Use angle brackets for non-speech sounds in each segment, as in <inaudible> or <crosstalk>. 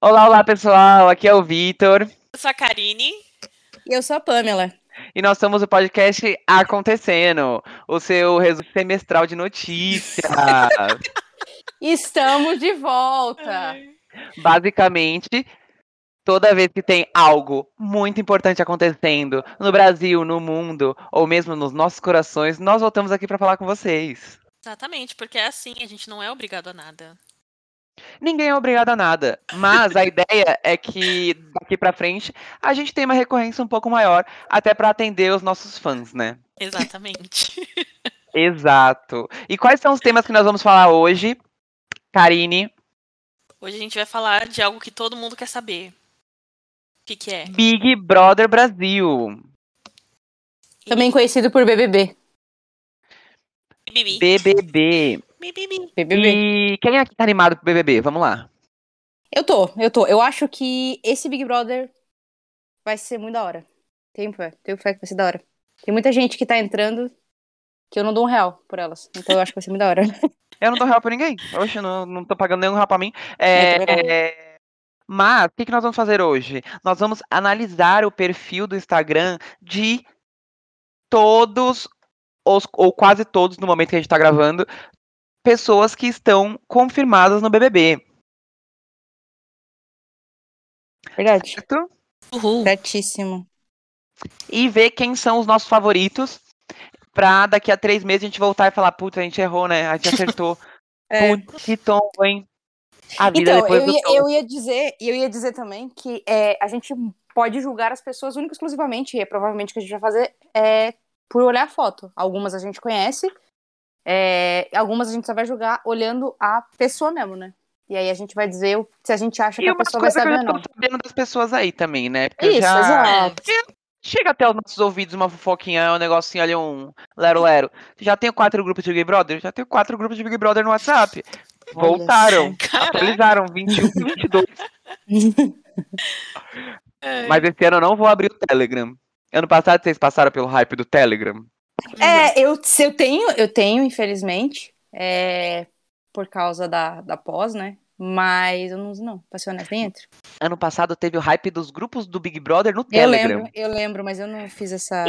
Olá, olá pessoal, aqui é o Vitor Eu sou a Karine. E eu sou a Pamela. e nós somos o podcast Acontecendo, o seu resumo semestral de notícias. Estamos de volta. Ai. Basicamente, toda vez que tem algo muito importante acontecendo no Brasil, no mundo ou mesmo nos nossos corações, nós voltamos aqui para falar com vocês. Exatamente, porque é assim, a gente não é obrigado a nada. Ninguém é obrigado a nada, mas a ideia é que daqui para frente a gente tem uma recorrência um pouco maior, até para atender os nossos fãs, né? Exatamente. Exato. E quais são os temas que nós vamos falar hoje, Karine? Hoje a gente vai falar de algo que todo mundo quer saber. O que, que é? Big Brother Brasil. Também conhecido por BBB. Bibi. BBB. Bibi. BBB. E quem aqui tá animado pro BBB? Vamos lá. Eu tô, eu tô. Eu acho que esse Big Brother vai ser muito da hora. Tenho fé, tenho fé que vai ser da hora. Tem muita gente que tá entrando que eu não dou um real por elas. Então eu acho que vai ser muito da hora. <laughs> Eu não dou real pra ninguém. Oxe, eu não, não tô pagando nenhum real pra mim. É, também É, Mas, o que, que nós vamos fazer hoje? Nós vamos analisar o perfil do Instagram de todos, os, ou quase todos, no momento que a gente tá gravando, pessoas que estão confirmadas no BBB, Verdade. certo? Uhul. Certíssimo. e ver quem são os nossos favoritos. Pra daqui a três meses a gente voltar e falar, puta, a gente errou, né? A gente <laughs> acertou. É. Putz, que tombo, hein? A vida Então, depois eu do ia, tombo. eu ia dizer, e eu ia dizer também que é, a gente pode julgar as pessoas única e exclusivamente, e é provavelmente o que a gente vai fazer é por olhar a foto. Algumas a gente conhece, é, algumas a gente só vai julgar olhando a pessoa mesmo, né? E aí a gente vai dizer o- se a gente acha que E a uma pessoa vai coisa que eu saber já ou não. tô sabendo das pessoas aí também, né? Porque eu Isso, já... exato. Chega até os nossos ouvidos uma fofoquinha, um negocinho ali, um lero-lero. Já tenho quatro grupos de Big Brother? Já tenho quatro grupos de Big Brother no WhatsApp. Olha. Voltaram, Caraca. atualizaram, 21 e 22. um. <laughs> Mas esse ano eu não vou abrir o Telegram. Ano passado vocês passaram pelo hype do Telegram? É, eu, se eu tenho, eu tenho, infelizmente, é, por causa da, da pós, né? Mas eu não uso, não. Pra ser honesto, nem entro. ano passado teve o hype dos grupos do Big Brother no Eu Telegram. lembro, eu lembro, mas eu não fiz essa.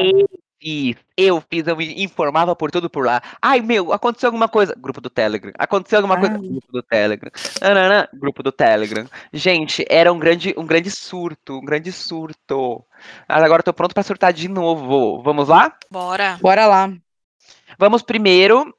Fiz, eu fiz, eu me informava por tudo por lá. Ai, meu, aconteceu alguma coisa. Grupo do Telegram. Aconteceu alguma coisa. Ah. Grupo do Telegram. Nananã, grupo do Telegram. Gente, era um grande, um grande surto, um grande surto. Mas agora eu tô pronto pra surtar de novo. Vamos lá? Bora. Bora lá. Vamos primeiro.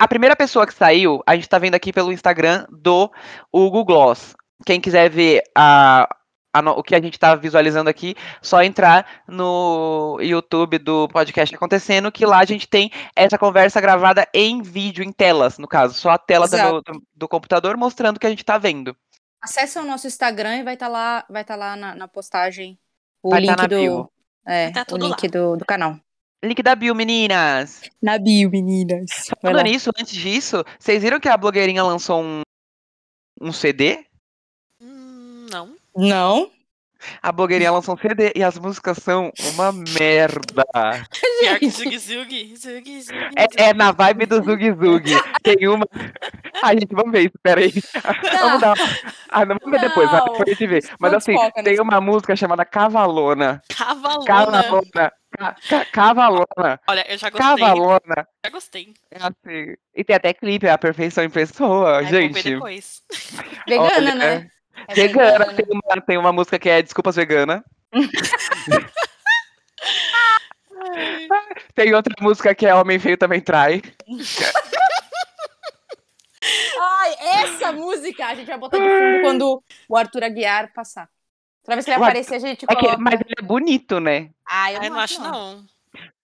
A primeira pessoa que saiu, a gente tá vendo aqui pelo Instagram do Hugo Gloss. Quem quiser ver a, a no- o que a gente tá visualizando aqui, só entrar no YouTube do podcast Acontecendo, que lá a gente tem essa conversa gravada em vídeo, em telas, no caso. Só a tela do, meu- do, do computador mostrando o que a gente tá vendo. Acesse o nosso Instagram e vai estar lá, vai tá lá na, na postagem o Vai tá link na bio. do, é, Tá o tudo link do, do canal. Link da bio, meninas! Na bio, meninas. Vai lá. Falando nisso, antes disso, vocês viram que a blogueirinha lançou um, um CD? Hum, não. Não. A blogueirinha lançou um CD e as músicas são uma merda. <laughs> Pior que Gente. Zug Zug. Zug Zug. É, é na vibe do Zug Zug. Tem uma. Ai, gente, vamos ver isso, peraí. Tá. Vamos dar. Ah, não, vamos ver depois, vai, Não. depois a gente vê. Mas Não assim, desfoca tem nisso. uma música chamada Cavalona. Cavalona. Cavalona. Ca- ca- Cavalona. Olha, eu já gostei. Cavalona. Já gostei. É assim. E tem até clipe, é a perfeição em pessoa, Aí vou ver gente. depois. Vegana, Olha, né? É Vegana, né? tem uma, tem uma música que é Desculpas <laughs> Vegana. Tem outra música que é Homem Feio Também Trai. Ai, essa música a gente vai botar de fundo quando o Arthur Aguiar passar. Toda vez que ele O Arthur- aparecer, a gente É que- coloca. mas ele é bonito, né? Ah, eu Ai, não acho, não.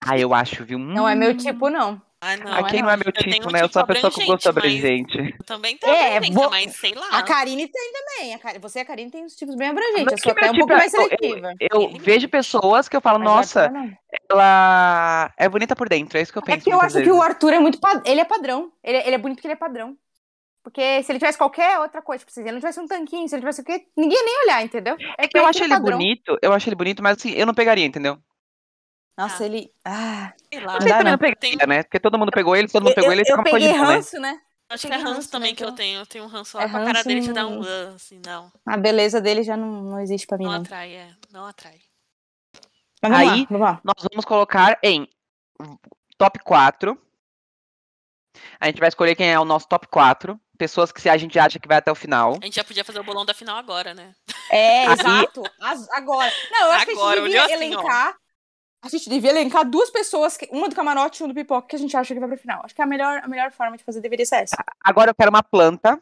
Ah, eu acho, viu? Não é Hum. meu tipo, não. Ai, não. Ah, é quem não é meu Eu tenho tipo, um né? Eu sou a tipo pessoa com gosto abrangente, abrangente. Eu também tenho É, abrangente, vou- mas sei lá. A Karine tem também. A Ka- Você e a Karine tem uns tipos bem abrangentes. Mas Eu sou que até um meu tipo pouco é- mais eu- eu- seletiva. Eu Ele vejo pessoas que eu falo, Mas é o nossa, Arthur não. ela é bonita por dentro. É isso que eu penso. É que eu muitas acho que vezes. o Arthur é muito. pa- Ele é padrão. Ele, ele é bonito porque ele é padrão. Porque se ele tivesse qualquer outra coisa, tipo, se ele não tivesse um tanquinho, se ele tivesse o quê, ninguém ia nem olhar, entendeu? É que eu porque acho ele padrão. bonito, eu acho ele bonito, mas assim, eu não pegaria, entendeu? Nossa, Ah. ele. Ah, Sei lá. Não Vocês dá, também tá não. não pegaria, Tem- né? Porque todo mundo pegou ele, todo mundo eu pegou ele, eu ficou uma peguei coisa, né? ranço, né? Acho Tem que é ranço, ranço né, também que eu então? tenho. Eu tenho um ranço É lá com a cara ranço dele já dá não- um "Ah", assim, não. A beleza dele já não, não existe pra mim, Não não. atrai, é. Não atrai. Mas vamos Aí- lá, vamos lá. Nós vamos colocar em top 4. A gente vai escolher quem é o nosso top 4. Pessoas que se a gente acha que vai até o final. A gente já podia fazer o bolão da final agora, né? É, Aí- exato. As- agora. Não, eu acho Agora, que a gente devia olhou assim, ó. elencar. A gente devia elencar duas pessoas, que- uma do camarote e uma do pipoca, que a gente acha que vai pra final. Acho que é a melhor, a melhor forma de fazer deveria ser essa. Agora eu quero uma planta.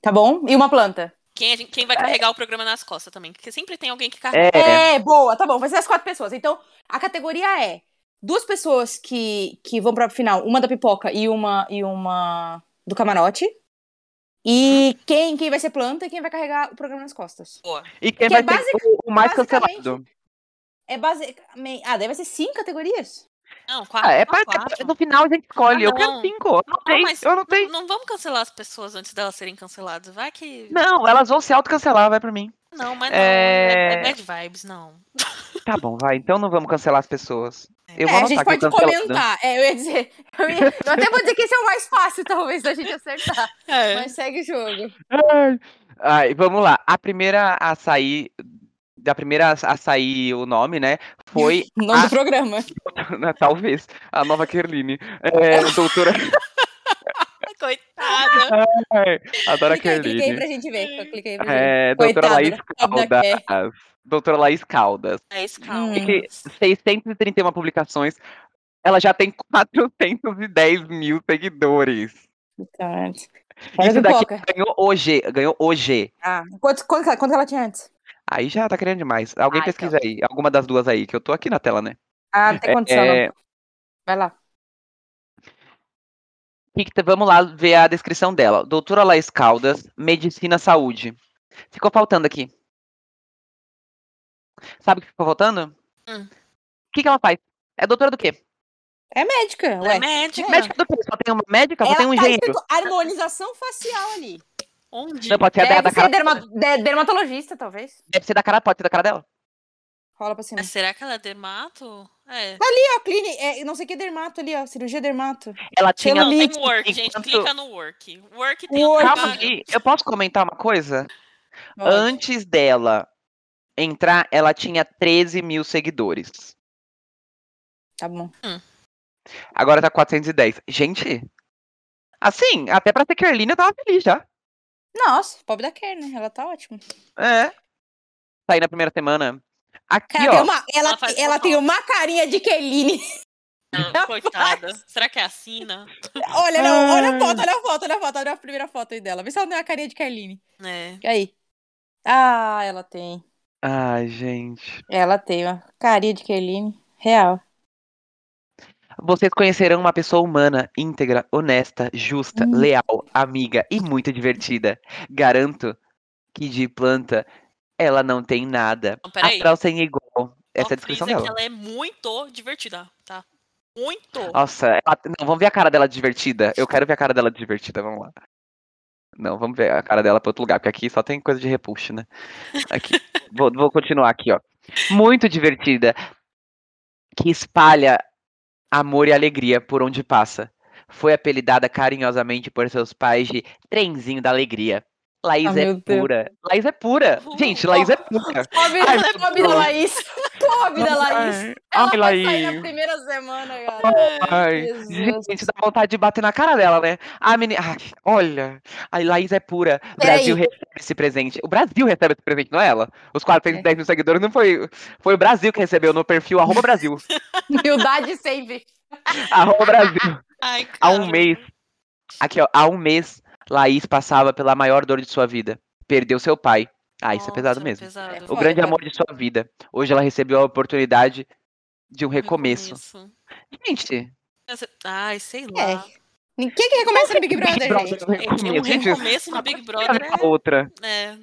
Tá bom? E uma planta. Quem, a gente- quem vai carregar o programa nas costas também. Porque sempre tem alguém que carrega. É, É, boa, tá bom. Vai ser as quatro pessoas. Então, a categoria é duas pessoas que, que vão pra final, uma da pipoca e uma, e uma do camarote. E quem, quem vai ser planta e quem vai carregar o programa nas costas. Boa. e quem que vai é ser o- o mais basicamente- cancelado? É basicamente. Ah, daí vai ser cinco categorias? Não, quatro. Ah, é só pra, quatro. no final a gente escolhe. Ah, eu quero não. cinco. Eu anotei. mas eu anotei. Não vamos cancelar as pessoas antes delas serem canceladas. Vai que. Não, elas vão se autocancelar, vai pra mim. Não, mas não. É. É... é bad vibes, não. Tá bom, vai. Então não vamos cancelar as pessoas. Eu vou é, a anotar gente que eu pode cancelado. comentar. É, eu ia dizer. Eu, ia- eu até vou dizer que esse é o mais fácil, talvez, da gente acertar. É. Mas segue o jogo. Ai. Ai, vamos lá. A primeira a sair. Da primeira a sair o nome, né? Foi O nome Ah. do programa. <laughs> Né, Talvez. A nova Kerline. <laughs> É, doutora. Coitada. É. Ai, adoro a clica, aí, clica aí Kerline. pra gente ver. Clica aí pra gente ver. É, doutora Coitada Laís da- da Ké. Caldas. Doutora Laís Caldas. É isso, calma. Hum. Que 631 publicações. Ela já tem 410 mil seguidores. Tá. Isso daqui pipoca. ganhou hoje. Ganhou hoje. Ah, quanto, quanto, que ela- quanto que ela tinha antes? Aí já tá querendo demais. Alguém Ah, então. pesquisa aí. Alguma das duas aí, que eu tô aqui na tela, né? Ah, não tem condição. É, não. Vai lá. E que- tá, Vamos lá ver a descrição dela. Doutora Laís Caldas, Medicina Saúde. Ficou faltando aqui. Sabe o que ficou faltando? Hum. O que, que ela faz? É doutora do quê? É médica, Ela ué. é médica. Médica do quê? Só tem uma médica? Só tem um tá engenheiro? escrito harmonização facial ali. Onde? Não, pode ser da, Deve da ser cara, derma- de- dermatologista, talvez. deve ser da cara, pode ser da cara dela. Rola pra cima. Mas será que ela é dermato? É. É, o clínico, é, não sei o que dermato ali, ó. Cirurgia dermato. Ela tinha. um Pelo Tem Clique, work, gente. enquanto- Clica no work. Work tem um Work. outra Calma vaga. aí, eu posso comentar uma coisa? Olha. Antes dela entrar, ela tinha 13 mil seguidores. Tá bom. Agora tá 410. Gente, assim, até pra ser Kerline eu tava feliz já. Nossa, pobre da Kerr, né? Ela tá ótima. É. Saí na primeira semana. Aqui, Cara, tem ó. uma, ela Ela faz ela tem vocal. uma carinha de Kelly. <laughs> Não, Coitada. Será que é a Sina? <laughs> Olha, não, olha Ai. a foto, olha a foto, olha a foto, olha a primeira foto aí dela. Vê se ela não é a carinha de Kelly. É. Aí. Ah, ela tem. Ai, gente. Ela tem uma carinha de Kelly. Real. Vocês conhecerão uma pessoa humana, íntegra, honesta, justa, Hum. leal, amiga e muito divertida. Garanto que de planta ela não tem nada. Não, peraí. Astral sem igual. Essa é Só a descrição frisa que dela. Ela é muito divertida, tá? Muito. Nossa, ela- não, vamos ver a cara dela divertida. Eu quero ver a cara dela divertida, vamos lá. Não, vamos ver a cara dela pra outro lugar, porque aqui só tem coisa de repuxo, né? Aqui. <laughs> vou, vou continuar aqui, ó. Muito divertida. Que espalha amor e alegria por onde passa. Foi apelidada carinhosamente por seus pais de Trenzinho da Alegria. Laís Ah, é meu Deus. pura. Laís é pura. Uhul. Gente, Laís é pura. Pobre, Ai, meu pobre da Deus. Laís. Pobre da Laís. Ai, Ela vai sair na Laís. primeira semana, cara. Ai, Jesus. gente, dá vontade de bater na cara dela, né? A menina. Ai, olha, a Laís é pura. O Peraí. Brasil recebe esse presente. O Brasil recebe esse presente, não é ela? Os 410 mil seguidores não foi. Foi o Brasil que recebeu no perfil arroba <laughs> Brasil. Humildade sempre. arroba Brasil. Ai, Há cara. um mês. Aqui, ó. Há um mês, Laís passava pela maior dor de sua vida. Perdeu seu pai. Ah, isso é pesado Nossa, mesmo. pesado. O Foda, grande cara. amor de sua vida. Hoje ela recebeu a oportunidade de um recomeço. Recomeço. Gente, Essa- Ai, sei É. lá. Ninguém que recomeça no Big Brother, gente. um É que um recomeço. Gente, isso recomeço no Big tem a ver Brother com a outra. é. é.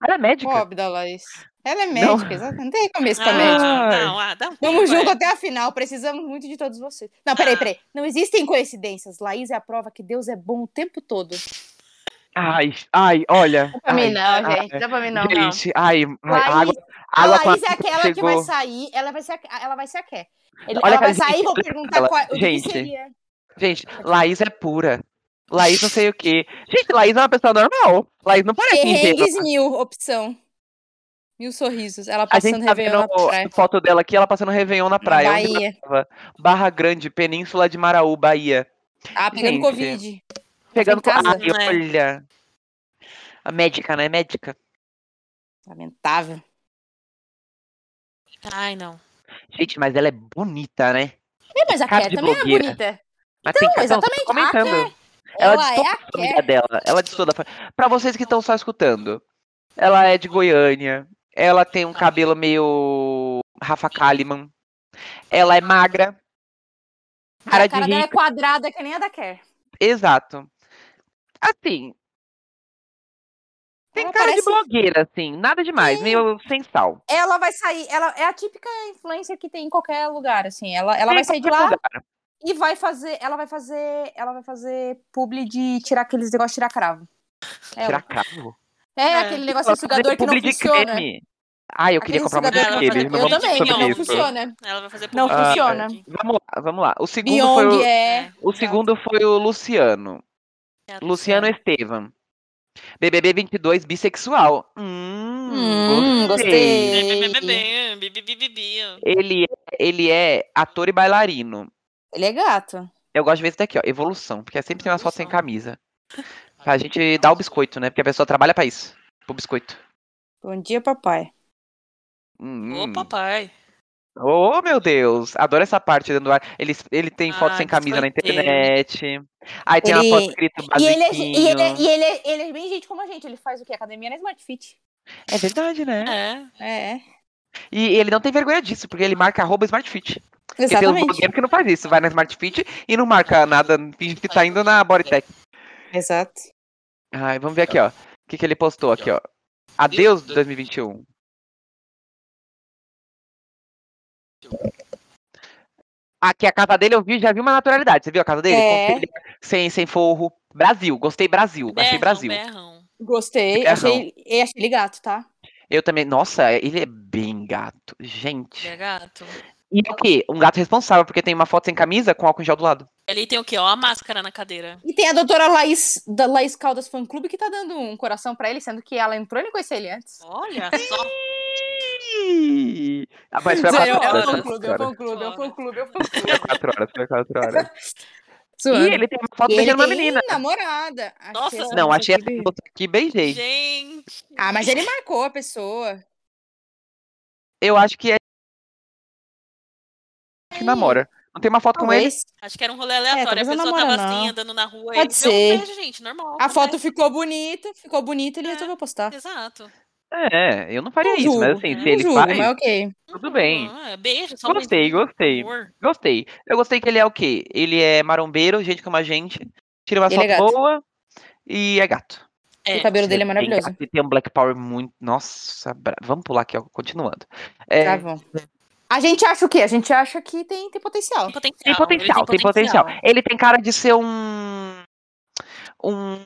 Ela é médica. Pobre da Laís. Ela é Não. médica, exatamente. Não tem recomeço com a médica. Ah, Ai. não, ah, dá um Vamos pouco, junto vai. até a final, precisamos muito de todos vocês. Não, peraí, peraí. Não existem coincidências. Laís é a prova que Deus é bom o tempo todo. Ai, ai, olha. Pra mim ai, não, ai, gente. Não pra mim não. Gente, ai, ai, Laís, água, a água com Laís é aquela que vai chegou. sair, ela vai ser a, ela vai ser a Ké. Ele- Olha ela a vai cara de sair e vou tristeza perguntar é dela. qual o que Gente. seria. Gente, Laís é pura. Laís não sei o quê. Gente, Laís é uma pessoa normal. Laís não <laughs> parece ingênua. Perrengues mil, opção. Mil sorrisos. Ela A passando gente tá Réveillon vendo na praia. foto dela aqui, ela passando Réveillon na praia. Onde Bahia. Barra Grande, Península de Maraú, Bahia. Ah, pegando Gente. Covid. Pegando com. Tá casa? né? Ai, Não é. olha. A médica, né? Médica. Lamentável. Ai, não. Gente, mas ela é bonita, né? É, mas a Cara Ké de Assim, também é blogueira. bonita. Mas cara- Então, não, tô exatamente, a um tá comentando. Ké. Ela, Ela de é toda a a família Ké. dela. Ela de toda a família. Pra vocês que estão só escutando, ela é de Goiânia. Ela tem Ah. um cabelo meio Rafa Kalimann. Ela é magra. Cara A de cara dela é rica. quadrada, que nem a da Ké. Exato. Assim. Tem Ela cara de parece- blogueira, assim. Nada demais. Sim. Meio sem sal. Ela vai sair, ela é a típica influencer que tem em qualquer lugar, assim. Ela, ela Tem vai sair de qualquer lá um lugar. e vai fazer, ela vai fazer, ela vai fazer publi de tirar aqueles negócios de tirar cravo. É, Tirar carro. é, É. aquele negócio de sugador que não Publi de funciona. creme. Ai, eu queria Aquele comprar um muito sugador que daquele. não não Eu vamos vamos também, discutir que sobre não isso. funciona. Ela vai fazer Não publicidade. funciona. Vamos lá, vamos lá. O segundo foi o... Biong é. É, O segundo foi o Luciano. é, Luciano Estevam. BBB 22, bissexual. Hum, Hum, gostei. gostei. Hum. Bi, bi, bi, bi, bi. Ele, é- ele é ator e bailarino. Ele é gato. Eu gosto de ver isso daqui, ó. Evolução. Porque é sempre tem umas fotos sem Evolução. camisa. Pra gente dar o biscoito, né? Porque a pessoa trabalha pra isso. Pro biscoito. Bom dia, papai. Hum, Ô, hum. papai. Oh, meu Deus. Adoro essa parte dentro do ar. Ele, ele tem foto Ah, sem camisa na biscoiteiro. internet. Aí tem uma Ele- foto escrita E ele, é, basiquinho. e, ele é, e ele é- ele é bem gente como a gente. Ele faz o quê? Academia na Smart Fit. É verdade, né? É. É, E ele não tem vergonha disso, porque ele marca arroba SmartFit. Porque tem uns blogueiros que não faz isso, vai na Smart Fit e não marca nada, finge que tá indo na Bodytech. Exato. Ai, vamos ver aqui, ó. O que, que ele postou aqui, ó. Adeus 2021. Aqui a casa dele eu vi, já vi uma naturalidade. Você viu a casa dele? É. Com telha, Sem, sem forro. Brasil, gostei Brasil. achei Berrão, Brasil. berrão. Gostei. Berrão. Achei, eu achei ele gato, tá? Eu também. Nossa, ele é bem gato. Gente. É gato. E o quê? Um gato responsável, porque tem uma foto sem camisa com álcool em gel do lado. Ali tem o quê? Ó, a máscara na cadeira. E tem a doutora Laís, da Laís Caldas Fã Clube, que tá dando um coração pra ele, sendo que ela entrou e não conhecia ele antes. <laughs> Olha só. Ih! Ah, mas foi a Sério, quatro é o horas. fã né, clube, é o senhora? fã clube, é o fã clube, é o fã <laughs> Foi a quatro horas, foi a quatro horas. clube. E ele tem uma foto E É ele tá beijando uma tem menina. namorada. Achei Nossa. essa Não, moça achei aqui essa bem- foto aqui, beijei. Gente. Ah, mas ele marcou a pessoa. Eu acho que é que namora. Não tem uma foto com ele? Talvez. Acho que era um rolê É, aleatório. a talvez eu pessoa namoro, tava assim, não. andando na rua Pode e ele ser. deu um beijo, gente, normal. A foto acontece. ficou bonita, ficou bonita, ele É. resolveu postar. Exato. É, eu não faria Não isso, mas julgo, assim, né? se Não ele julgo, faz, mas ok. tudo bem. Ah, beijo, só Gostei, beijinho, gostei. amor. Gostei. Eu gostei que ele é o quê? Ele é marombeiro, gente como a gente. Tira uma Ele é foto gato. boa e é gato. É. O cabelo dele é Bem maravilhoso. gato e tem um Black Power muito. Nossa, bra- vamos pular aqui, ó, continuando. É, Tá bom. A gente acha o quê? A gente acha que tem, tem potencial. Tem Tem potencial. potencial, ele tem potencial. Ele tem cara de ser um. Um.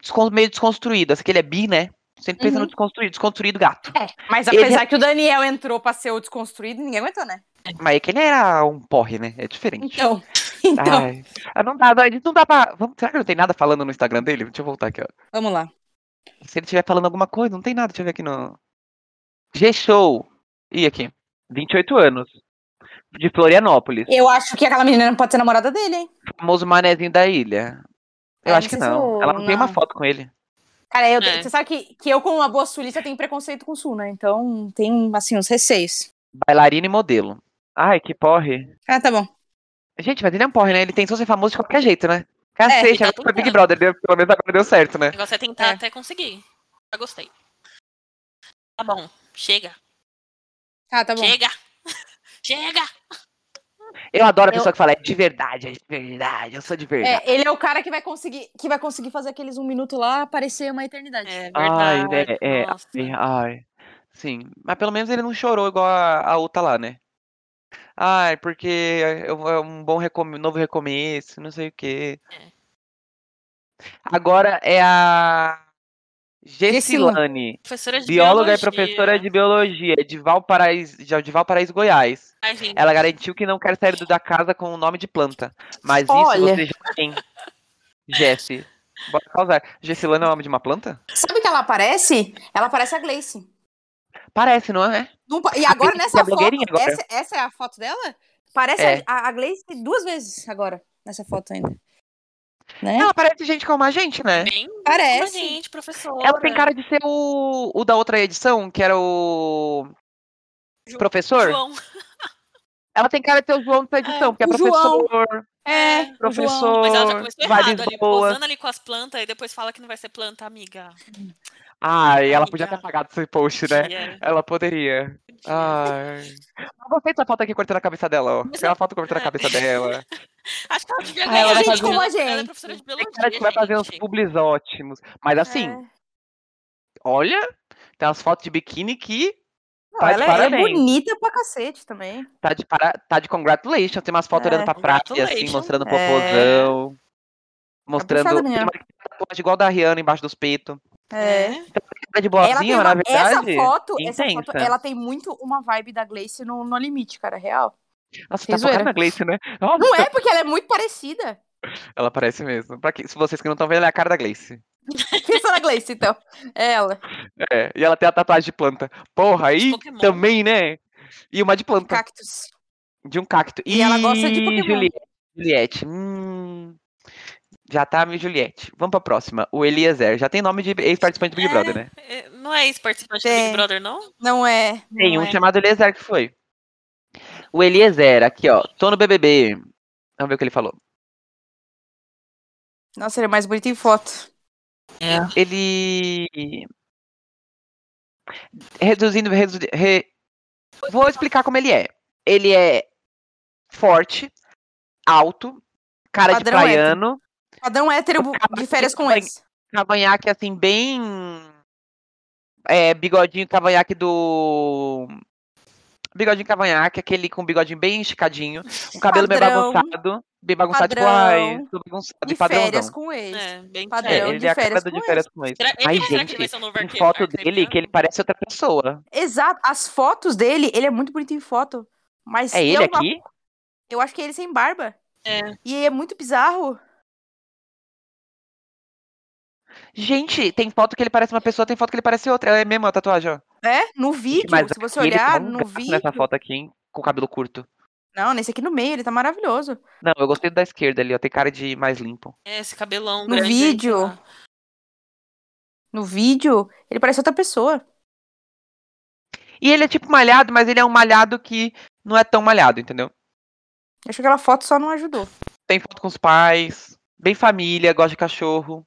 descon- meio desconstruído. Assim, que ele é bi, né? Sempre pensa no Uhum. desconstruído, desconstruído gato. É, mas Ele- apesar que o Daniel entrou pra ser o desconstruído, ninguém aguentou, né? Mas é que ele era um porre, né? É diferente. Então, <laughs> então, Ai, ah, não dá, não, ele não dá pra. Vamos, será que não tem nada falando no Instagram dele? Deixa eu voltar aqui, ó. vamos lá. Se ele estiver falando alguma coisa, não tem nada. Deixa eu ver aqui no. G-Show. Ih, aqui. 28 anos. De Florianópolis. Eu acho que aquela menina não pode ser namorada dele, hein? Famoso manezinho da ilha. Eu É, acho que não sei se não. eu- Ela não, tem uma não. foto com ele. Cara, eu- É. você sabe que, que eu, como uma boa sulista, tenho preconceito com o sul, né? Então, tem, assim, uns receios. Bailarina e modelo. Ai, que porre. Ah, tá bom. Gente, mas ele é um porre, né? Ele tentou ser famoso de qualquer jeito, né? Cacete, É, agora tá foi Big tentando. Brother, deu- pelo menos agora deu certo, né? O negócio é tentar É. até conseguir. Já gostei. Tá bom. Chega. Ah, tá bom. Chega. <laughs> Chega. Eu adoro a Eu- pessoa que fala, é de verdade, é de verdade, eu sou de verdade. É, ele é o cara que vai conseguir que vai conseguir fazer aqueles um minuto lá parecer uma eternidade. É ai, verdade. né? É, nossa. ai, ai. Sim, mas pelo menos ele não chorou igual a, a outra lá, né? Ai, porque é é um é um bom recome- novo recomeço, não sei o quê. É. Agora é a Gessilane. Gessilane. Professora de Bióloga biologia. e professora de biologia é de Valparaíso, de de Valparaíso, Goiás. Ai, gente, Ela garantiu que não quer sair do- da casa com o nome de planta. Mas isso Olha. você já tem. Jesse. Bora causar. Gessilana é o nome de uma planta? Sabe que ela aparece? Ela aparece a Gleice. Parece, não é? Num pa- E agora Gleice nessa é a foto. blogueirinha agora. Essa, essa é a foto dela? Parece É. a, a Gleice duas vezes agora, nessa foto ainda. É. Né? Ela parece gente como a gente, né? Bem, Parece. como a gente, professora. Ela tem cara de ser o, o da outra edição, que era o. Ju- Professor? João. Ah, Ela tem cara de ser o João da edição, porque é o João. professor, É, o João. professor, Mas ela já começou né? vale errado ali, boa. posando ali com as plantas e depois fala que não vai ser planta, amiga. Ai, ela podia ter Amiga. apagado esse post, né? Dia, Ela poderia. dia. Ai. Eu vou feita a foto aqui cortando a cabeça dela, ó. é Tem uma foto cortando a cabeça <laughs> dela. Acho que ela devia Ah, ganhar. ela vai gente, fazer- como a Ela é gente. professora de Tem biologia, cara que vai fazer uns gente. publis ótimos. Mas assim, É. olha, tem umas fotos de biquíni que Não, tá de ela é- é parabéns. bonita pra cacete também. tá de, para... tá de congratulations. Tem umas fotos É. olhando pra praia, assim, Congratulations. mostrando o É. popozão. Mostrando. Tem puxada, menina. uma que tem tatuagem igual da Rihanna embaixo dos peitos. É. Cara de Ela tem boazinha, uma- na verdade. essa foto, essa intensa. foto, ela tem muito uma vibe da Gleice no, no limite, cara, real. Nossa, Sem tá focando zoeira. na Gleice, né? Nossa, Não é porque ela é muito parecida. <laughs> Ela parece mesmo. Pra que... Se vocês que não estão vendo, ela é a cara da Gleice. Pensa na Gleice, então. É ela. É, e ela tem a tatuagem de planta. Porra, aí Pokémon. também, né? E uma de planta, Cactus. de um cacto. E ela gosta de Ih, Pokémon. Juliette. Juliette. Hum. Já tá, meu Juliette. Vamos pra próxima. O Eliezer. Já tem nome de ex-participante do Big É. Brother, né? É, Não é ex-participante do Tem. Big Brother, não? Não é. Tem não um é. chamado Eliezer que foi. O Eliezer, aqui, ó. Tô no BBB. Vamos ver o que ele falou. Nossa, ele é mais bonito em foto. É. Ele. Reduzindo. resu- re- Vou explicar como ele é. Ele é forte, alto, cara Padrão de hétero. praiano, Padrão hétero bu- de férias com ex. cavanhaque assim, bem. É, bigodinho cavanhaque do. Bigodinho cavanhaque, aquele com bigodinho bem esticadinho, um cabelo bem Padrão. bagunçado, bem bagunçado, tipo, Padrão. ai, tô bagunçado, De de padrãozão. férias com ex. É, bem Padrão. É, sério. ele de é a férias cara do com de férias com ex. Será, ele- Ai, será que ele vai gente, ser o novo tem arque- foto arqueiro dele que então. ele parece outra pessoa. Exato. As fotos dele, ele é muito bonito em foto. Mas É eu, ele aqui? eu acho que é ele sem barba. É. E é muito bizarro. Gente, tem foto que ele parece uma pessoa, tem foto que ele parece outra. É mesmo a tatuagem, ó. É, no vídeo, Mas se você aqui ele tá olhar um no gato vídeo. Nessa foto aqui, hein, com o cabelo curto. Não, nesse aqui no meio, ele tá maravilhoso. Não, eu gostei do da esquerda ali, ó. Tem cara de mais limpo. É, esse cabelão No grande aí, vídeo. sei lá. No vídeo, ele parece outra pessoa. E ele é tipo malhado, mas ele é um malhado que não é tão malhado, entendeu? Acho que aquela foto só não ajudou. Tem foto com os pais, bem família, gosta de cachorro.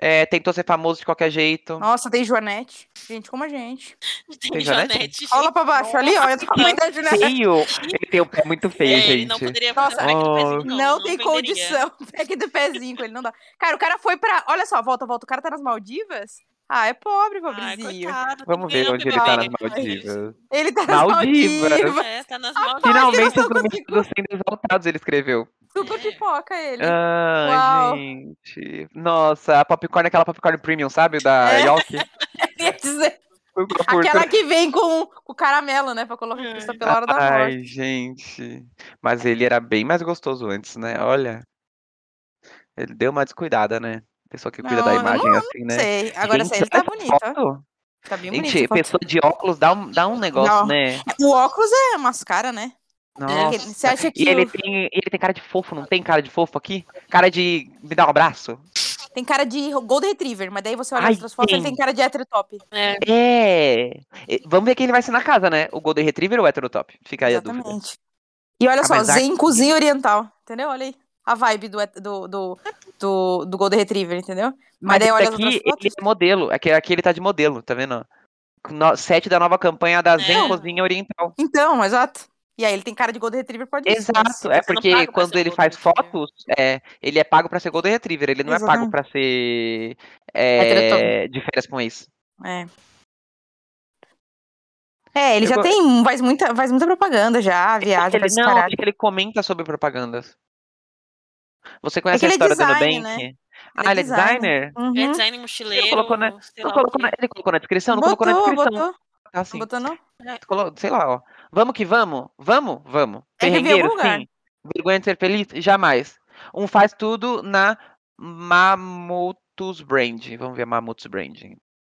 É, tentou ser famoso de qualquer jeito. Nossa, tem Joanete. Gente, como a gente. Tem Tem Janete? Janete. Olha lá pra baixo, ali, ó. Eu tô falando da Joanete. <laughs> Feio! Ele tem um pé muito feio, É, gente. ele não poderia Nossa, fazer aquele oh. pezinho, Não, tem venderia. condição. <laughs> Pega do pezinho com ele, não dá. Cara, o cara foi pra. Olha só, volta, volta. O cara tá nas Maldivas? Ah, é pobre, Ai, pobrezinho. coitado, Vamos tem ver grana, onde ele tá nas bebê. Maldivas. ele tá nas Maldivas. Maldivas. É, tá Ah, nas Maldivas. Finalmente não os domingos sendo exaltados, ele escreveu. Super pipoca ele. <laughs> Ah, Uau. gente. Nossa, a popcorn é aquela popcorn premium, sabe? Da É. <laughs> Yolk. Quer dizer, Super curta. aquela que vem com o caramelo, né? Pra colocar É. custa pela hora da Ai, morte. gente. Mas ele era bem mais gostoso antes, né? Olha. Ele deu uma descuidada, né? Pessoa que cuida Não, da eu não- imagem eu assim, né? Sei. Agora Gente, sim, ele tá olha bonito, essa ó. foto. Tá bem bonito. Gente, essa foto. pessoa de óculos dá um, dá um negócio, Não. né? O óculos é mascara, né? Nossa. Você acha que E ele o- tem, ele tem cara de fofo, não tem cara de fofo aqui? Cara de me dá um abraço? tem cara de Golden Retriever, mas daí você olha Ai, as outras fotos, ele tem. tem cara de hétero top. É, É. E Vamos ver quem ele vai ser na casa, né? O Golden Retriever ou o Heterotop? Fica aí a dúvida. Exatamente. E olha Ah, só, mas a- Zen cozinha oriental, entendeu? Olha aí a vibe do, het- do, do, do, do Golden Retriever, entendeu? Mas, Mas daí esse olha as daqui, outras ele é modelo. Aqui, aqui ele tá de modelo, tá vendo? No, sete da nova campanha da Zen É. Cozinha Oriental. Então, exato. E aí ele tem cara de Golden Retriever, pode isso, mas- Exato. É não porque paga pra quando ser ele Golden faz Retriever. fotos, é, ele é pago pra ser Golden Retriever. Ele não é pago Exatamente. pra ser é, de férias com ex. É. É, ele Eu já go- É tem, faz muita, faz muita propaganda já, viagem, Ele, faz não, caralho. acho que ele comenta sobre propagandas. Você conhece a ele é história do design, Nubank? né? Ah, ele é designer? é Uhum. design mochileiro. Ele colocou na- Não sei lá o colocou quê. na- ele colocou na descrição? Não colocou na Botou, descrição. botou, Tá assim. não botou é não? Colo- sei lá, ó. Vamos que vamos? Vamos? Vamos. É viver em algum Perrengueiro, lugar. sim. Vergonha de ser feliz? Jamais. Um faz tudo na Mamutus Brand. Vamos ver Mamutus Brand.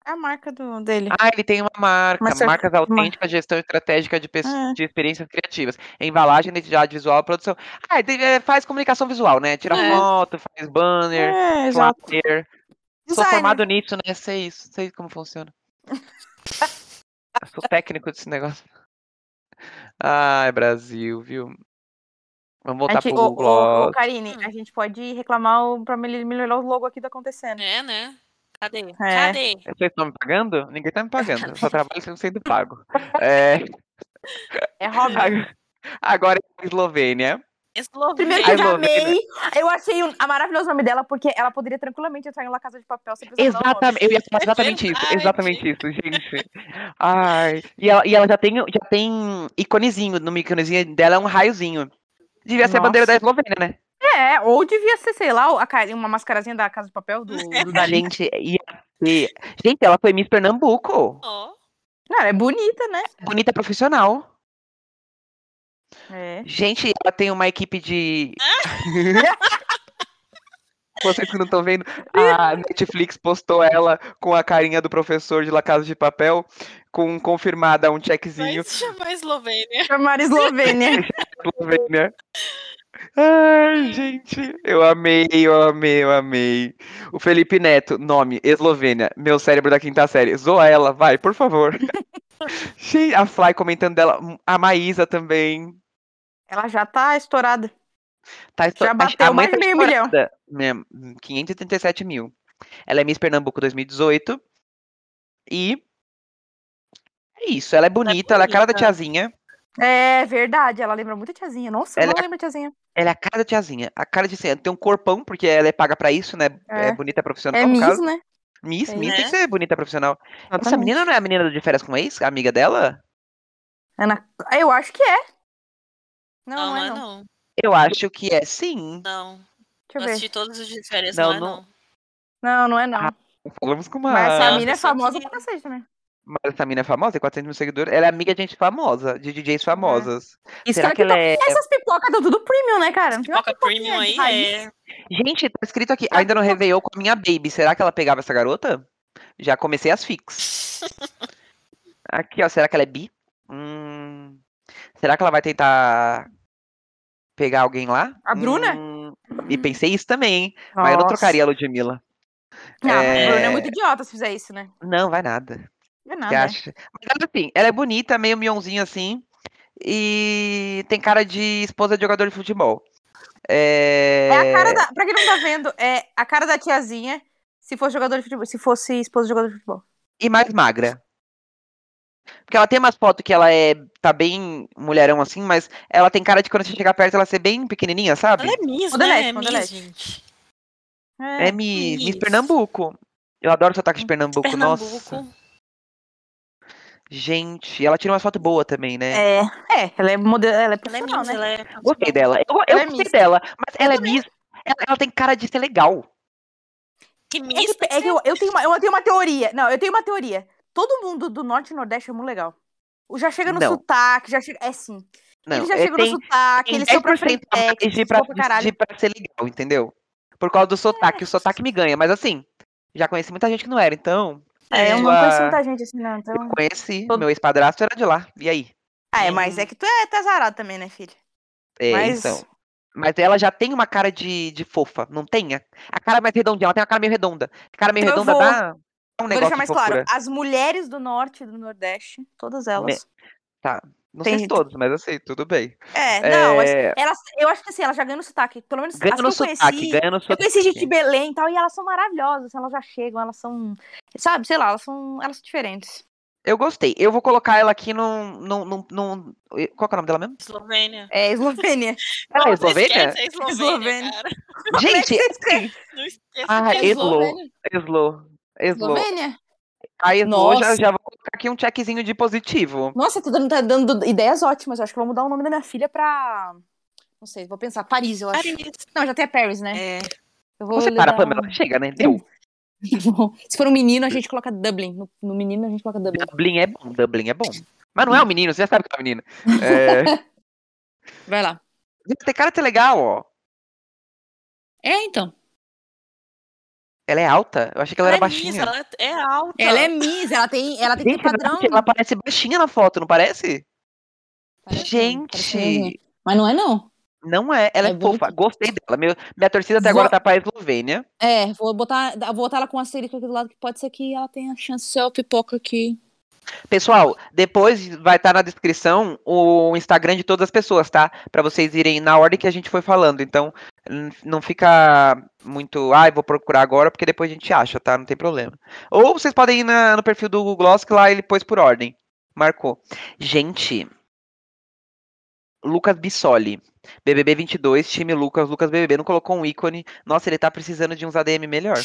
É a marca do, dele. Ah, ele tem uma marca. Mas você- Marcas uma- autênticas, gestão estratégica de, pes- É. de experiências criativas. Embalagem, identidade visual, produção. Ah, ele é- faz comunicação visual, né? Tira É. foto, faz banner, é, exato. flyer. Sou Designer. formado nisso, né? Sei isso, sei como funciona. <laughs> Eu Sou técnico desse negócio. Ai, Brasil, viu? Vamos voltar Aqui, pro ô, Google ô, ô, Gloss. Karine, a gente pode reclamar o, pra mel- melhorar o logo aqui do Acontecendo. É, né? Cadê? É. Cadê? Vocês estão me pagando? Ninguém tá me pagando. <laughs> Eu só trabalho sendo pago. É, <laughs> É Robin. ag- agora é Eslovênia. Eslovênia. <laughs> Primeiro que eu I já love it. amei, eu achei um- a maravilhoso nome dela, porque ela poderia tranquilamente entrar em La Casa de Papel sem precisar dar o nome. Exatamente, eu ia falar exatamente isso, Verdade. exatamente isso, gente. <laughs> Ai, e ela, e ela já tem, já tem iconezinho, no iconezinho dela é um raiozinho. Devia ser a bandeira da Nossa. Eslovênia, né? É, ou devia ser, sei lá, a cara- uma mascarazinha da Casa de Papel <laughs> do, do Dali. Gente, ia ser- gente, ela foi Miss Pernambuco. Ó, Cara, é bonita, né? Bonita profissional. É. Gente, ela tem uma equipe de. <laughs> Vocês que não estão vendo, a Netflix postou ela com a carinha do professor de La Casa de Papel, com confirmada um checkzinho. vai se chamar Eslovênia. Chamar Eslovênia. Eslovênia. né? Ai, gente, eu amei, eu amei, eu amei. O Felipe Neto, nome, Eslovênia, meu cérebro da quinta série. Zoa ela, vai, por <laughs> favor. Gente, a Fly comentando dela, a Maísa também. Ela já tá estourada. Tá esto- Já a- bateu a mãe mais tá de meio milhão. estourada, né? 537 mil. Ela é Miss Pernambuco 2018. E é isso, ela é bonita, ela é a cara da bonita. tiazinha. É verdade, ela lembra muito a tiazinha. Nossa, Ela- ela lembra a tiazinha. Ela é a cara da tiazinha. A cara de tiazinha. Tem um corpão, porque ela é paga pra isso, né? É, É. bonita profissional, É no Miss, caso. né? Miss, É, Miss né? tem que ser bonita profissional. Essa Exatamente. menina não é a menina do de férias com o ex? A amiga dela? Ana... Eu acho que é. Não, Não, não, é não, não. não. Eu acho que é sim. Não, Deixa eu Eu ver. assisti todos os dias de férias, Não, não, é não. não. Não, não é não. Ah, Falamos com uma. Mas essa não, mina é pessoa famosa que- pra cacete né? também. Mas essa mina é famosa, tem 400 mil seguidores. Ela é amiga de gente famosa, de DJs famosas. Isso Será que que ela ela é. Essas pipocas dão tudo premium, né, cara? Não tem uma Pipoca pipoquinha Premium de aí raiz. é. Gente, tá escrito aqui. Será Ainda que não ela- reveio com a minha baby. Será que ela pegava essa garota? Já comecei as fix. Aqui, ó. Será que ela é bi? Hum, Será que ela vai tentar pegar alguém lá? A Bruna? Hum, E pensei isso também, hein? Mas eu não trocaria a Ludmilla. Não, É. o Bruno é muito idiota se fizer isso, né? Não, vai nada. Não é que nada. acha? Mas ela, assim, ela é bonita, meio mionzinha assim. E tem cara de esposa de jogador de futebol. É, É a cara da. Pra quem não tá vendo, é a cara da tiazinha se fosse jogador de futebol. Se fosse esposa de jogador de futebol. E mais magra. Porque ela tem umas fotos que ela é. tá bem mulherão assim, mas ela tem cara de quando você chegar perto ela ser bem pequenininha, sabe? Ela é Miss, Modelo né? S, É modelo Miss, S. gente. É, Miss, Miss Isso. Pernambuco. Eu adoro o sotaque de Pernambuco, nossa. Pernambuco. Gente, ela tira umas fotos boas também, né? É. É, ela é modelo. Ela é Ela é profissional, Miss, né? ela é. Gostei dela. Eu, eu Ela é gostei Miss. dela, mas ela é Miss. Ela, ela tem cara de ser legal. Que É que- Miss é que eu, eu tenho uma, eu tenho uma teoria. Não, eu tenho uma teoria. Todo mundo do Norte e Nordeste é muito legal. O Já chega no Não. sotaque, já chega. É sim. Não, ele já é, chegou tem, no sotaque, tem ele é 10% sopra frente. a mais de pra, tipo, pra é caralho. de pra ser legal, entendeu? Por causa do sotaque. O sotaque me ganha, mas assim, já conheci muita gente que não era, então. É, eu sua- não conheço muita gente assim, não. Então... Eu conheci, todo- meu ex-padrasto era de lá. E aí? Ah, é, mas é que tu é tazarado também, né, filho? É, Mas- então. Mas ela já tem uma cara de, de fofa, não tem? A, a cara mais redondinha, ela tem uma cara meio redonda. A cara meio Então eu redonda vou- dá, dá um Vou negócio deixar de mais fofura. claro. As mulheres do Norte e do Nordeste, todas elas. Não sei se tem- todos, mas assim, tudo bem. É, não, mas É, elas, eu acho que assim, elas já ganham no sotaque. Pelo menos ganha as que no eu sotaque, conheci. ganha no Eu sotaque. é. conheci gente de Belém e tal, e elas são maravilhosas, elas já chegam, elas são. Sabe, sei lá, elas são. Elas são diferentes. Eu gostei. Eu vou colocar ela aqui num. num, num, num- Qual que é o nome dela <laughs> mesmo? Eslovênia. <laughs> É, Eslovênia. é Ela é Nossa, eslovênia? esquece a Eslovênia, Eslovênia. cara. Gente, Não esquece Ah, que é Eslo. Eslovênia. Eslo. Eslo. Eslovênia? A Eslo, já, Nossa. já vou colocar aqui um checkzinho de positivo. Nossa, tu tá dando ideias ótimas. Eu acho que eu vou mudar o nome da minha filha pra. Não sei, vou pensar. Paris, eu acho. Paris. Não, já tem a Paris, né? É. Eu vou Você lhe para, dar Pamela. um- Chega, né? Deu. <laughs> Se for um menino, a gente coloca Dublin. No, no menino, a gente coloca Dublin. Dublin é bom, Dublin é bom. Mas <laughs> não é um menino, você já sabe que é um menino. É... <laughs> Vai lá. Tem cara de ser legal, ó. É, então. Ela é alta? Eu achei que ela, é era baixinha. lisa, ela é alta. Ela é Miss, ela tem, ela tá tem que Gente, ter na um padrão. verdade, ela parece baixinha na foto, não parece? Parece- parece mesmo. Gente, Mas não é, não. não é. Ela é, É fofa. Gostei dela. Meu- minha torcida até Vou- agora tá pra Eslovênia. É, vou botar, vou botar ela com um asterisco aqui do lado, que pode ser que ela tenha chance de ser o pipoca aqui. Pessoal, depois vai estar na descrição o Instagram de todas as pessoas, tá? Pra vocês irem na ordem que a gente foi falando. Então, n- não fica muito, ai, vou procurar agora, porque depois a gente acha, tá? Não tem problema. Ou vocês podem ir na- no perfil do Google Gloss, que lá ele pôs por ordem. Marcou. Gente. Lucas Bissoli. BBB 22, time Lucas, Lucas BBB. Não colocou um ícone. Nossa, ele tá precisando de uns ADM melhor.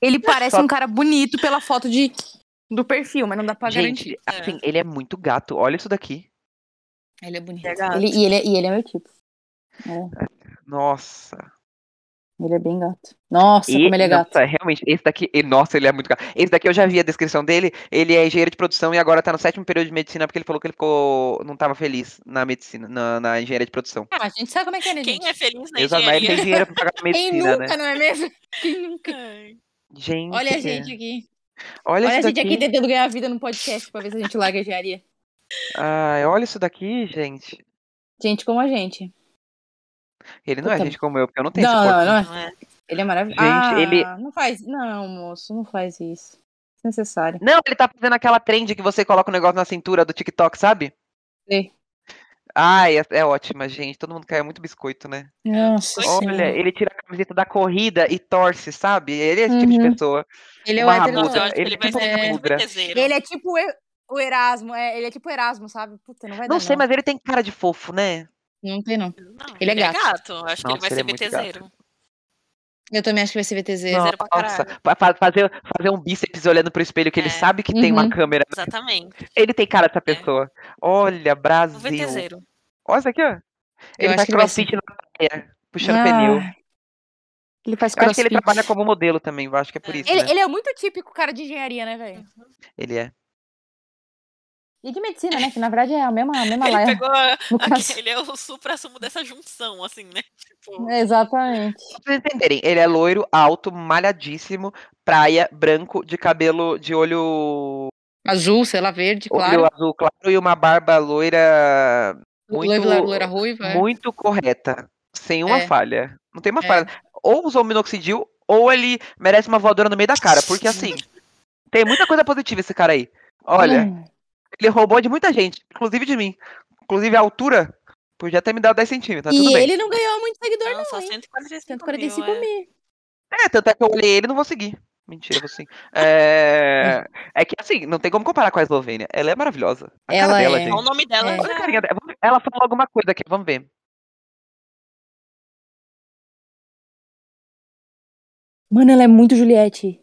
Ele parece Só- um cara bonito pela foto de, do perfil, mas não dá pra garantir. Gente, assim, ele é muito gato. Olha isso daqui. Ele é bonito. É gato. Ele- e, ele é, e ele é meu tipo. Nossa. Ele é bem gato. Nossa, como ele é gato. Nossa, realmente, esse daqui, e, nossa, ele é muito gato. Esse daqui eu já vi a descrição dele, ele é engenheiro de produção e agora tá no sétimo período de medicina, porque ele falou que ele ficou, não tava feliz na medicina, na, na engenharia de produção. Ah, a gente sabe como é que ele é, Quem gente. é feliz na Exato, mas ele tem engenharia? dinheiro pra pagar a <laughs> Quem medicina, nunca, né? não é mesmo? Quem nunca? Ai, Gente, Olha a é. gente aqui. olha, Olha a isso gente daqui. aqui tentando ganhar vida no podcast pra ver se a gente larga a engenharia. Ai, olha isso daqui, gente. Gente como a gente. Ele não é Puta- gente como eu, porque eu não tenho Não, esse não, corpo. não. é. não é. Ele é maravilhoso. Gente, ah, ele- Não faz. Não, moço, não faz isso. Desnecessário. Não, ele tá fazendo aquela trend que você coloca o negócio na cintura do TikTok, sabe? Sei. Ai, é, é ótima, gente. Todo mundo quer muito biscoito, né? Nossa Pois Olha, ele tira a camiseta da corrida e torce, sabe? Ele é esse tipo de Uhum. pessoa. Ele é o uma hétero. Nossa, eu do- acho que Ele ele vai tipo ser muito Mudra. besteiro. Ele é tipo o E- o Erasmo, é, ele é tipo o Erasmo, sabe? Puta, não vai Não dar. sei, mas ele tem cara de fofo, né? Não tem, não. Não, Ele é gato. Eu Acho Nossa, que ele vai ele ser é muito VTZero. Eu também acho que vai ser VTZ. é Não. zero pra Nossa, caralho. fa- fa- fazer, fazer um bíceps olhando pro espelho que ele É. sabe que tem uma Uhum. câmera. Exatamente. Ele tem cara dessa pessoa. Olha, Um Brasil. VTZero. Olha isso aqui, ó. Ele acho faz que ele vai crossfit na praia, puxando Ah, pneu. Ele faz Eu acho que ele trabalha como modelo também, eu acho que é por É. isso, Ele, né? ele é muito típico cara de engenharia, né, velho? Ele é. E de medicina, né? Que na verdade é a mesma, a mesma Ele laia. pegou. a- <laughs> No caso. Aquele é o supra-sumo dessa junção, assim, né? Tipo, Exatamente. Pra vocês entenderem, ele é loiro, alto, malhadíssimo, praia, branco, de cabelo, de olho, Azul, sei lá, verde, olho claro. azul claro e uma barba loira muito- Loira, loira, loira ruiva. é. muito correta, sem uma É. falha. Não tem uma É. falha. Ou usou minoxidil, ou ele merece uma voadora no meio da cara, porque <laughs> assim, tem muita coisa positiva esse cara aí. Olha, Hum. ele roubou de muita gente, inclusive de mim. Inclusive a altura, podia ter me dado 10 centímetros, tá tudo e bem. ele não ganhou muito seguidor, não, não, só hein? 145 145 mil. mil. é. É, tanto é que eu olhei ele e não vou seguir. Mentira, eu vou sim. É... é que assim, não tem como comparar com a Eslovênia. Ela é maravilhosa. A cara Ela é. dela, Olha O gente. nome dela É. Olha a já. carinha dela. Vamos- Ela falou alguma coisa aqui, vamos ver. Mano, ela é muito Juliette.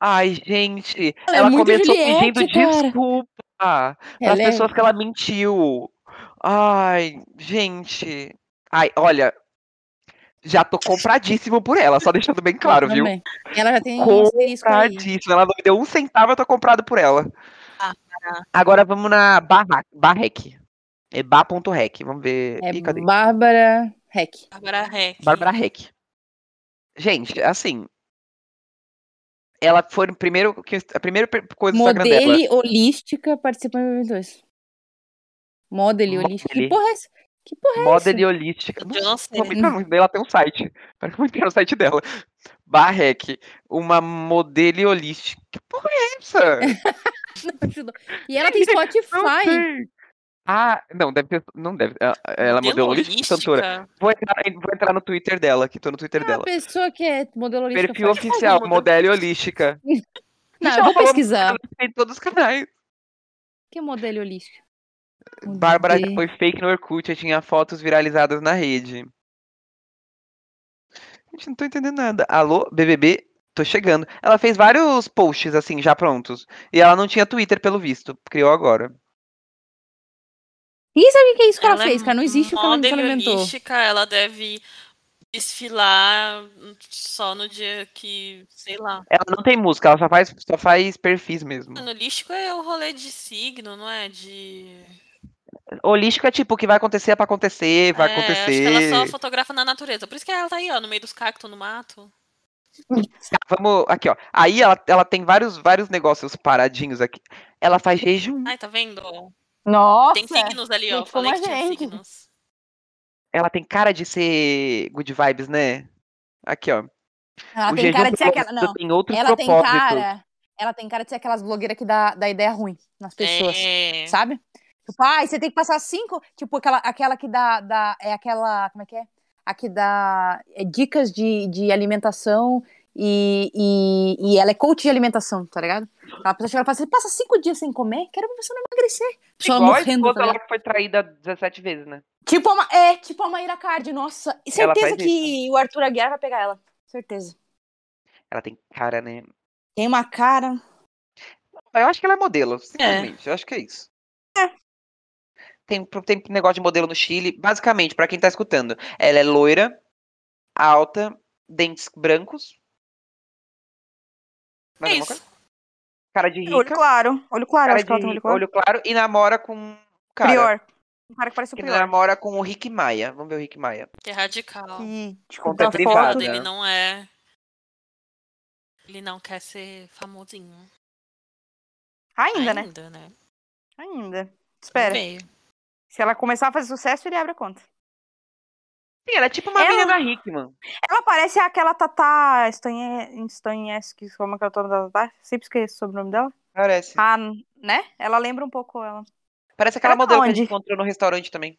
Ai, gente, Ela é ela muito começou Juliette, pedindo cara. desculpa para Ela as é- pessoas que ela mentiu. Ai, gente. Ai, olha, já tô compradíssimo por ela, só deixando bem claro, viu? Também. Ela já tem um Comprar asterisco aí. Compradíssimo. Ela não me deu um centavo, eu tô comprado por ela. Ah, Agora vamos na barra, barrec. É ba.rec. Vamos ver. Ih, cadê? É Bárbara Heck. Bárbara Heck. Bárbara Reck. Gente, assim. Ela foi o primeiro. que- A primeira pe- coisa do Instagram dela. Modele holística participante do 22. Modele Modele. holística. Que porra é essa? Que porra é Moda essa? de holística. Não Eu não sei. Não, mas não, ela tem um site. Espera que eu entrei no site dela. Barrec, uma modelo holística. Que porra é essa? <laughs> Não ajudou. E <laughs> ela tem Spotify. sei. Ah, não, deve ter. Não deve. Ela, ela é modelo holística ou cantora. Vou entrar, vou entrar no Twitter dela, que tô no Twitter Uma dela. pessoa que é modelo holística. Perfil faz- oficial, muda. modelo holística. Não, Gente, eu ela vou falou- pesquisar. Tem em todos os canais. Que modelo holística? Bárbara já Modele- foi fake no Orkut e tinha fotos viralizadas na rede. Gente, não tô entendendo nada. Alô, BBB? Tô chegando. Ela fez vários posts, assim, já prontos. E ela não tinha Twitter, pelo visto. Criou agora. Ninguém sabe o que é isso que ela, é fez, cara. Não existe o que ela, que ela inventou. modelística, Ela deve desfilar só no dia que, sei lá. Ela não tem música, ela só faz, só faz perfis mesmo. Holístico é o rolê de signo, não é? De. Holístico é tipo, o que vai acontecer é pra acontecer, vai É, Acho que acontecer. ela só fotografa na natureza. Por isso que ela tá aí, ó, no meio dos cactos, no mato. Tá, Vamos, aqui, ó. Aí ela, ela tem vários, vários negócios paradinhos aqui. Ela faz jejum, Ai, tá vendo? ó? Nossa! Tem é. signos ali, ó. gente, como Falei a que tinha gente. signos. ela tem cara de ser good vibes, né? Aqui, ó. Ela o tem jejum cara de ser aquela. propósito Não, tem outro ela tem propósito. cara. Ela tem cara de ser aquelas blogueiras que dá, dá ideia ruim nas pessoas. É. Sabe? Tipo, ai, você tem que passar cinco. Tipo, aquela, aquela que dá, dá. É aquela. Como é que é? A que dá é, dicas de, de alimentação e, e, e ela é coach de alimentação, tá ligado? Ela pessoa chega e fala assim: passa cinco dias sem comer, quero ver você não emagrecer. A pessoa Igual a morrendo, esposa tá lá ligado? que foi traída 17 vezes, né? Tipo a, Ma- é, tipo a Maíra Card, nossa. E Ela certeza faz que o Arthur Aguiar vai pegar ela. Certeza. Ela tem cara, né? Tem uma cara. Eu acho que ela é modelo, simplesmente. Eu acho que é isso. Tem, tem negócio de modelo no Chile. Basicamente, pra quem tá escutando, ela é loira, alta, dentes brancos. Mais É alguma isso. coisa? Cara de rica, É Olho claro. Olho claro, cara acho que de ela tem olho claro. olho claro e namora com um cara. Prior. Um cara que parece o Que Prior. namora com o Rick Maia. Vamos ver o Rick Maia. Que é radical. Hum, Que tipo, Conta descobriu a privada. foto. Ele não é. Ele não quer ser famosinho. Ainda, né? Ainda, né? Ainda. Espera. Veio. Se ela começar a fazer sucesso, ele abre a conta. Sim, ela é tipo uma Ela- menina Hickman. Ela parece aquela Tatá Stanyeski, como é que é o nome da Tatá? Sempre esqueço sobre o sobrenome dela. Parece. Ah, né? Ela lembra um pouco ela. Parece aquela ela tá modelo que a gente onde? encontrou no restaurante também.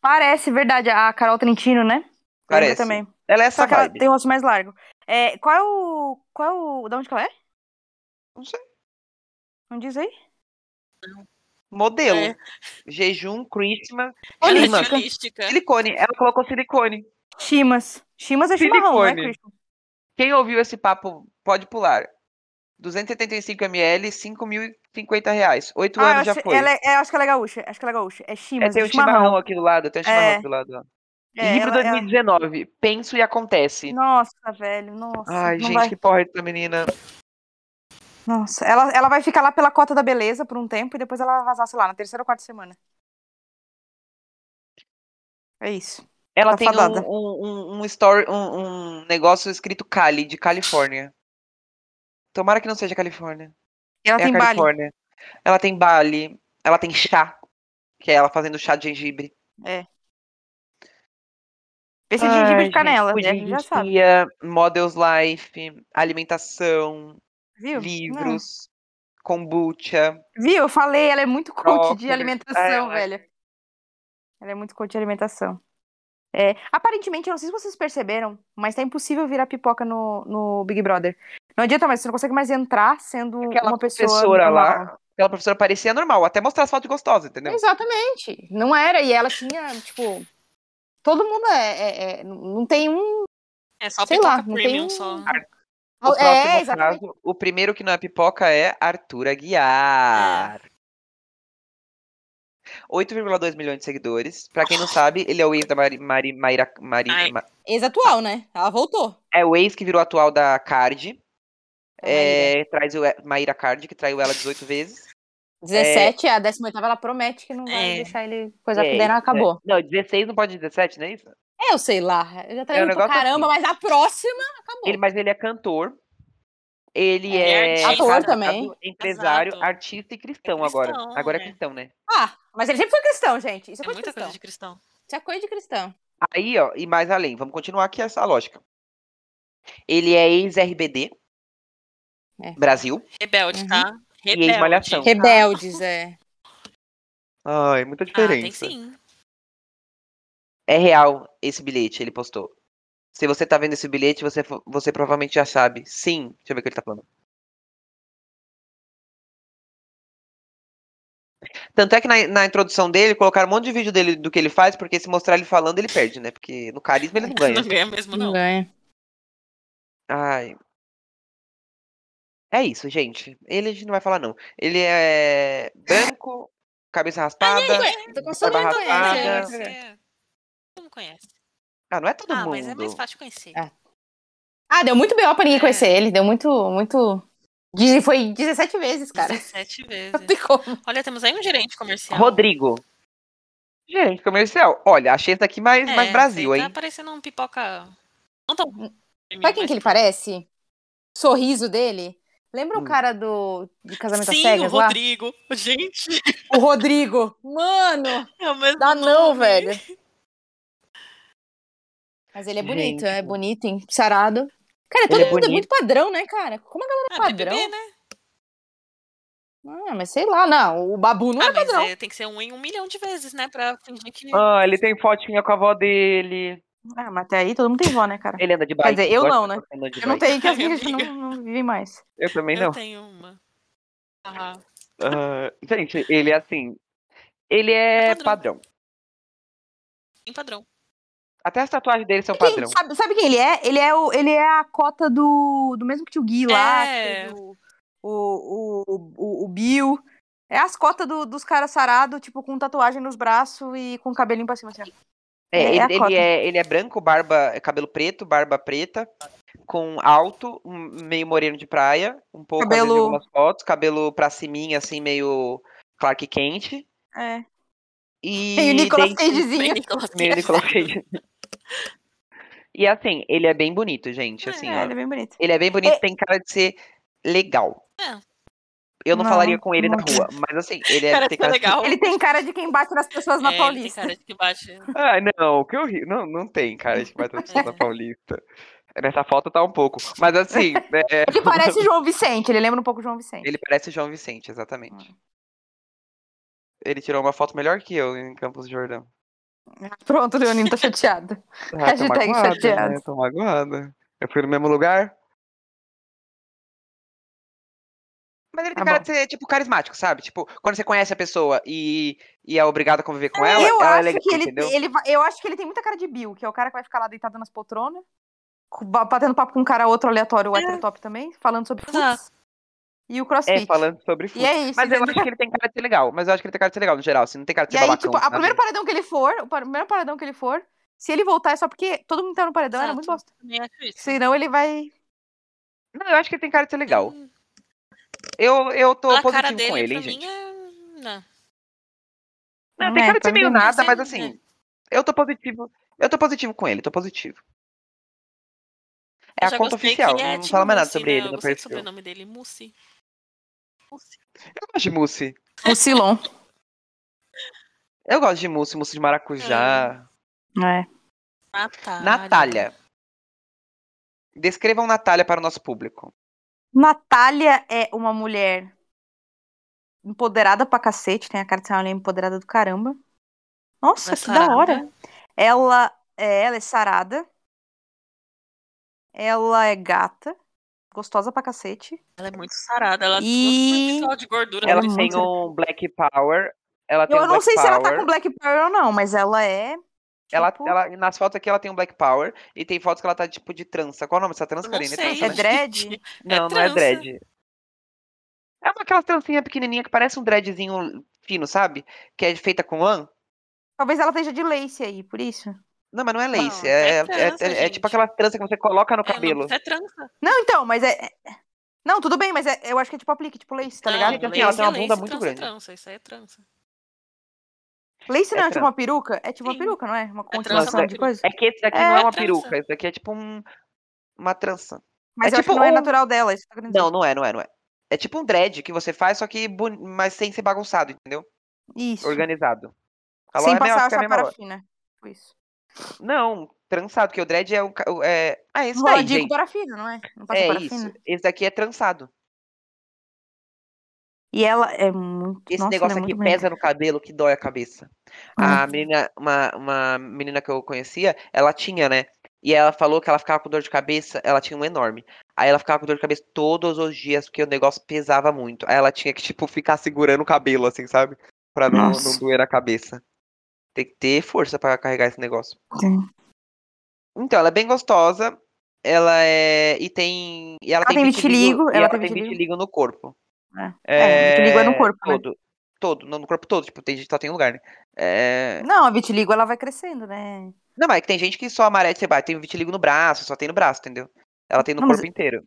Parece, verdade. A Carol Trentino, né? Lembra Parece. também. Ela é essa Só que ela vibe. tem um rosto mais largo. É, qual é o. Qual é o. Da onde que ela é? Não sei. Não diz aí? Modelo. É. Jejum, Christmas. Ela é Lima. holística. Silicone. Ela colocou silicone. Chimas. Chimas é chimarrão, né, Silicone. Christian? Quem ouviu esse papo pode pular. 275 ml, 5.050 reais. Oito Ah, eu anos já acho, foi. ela é, é, eu acho que ela é gaúcha. Acho que ela é gaúcha. É É, Chimas, tem é o chimarrão chimarrão. aqui do lado. Tem o chimarrão É. aqui do lado. ó. É, Livro ela- ela- 2019. Penso e acontece. Nossa, velho, nossa. Ai, não gente, vai- que porra essa menina. Nossa, ela, ela vai ficar lá pela cota da beleza por um tempo e depois ela vai vazar, sei lá, na terceira ou quarta semana. É isso. Ela Tá tem um, fadada. um, um- um story, um, um negócio escrito Cali, de Califórnia. Tomara que não seja Califórnia. E ela é tem a Bali. Califórnia. Ela tem Bali. Ela tem chá. Que é ela fazendo chá de gengibre. Esse gengibre Ai, de canela, gente, né? A gente já sabe. podia, Models Life, alimentação, Viu? Ah. Não. livros, kombucha. Viu? Eu falei, ela é muito coach Própolis. de alimentação, É, velho. Ela é muito coach de alimentação. É, aparentemente, eu não sei se vocês perceberam, mas tá impossível virar pipoca no, no Big Brother. Não adianta mais, você não consegue mais entrar sendo Aquela uma pessoa. professora lá. né? normal. Aquela professora parecia normal, até mostrar as fotos gostosas, entendeu? Exatamente. Não era. E ela tinha, tipo. Todo mundo é. é- é- não tem um. É só Sei pipoca lá, não tem premium um- só. O é, próximo exatamente. caso, o primeiro que não é pipoca é Arthur Aguiar. 8,2 milhões de seguidores. Pra quem não sabe, ele é o ex da Mari, Mari, Maíra- Mari- Ai. Ma- Ex-atual, né? Ela voltou. é o ex que virou atual da Card. A Maíra. É, traz o Maíra Card, que traiu ela 18 vezes. 17, a 18 ela promete que não vai É. deixar ele coisa É, que der, não acabou. Não, 16 não pode 17, não é isso? É, eu sei lá. Eu já traiu um pra negócio caramba, mas a próxima acabou. Ele, mas ele é cantor. Ele É, é, artista. casado, Ator também. empresário, Casado. artista e cristão, É agora. cristão, Agora é né? cristão, né? Ah, mas ele sempre foi cristão, gente. Isso é É coisa de muita cristão. coisa de cristão. Isso é coisa de cristão. Aí, ó, e mais além, vamos continuar aqui essa lógica. Ele é ex-RBD É. Brasil. Rebelde, Uhum. tá? ex- Malhação. tá? Rebeldes, é. Ai, muita Ah, tem sim. É real esse bilhete, ele postou. Se você tá vendo esse bilhete, você, fo- você provavelmente já sabe. Sim. Deixa eu ver o que ele tá falando. Tanto é que na, na introdução dele, colocaram um monte de vídeo dele do que ele faz, porque se mostrar ele falando, ele perde, né? Porque no carisma ele não ganha. <laughs> Não ganha mesmo, não. é. ganha. Ai. É isso, gente. Ele a gente não vai falar, não. Ele é branco, cabeça raspada. Ué, tô com sono, né, Barra não Não Nada. conhece. conhece. Todo é. mundo conhece. Ah, não é todo Ah, mundo. mas é mais fácil de conhecer. É. Ah, deu muito B.O. pra ninguém É. conhecer ele. Deu muito, muito. Diz- Foi 17 vezes, cara. 17 Não vezes. tem como. Olha, temos aí um gerente comercial. Rodrigo. Gerente comercial. Olha, achei esse aqui mais, mais É, Brasil, esse aí hein? Tá parecendo um pipoca. Não tão. Hum, Sabe quem que ele parece? Sorriso dele. Lembra Hum. o cara do de Casamento às Sim, Cegas o lá? Rodrigo. Gente, <laughs> O Rodrigo. Mano, é o mesmo dá não, nome. velho. Mas ele é bonito, Gente. é bonito, hein? Sarado. Cara, todo Ele é mundo é bonito. muito padrão, né, cara? Como a galera é Ah, padrão? BBB, né? Ah, mas sei lá, não. O Babu não Ah, é mas padrão. é, tem que ser um em um milhão de vezes, né? Pra fingir que. Ah, ele tem fotinha com a avó dele. Ah, mas até aí todo mundo tem vó, né, cara? Ele anda de bike. dizer, eu gosta não, de né? pessoa que anda de Eu não bike. tenho que Ai, as minhas não, amiga. não vivem mais. Eu também eu não. tenho uma. Ah, Ah, gente, ele é assim. Ele é É padrão. padrão. tem padrão. Até as tatuagens dele são Quem- É padrão. sabe, sabe quem ele é? Ele é, o, ele é a cota do, do mesmo que tinha o Gui lá, que É. teve o, o, o, o, o Bill. É as cotas do- dos caras sarados, tipo, com tatuagem nos braços e com o cabelinho pra cima. Assim. ó. É, É, é ele, a ele cota. é, ele é branco, barba, cabelo preto, barba preta, com alto, um- meio moreno de praia, um pouco às vezes, em Cabelo- algumas fotos, cabelo pra ciminha, assim, meio Clark Kent. É. E Tem o Nicolas dente- Cagezinho. Nicolas meio Cage. Nicolas Cage. <laughs> E assim, ele é bem bonito, gente. Assim, É, ó. ele é bem bonito. Ele é bem bonito, É- tem cara de ser legal. É. Eu não, Não, falaria com ele na não. rua, mas assim, ele é Cara, tem tá cara de- legal. Ele tem cara de quem bate nas pessoas na É, ele tem Paulista. cara de que bate. Ah, não, que horrível. Não, não tem cara de que vai estar na Paulista. Nessa foto tá um pouco. Mas assim, né, é, Ele parece João Vicente, ele lembra um pouco o João Vicente. ele parece o João Vicente, exatamente. Hum. Ele tirou uma foto melhor que eu em Campos do <laughs> Jordão. Pronto, o Leonino tá chateado. Ah, tô Hashtag magoada, chateado. né? Tô magoada. Eu fui no mesmo lugar. Mas ele tem Tá cara bom. de ser, tipo, carismático, sabe? Tipo, quando você conhece a pessoa e, e é obrigado a conviver com <laughs> ela, eu ela acho é legal, que ele, entendeu? ele vai- eu acho que ele tem muita cara de Bill, que é o cara que vai ficar lá deitado nas poltronas, co- ba- batendo papo com um cara outro aleatório, o hétero top também, falando sobre futs. É. Exato. E o É, crossfit. falando sobre e futebol. é isso. Mas eu entendeu? acho que ele tem cara de ser legal. Mas eu acho que ele tem cara de ser legal, no geral. Assim, não tem cara de E ser aí, babacão. tipo, a sabe? primeiro paredão que ele for, o par- primeiro paredão que ele for, se ele voltar é só porque todo mundo que tá no paredão, era muito Exato. bosta. Também acho isso. Senão ele vai. assim. Não, eu acho que ele tem cara de ser legal. Eu, eu tô Pela positivo cara dele, com ele, hein, pra gente. mim, né? é. Não. Não, tem É, cara de pra ser mim meio também. nada, Mas mas ele- assim, eu tô positivo. Eu tô positivo com ele, tô positivo. É Eu a já conta gostei que oficial, é não de fala mais nada Mussi, sobre né? ele Eu no gostei do perfil. sobrenome dele, Mussi. Mussi. Eu gosto de mousse. Um O Silon. Eu gosto de mousse, mousse de Ah, maracujá. <laughs> É. Natália. Natália. Descrevam Natália para o nosso público. Natália é uma mulher empoderada pra cacete, tem a cara de ser uma mulher empoderada do caramba. Nossa, É que sarada. da hora. Ela é, ela é sarada. Ela é gata. Gostosa pra cacete. Ela é muito sarada. Ela E- tem um percentual de gordura. Ela né? tem muito- um Black Power. Ela tem eu um não Black sei se ela tá Power. com Black Power ou não, mas ela é. Ela, tipo, ela- nas fotos aqui ela tem um Black Power e tem fotos que ela tá tipo de trança. Qual o nome dessa trança, Eu não Karina? sei. trança, É né? dread? Não, não é trança. dread. É uma aquelas trancinhas pequenininha que parece um dreadzinho fino, sabe? Que é feita com lã. Talvez ela esteja de lace aí, por isso. Não, mas não é lace. Não, é, é é- trança, é- é gente. tipo aquela trança que você coloca no É, o nome cabelo. disso É trança. Não, então, mas é. é- Não, tudo bem, mas é- eu acho que é tipo aplique, tipo lace, tá Não, ligado? Gente, assim, lace ela tem é uma bunda lace, muito trança é grande. trança, Isso aí é trança. Lace não É é, tipo trança. uma peruca? É tipo uma Sim. peruca, não é? Uma trança, continuação uma de peruca. coisa? É que esse daqui É, não é é uma trança. peruca, esse daqui é tipo um, uma trança. Mas É eu acho tipo que não é um- natural dela, isso que eu tô querendo dizer. Não, não é, não é, não é. É tipo um dread que você faz, só que boni- mas sem ser bagunçado, entendeu? Isso. Organizado. A Sem Laura é passar melhor, fica a a chapa mesma Laura. parafina. Tipo isso. Não, trançado, porque o dread é um. ca- o- É... Ah, é isso Não, eu daí, digo gente. parafina, não é? Não passa É parafina. isso. Esse daqui é trançado. E ela é muito. Esse Nossa, Ah. negócio ela é aqui muito bonita. pesa no cabelo que dói a cabeça. A menina, uma, uma menina que eu conhecia, ela tinha, né? E ela falou que ela ficava com dor de cabeça, ela tinha um enorme. Aí ela ficava com dor de cabeça todos os dias, porque o negócio pesava muito. Aí ela tinha que, tipo, ficar segurando o cabelo, assim, sabe? Pra não, não Nossa. doer a cabeça. Tem que ter força pra carregar esse negócio. Sim. Então, ela é bem gostosa. Ela é. E tem. E ela, Ela tem vitiligo, e ela ela tem tem vitiligo. vitiligo no corpo. É, vitiligo é no corpo, né? Todo. Todo, não no corpo todo, tipo, tem gente que só tem um lugar, né? É, Não, a vitiligo ela vai crescendo, né? Não, mas é que tem gente que só amarece, sei lá, tem vitiligo no braço, só tem no braço, entendeu? Ela tem no Não, mas- corpo inteiro.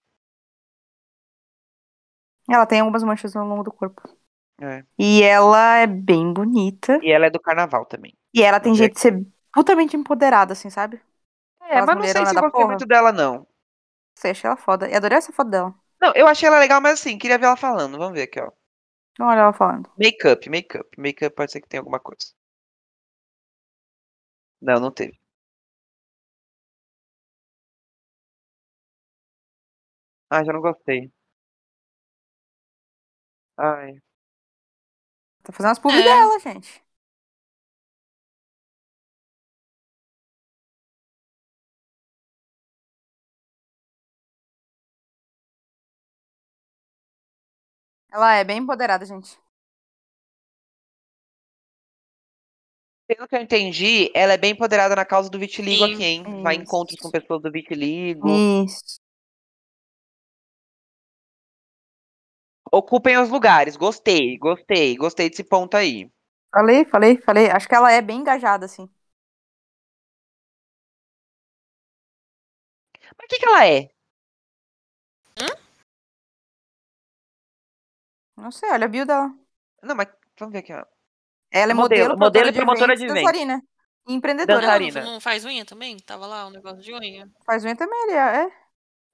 Ela tem algumas manchas ao longo do corpo. É. E ela é bem bonita. E ela é do carnaval também. E ela tem Ok. jeito de ser putamente empoderada, assim, sabe? É, Aquelas mas não sei mulheronas se eu da gostei porra. muito dela, não. Sei, achei ela foda. E adorei essa foto dela. Não, eu achei ela legal, mas assim, queria ver ela falando. Vamos ver aqui, ó. Não olha ela falando. Make-up, make-up. Make-up pode ser que tenha alguma coisa. Não, não teve. Ah, já não gostei. Ai. Tá fazendo as publi É. dela, gente. Ela é bem empoderada, gente. Pelo que eu entendi, ela é bem empoderada na causa do vitiligo Sim, aqui, hein? Vai em isso. Hum. encontros com pessoas do vitiligo. Isso. Ocupem os lugares. Gostei, gostei, gostei desse ponto aí. Falei, falei, falei. Acho que ela é bem engajada, assim. Mas o que, que ela é? Não sei, olha a bio dela. Não, mas vamos ver aqui, ó. Ela é Modelo, modelo, modelo produtora e promotora de de eventos, eventos. dançarina. E empreendedora. né? Não, Dançarina. não, não faz unha também? Tava lá um negócio de unha. Faz unha também, ele é. é.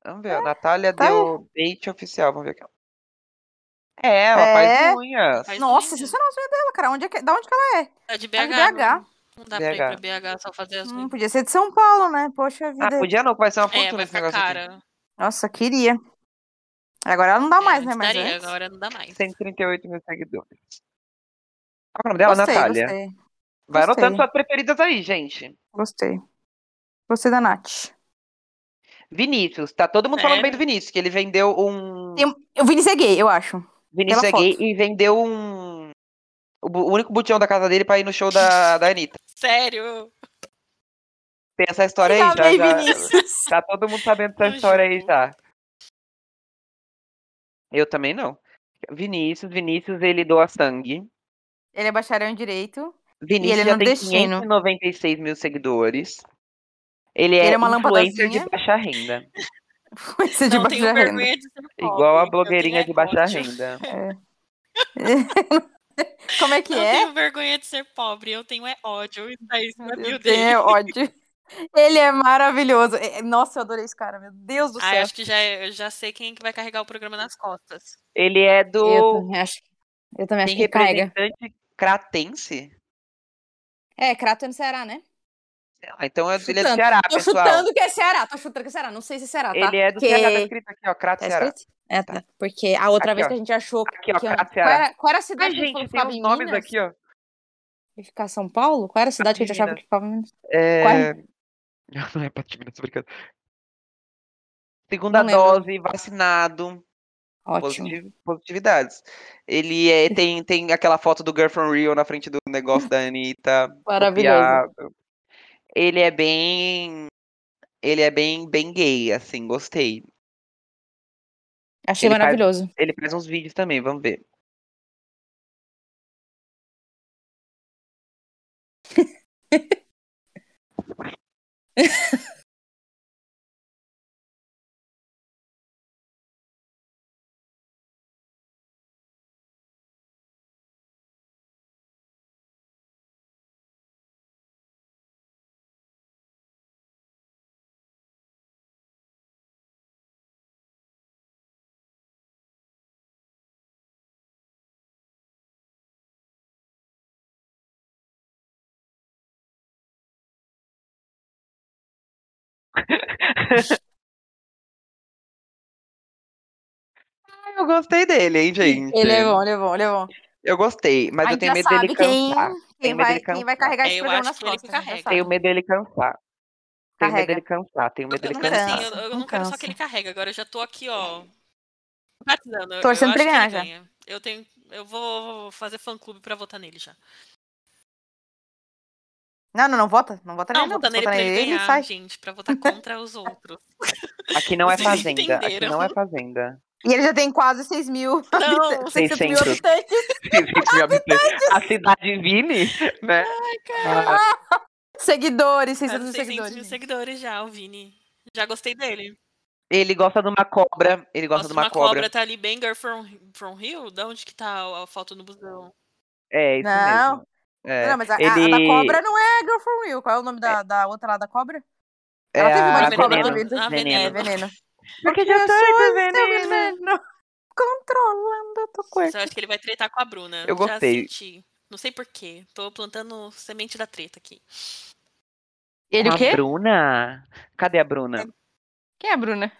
Vamos ver, ó. Natália tá aí. deu bait oficial. Vamos ver aqui, ó. É, ela faz É. unhas. Faz Nossa, unha. sensacional as unhas dela, cara. Onde é que, da onde que ela é? Tá de BH. Tá de BH. Não, não dá pra BH. ir pra BH só fazer as Hum, unhas. podia ser de São Paulo, né? Poxa vida. Ah, podia não, que vai ser uma É, fortuna vai esse ficar negócio aqui. cara. Nossa, queria. Agora ela não dá mais, é, né? antes Mas daria, antes. agora não dá <laughs> mais. 138 mil seguidores. Qual é o nome dela? gostei, Natália. gostei, Vai anotando gostei. suas preferidas aí, gente. gostei. Gostei da Nath. Vinícius, tá todo mundo falando bem do Sério? Vinícius, que ele vendeu um. Tem- O Vinícius é gay, eu acho. Vinícius é pela gay foto. e vendeu um. O bu- o único botão da casa dele pra ir no show da, da Anitta. Sério? Tem essa história aí, Ainda já, bem, já- Vinícius. Tá todo mundo sabendo dessa Não história aí julgo. já. Eu também não. Vinícius, Vinícius, ele doa sangue. Ele é bacharel em Direito. <laughs> Vinícius ele é já tem nordestino. 596 mil seguidores. Ele é, Ele é uma influencer de lambadazinha. baixa renda. Isso é de não tenho baixa renda. vergonha de ser pobre. Igual a eu blogueirinha tenho de baixa ódio. renda. Como é que Não é? tenho vergonha de ser pobre, eu tenho é ódio. Isso daí isso é na bio Eu dele. tenho ódio. Ele é maravilhoso. É- Nossa, eu adorei esse cara, meu Deus do Ah, eu céu. acho que já, eu já sei quem é que vai carregar o programa nas costas. Ele é Eu do também acho, eu também acho tem que carrega. representante cratense. É, Crato é no Ceará, né? Sei lá, Então é- ele é do Chutando. Ceará, Tô pessoal. chutando que é Ceará, tô chutando que é Ceará. Não sei se é Ah, Ceará, tá? Ele é do Porque- Ceará, tá escrito aqui, ó, Crato Tá Ceará. escrito? É, tá. Porque a outra Aqui, vez ó. que a gente achou Aqui, ó, que Crato qual, Ceará. era, qual era a cidade Ai, que a gente falou gente, que tem ficava uns em nomes Minas? aqui, ó. E ficar São Paulo? Qual era a cidade que a gente achava Minas. que ficava em Minas? É... <laughs> Não é Patimina, tô brincando. Segunda Não lembro. dose, vacinado, Ótimo. positivi- positividades. Ele é- tem, tem aquela foto do Girl from Rio na frente do negócio da Anitta. Maravilhoso. copiado. Ele é bem. Ele é bem, bem gay, assim, gostei. Achei Ele faz- maravilhoso. Ele faz uns vídeos também, vamos ver. Ah, Eu gostei dele, hein, gente? Ele é bom, ele é bom, ele é bom. Eu gostei, mas a eu gente tenho já medo sabe dele quem, cansar. quem, medo vai, dele quem vai cansar. carregar É, esse eu acho programa nas que ele costas. que a Tá. gente já carrega. sabe. Tenho medo dele cansar. Tenho medo Carrega. dele cansar. Tenho medo Eu dele tô ficando assim, cansar. eu, cansa, eu não não quero só que cansa. ele carrega, agora eu já tô aqui, ó. Uhum. Batizando. Torcendo pra eu acho ele ganhar que já. ele ganha. Eu tenho. Eu vou fazer fã clube pra votar nele já. Não, não, não, vota. Não vota Não, nele, não. votar nele vota pra ele nele, ganhar, sai. gente, pra votar contra <laughs> os outros. Aqui não é Vocês fazenda. Aqui entenderam. não é fazenda. E ele já tem quase <laughs> 6 mil, <laughs> Não, 600 mil 600. <laughs> é Gente, me habitantes. absteve. A cidade Vini, <laughs> né? cara. Ah, Seguidores, 600 mil 600 né? seguidores. É, mil seguidores já, o Vini. Já gostei dele. Ele gosta de uma cobra. Ele gosta de uma, cobra. Tá ali, bem girl from, from Rio? Da onde que tá a foto no busão? É, isso Não. mesmo. É. Não, mas a, a- a ele- da cobra não é Girl from Real. Qual é o nome da, da outra lá da cobra? Ela é teve uma a de cobra veneno. também. A É Veneno. veneno. Porque já já tô tô Seu veneno. Controlando a tua Mas coisa. Eu acho que ele vai tretar com a Bruna. Eu Já gostei. senti. Não sei porquê. Tô plantando semente da treta aqui. Ele o A quê? Ah, Bruna? Cadê a Bruna? Quem é a Bruna?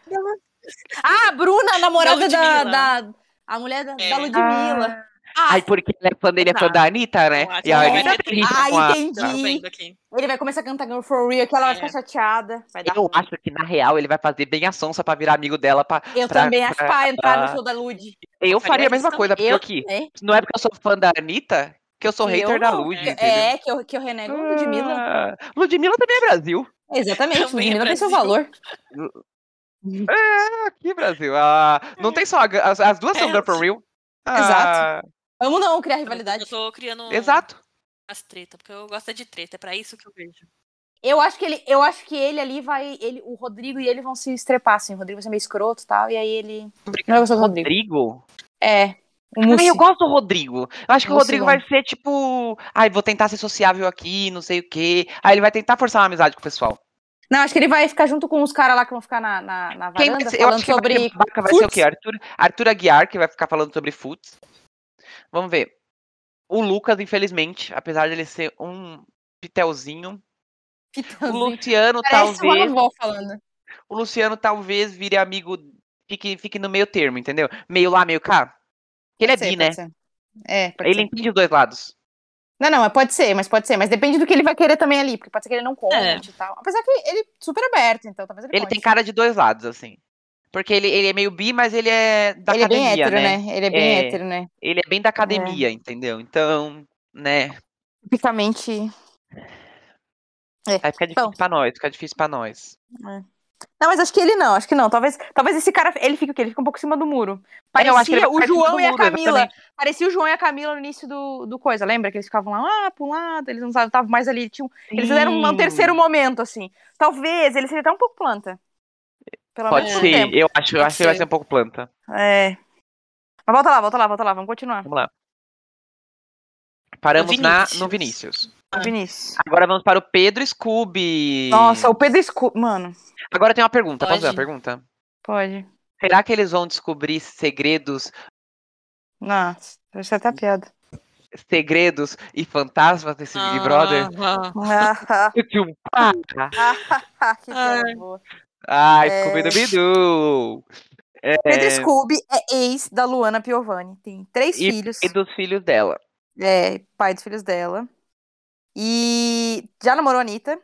Ah, a Bruna, a namorada da, Ludmilla. da. A mulher da, É. da Ludmilla. Ah. Ai, porque ele é fã dele, é fã Tá. da Anitta, né? Eu acho E a que Anitta vai é triste Ah, com a... Tá entendi. vendo aqui. Ele vai começar a cantar Girl for Real, que ela vai É. ficar chateada. Vai dar Eu ruim. acho que, na real, ele vai fazer bem a sonsa pra virar amigo dela. Pra... Eu pra- também acho pra- pra entrar no pra- show da Lud. Eu faria faria a mesma isso coisa, porque Eu né? aqui, também. não é porque eu sou fã da Anitta que eu sou Que eu hater da não. Lud, entendeu? É, que eu, que eu renego a Ludmilla. Ah, Ludmilla também é Brasil. Exatamente, Também é Ludmilla tem seu Brasil. valor. Aqui, Brasil. Ah, não tem só. a Gu- As, as duas são É, Girl from Real. Exato. Amo não criar Eu rivalidade. tô criando um Ah, Exato. as tretas, porque eu gosto é de treta. É pra isso que eu vejo. Eu acho que ele, eu acho que ele ali vai. Ele, o Rodrigo e ele vão se estrepar, assim. O Rodrigo vai ser meio escroto e tal. E aí ele. Não vai gostar do Rodrigo. Rodrigo. É. O Ai, Mussi. eu gosto do Rodrigo. Eu acho que o Mussi Rodrigo vai ser tipo. Ai, vou tentar ser sociável aqui, não sei o quê. Aí ele vai tentar forçar uma amizade com o pessoal. Não, acho que ele vai ficar junto com os caras lá que vão ficar na, na, na Quem varanda vai ser- eu falando acho que sobre. vai, ter- vai ser o futs. quê? Arthur, Arthur Aguiar, que vai ficar falando sobre futs. Vamos ver. O Lucas, infelizmente, apesar dele ser um pitelzinho. O Luciano, Parece um uma talvez. avó falando. O Luciano talvez vire amigo. Fique, fique no meio termo, entendeu? Meio lá, meio cá. Ele é Pode ser, bi, pode né? ser. É, pode Ele ser. entende os dois lados. Não, não, mas pode ser, mas pode ser. Mas depende do que ele vai querer também ali, porque pode ser que ele não conte É. e tal. Apesar que ele é super aberto, então talvez ele Ele conte. tem cara de dois lados, assim. Porque ele, ele é meio bi, mas ele é da Ele é bem academia, hétero, né? né? Ele é bem É. hétero, né? Ele é bem da academia, entendeu? Então, né? Tipicamente. Aí fica difícil Bom. pra nós, fica difícil pra nós. Não, mas acho que ele não, acho que não. Talvez, talvez esse cara, ele fica o quê? Ele fica um pouco em cima do muro. É, Parecia eu acho que ele o vai ficar em cima João do e a muro, Camila. exatamente. Parecia o João e a Camila no início do, do coisa, lembra? Que eles ficavam lá, ah, pra um lado, eles não sabe- estavam mais ali. tinham- eles fizeram um, um Sim, terceiro momento, assim. Talvez ele seja até um pouco planta. Pelo Pode menos por um ser, tempo. eu acho, eu Pode acho que ele vai ser. ser um pouco planta. É. Mas volta lá, volta lá, volta lá, vamos continuar. Vamos lá. Paramos na, no Vinícius. Vinícius. Ah. Vinícius. Agora vamos para o Pedro Scooby. Nossa, o Pedro Escu... Mano, Agora tem uma pergunta. Posso fazer uma Pode. pergunta? pode. Será que eles vão descobrir segredos, Nossa, isso é até <laughs> piada. <laughs> segredos e fantasmas desse Big Brother? Ah, Ah, <laughs> Tchum, pá. que Ai. piada boa. Ai, É. Scooby-Doo! É, Pedro Scooby é ex da Luana Piovani. Tem três E- filhos. e dos filhos dela. É, pai dos filhos dela. E já namorou a Anitta,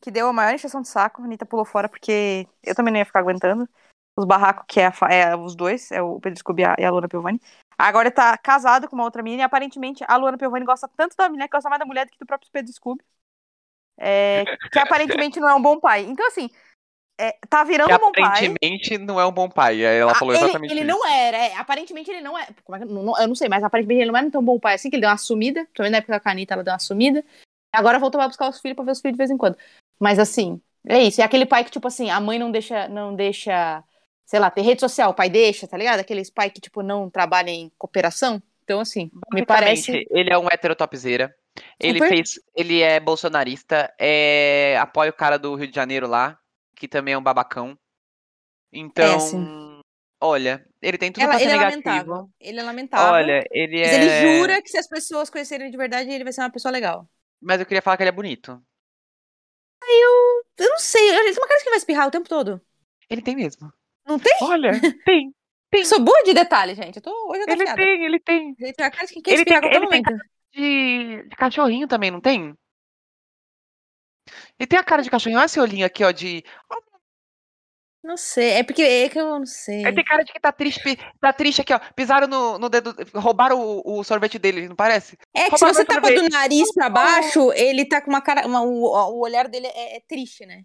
que deu a maior encheção de saco. A Anitta pulou fora porque eu também não ia ficar aguentando. Os barracos, que é, a fa- é os dois, é o Pedro Scooby e a- e a Luana Piovani. Agora tá casado com uma outra menina e aparentemente a Luana Piovani gosta tanto da menina que gosta mais da mulher do que do próprio Pedro Scooby. É, <laughs> que aparentemente não é um bom pai. Então, assim, é, tá virando Que um bom pai. Ah, aparentemente não é um bom pai. Aí Ela falou Ah, ele, exatamente ele isso. não era, é, aparentemente ele não é. como é que- não- não- eu não sei, mas aparentemente ele não era tão bom pai assim, que ele deu uma sumida. Também na época da Canita ela deu uma sumida. Agora voltou pra buscar os filhos pra ver os filhos de vez em quando. Mas assim, é isso. É aquele pai que, tipo assim, a mãe não deixa, não deixa, sei lá, ter rede social, o pai deixa, tá ligado? Aqueles pais que, tipo, não trabalham em cooperação. Então, assim, me parece. Basicamente, Ele é um hétero topzera. Ele Super. fez. Ele é bolsonarista. É, apoia o cara do Rio de Janeiro lá, que também é um babacão. Então. Olha, ele tem tudo É, Ela- pra ser ele é negativo. lamentável. Ele é lamentável. Olha, ele é. mas ele jura que se as pessoas conhecerem ele de verdade, ele vai ser uma pessoa legal. Mas eu queria falar que ele é bonito. Eu não sei, ele tem uma cara que vai espirrar o tempo todo. Ele tem mesmo. Não tem? <laughs> Tá Olha, tem. Eu sou boa de detalhe, gente. Eu tô, hoje eu tô Ele afiada. tem, ele tem. Ele tá tem a cara de quem quer Ele tem, espirrar a qualquer ele tem momento. cara de, de cachorrinho também, não tem? Ele tem a cara de cachorrinho. Olha esse olhinho aqui, ó, de. Não sei. É porque é que eu não sei. Ele tem cara de que tá triste, tá triste aqui, ó. Pisaram no, no dedo, roubaram o, o sorvete dele, não parece? É que se Roubaram você meu tapa do nariz pra baixo, ele tá com uma cara. uma- o, o olhar dele é, é triste, né?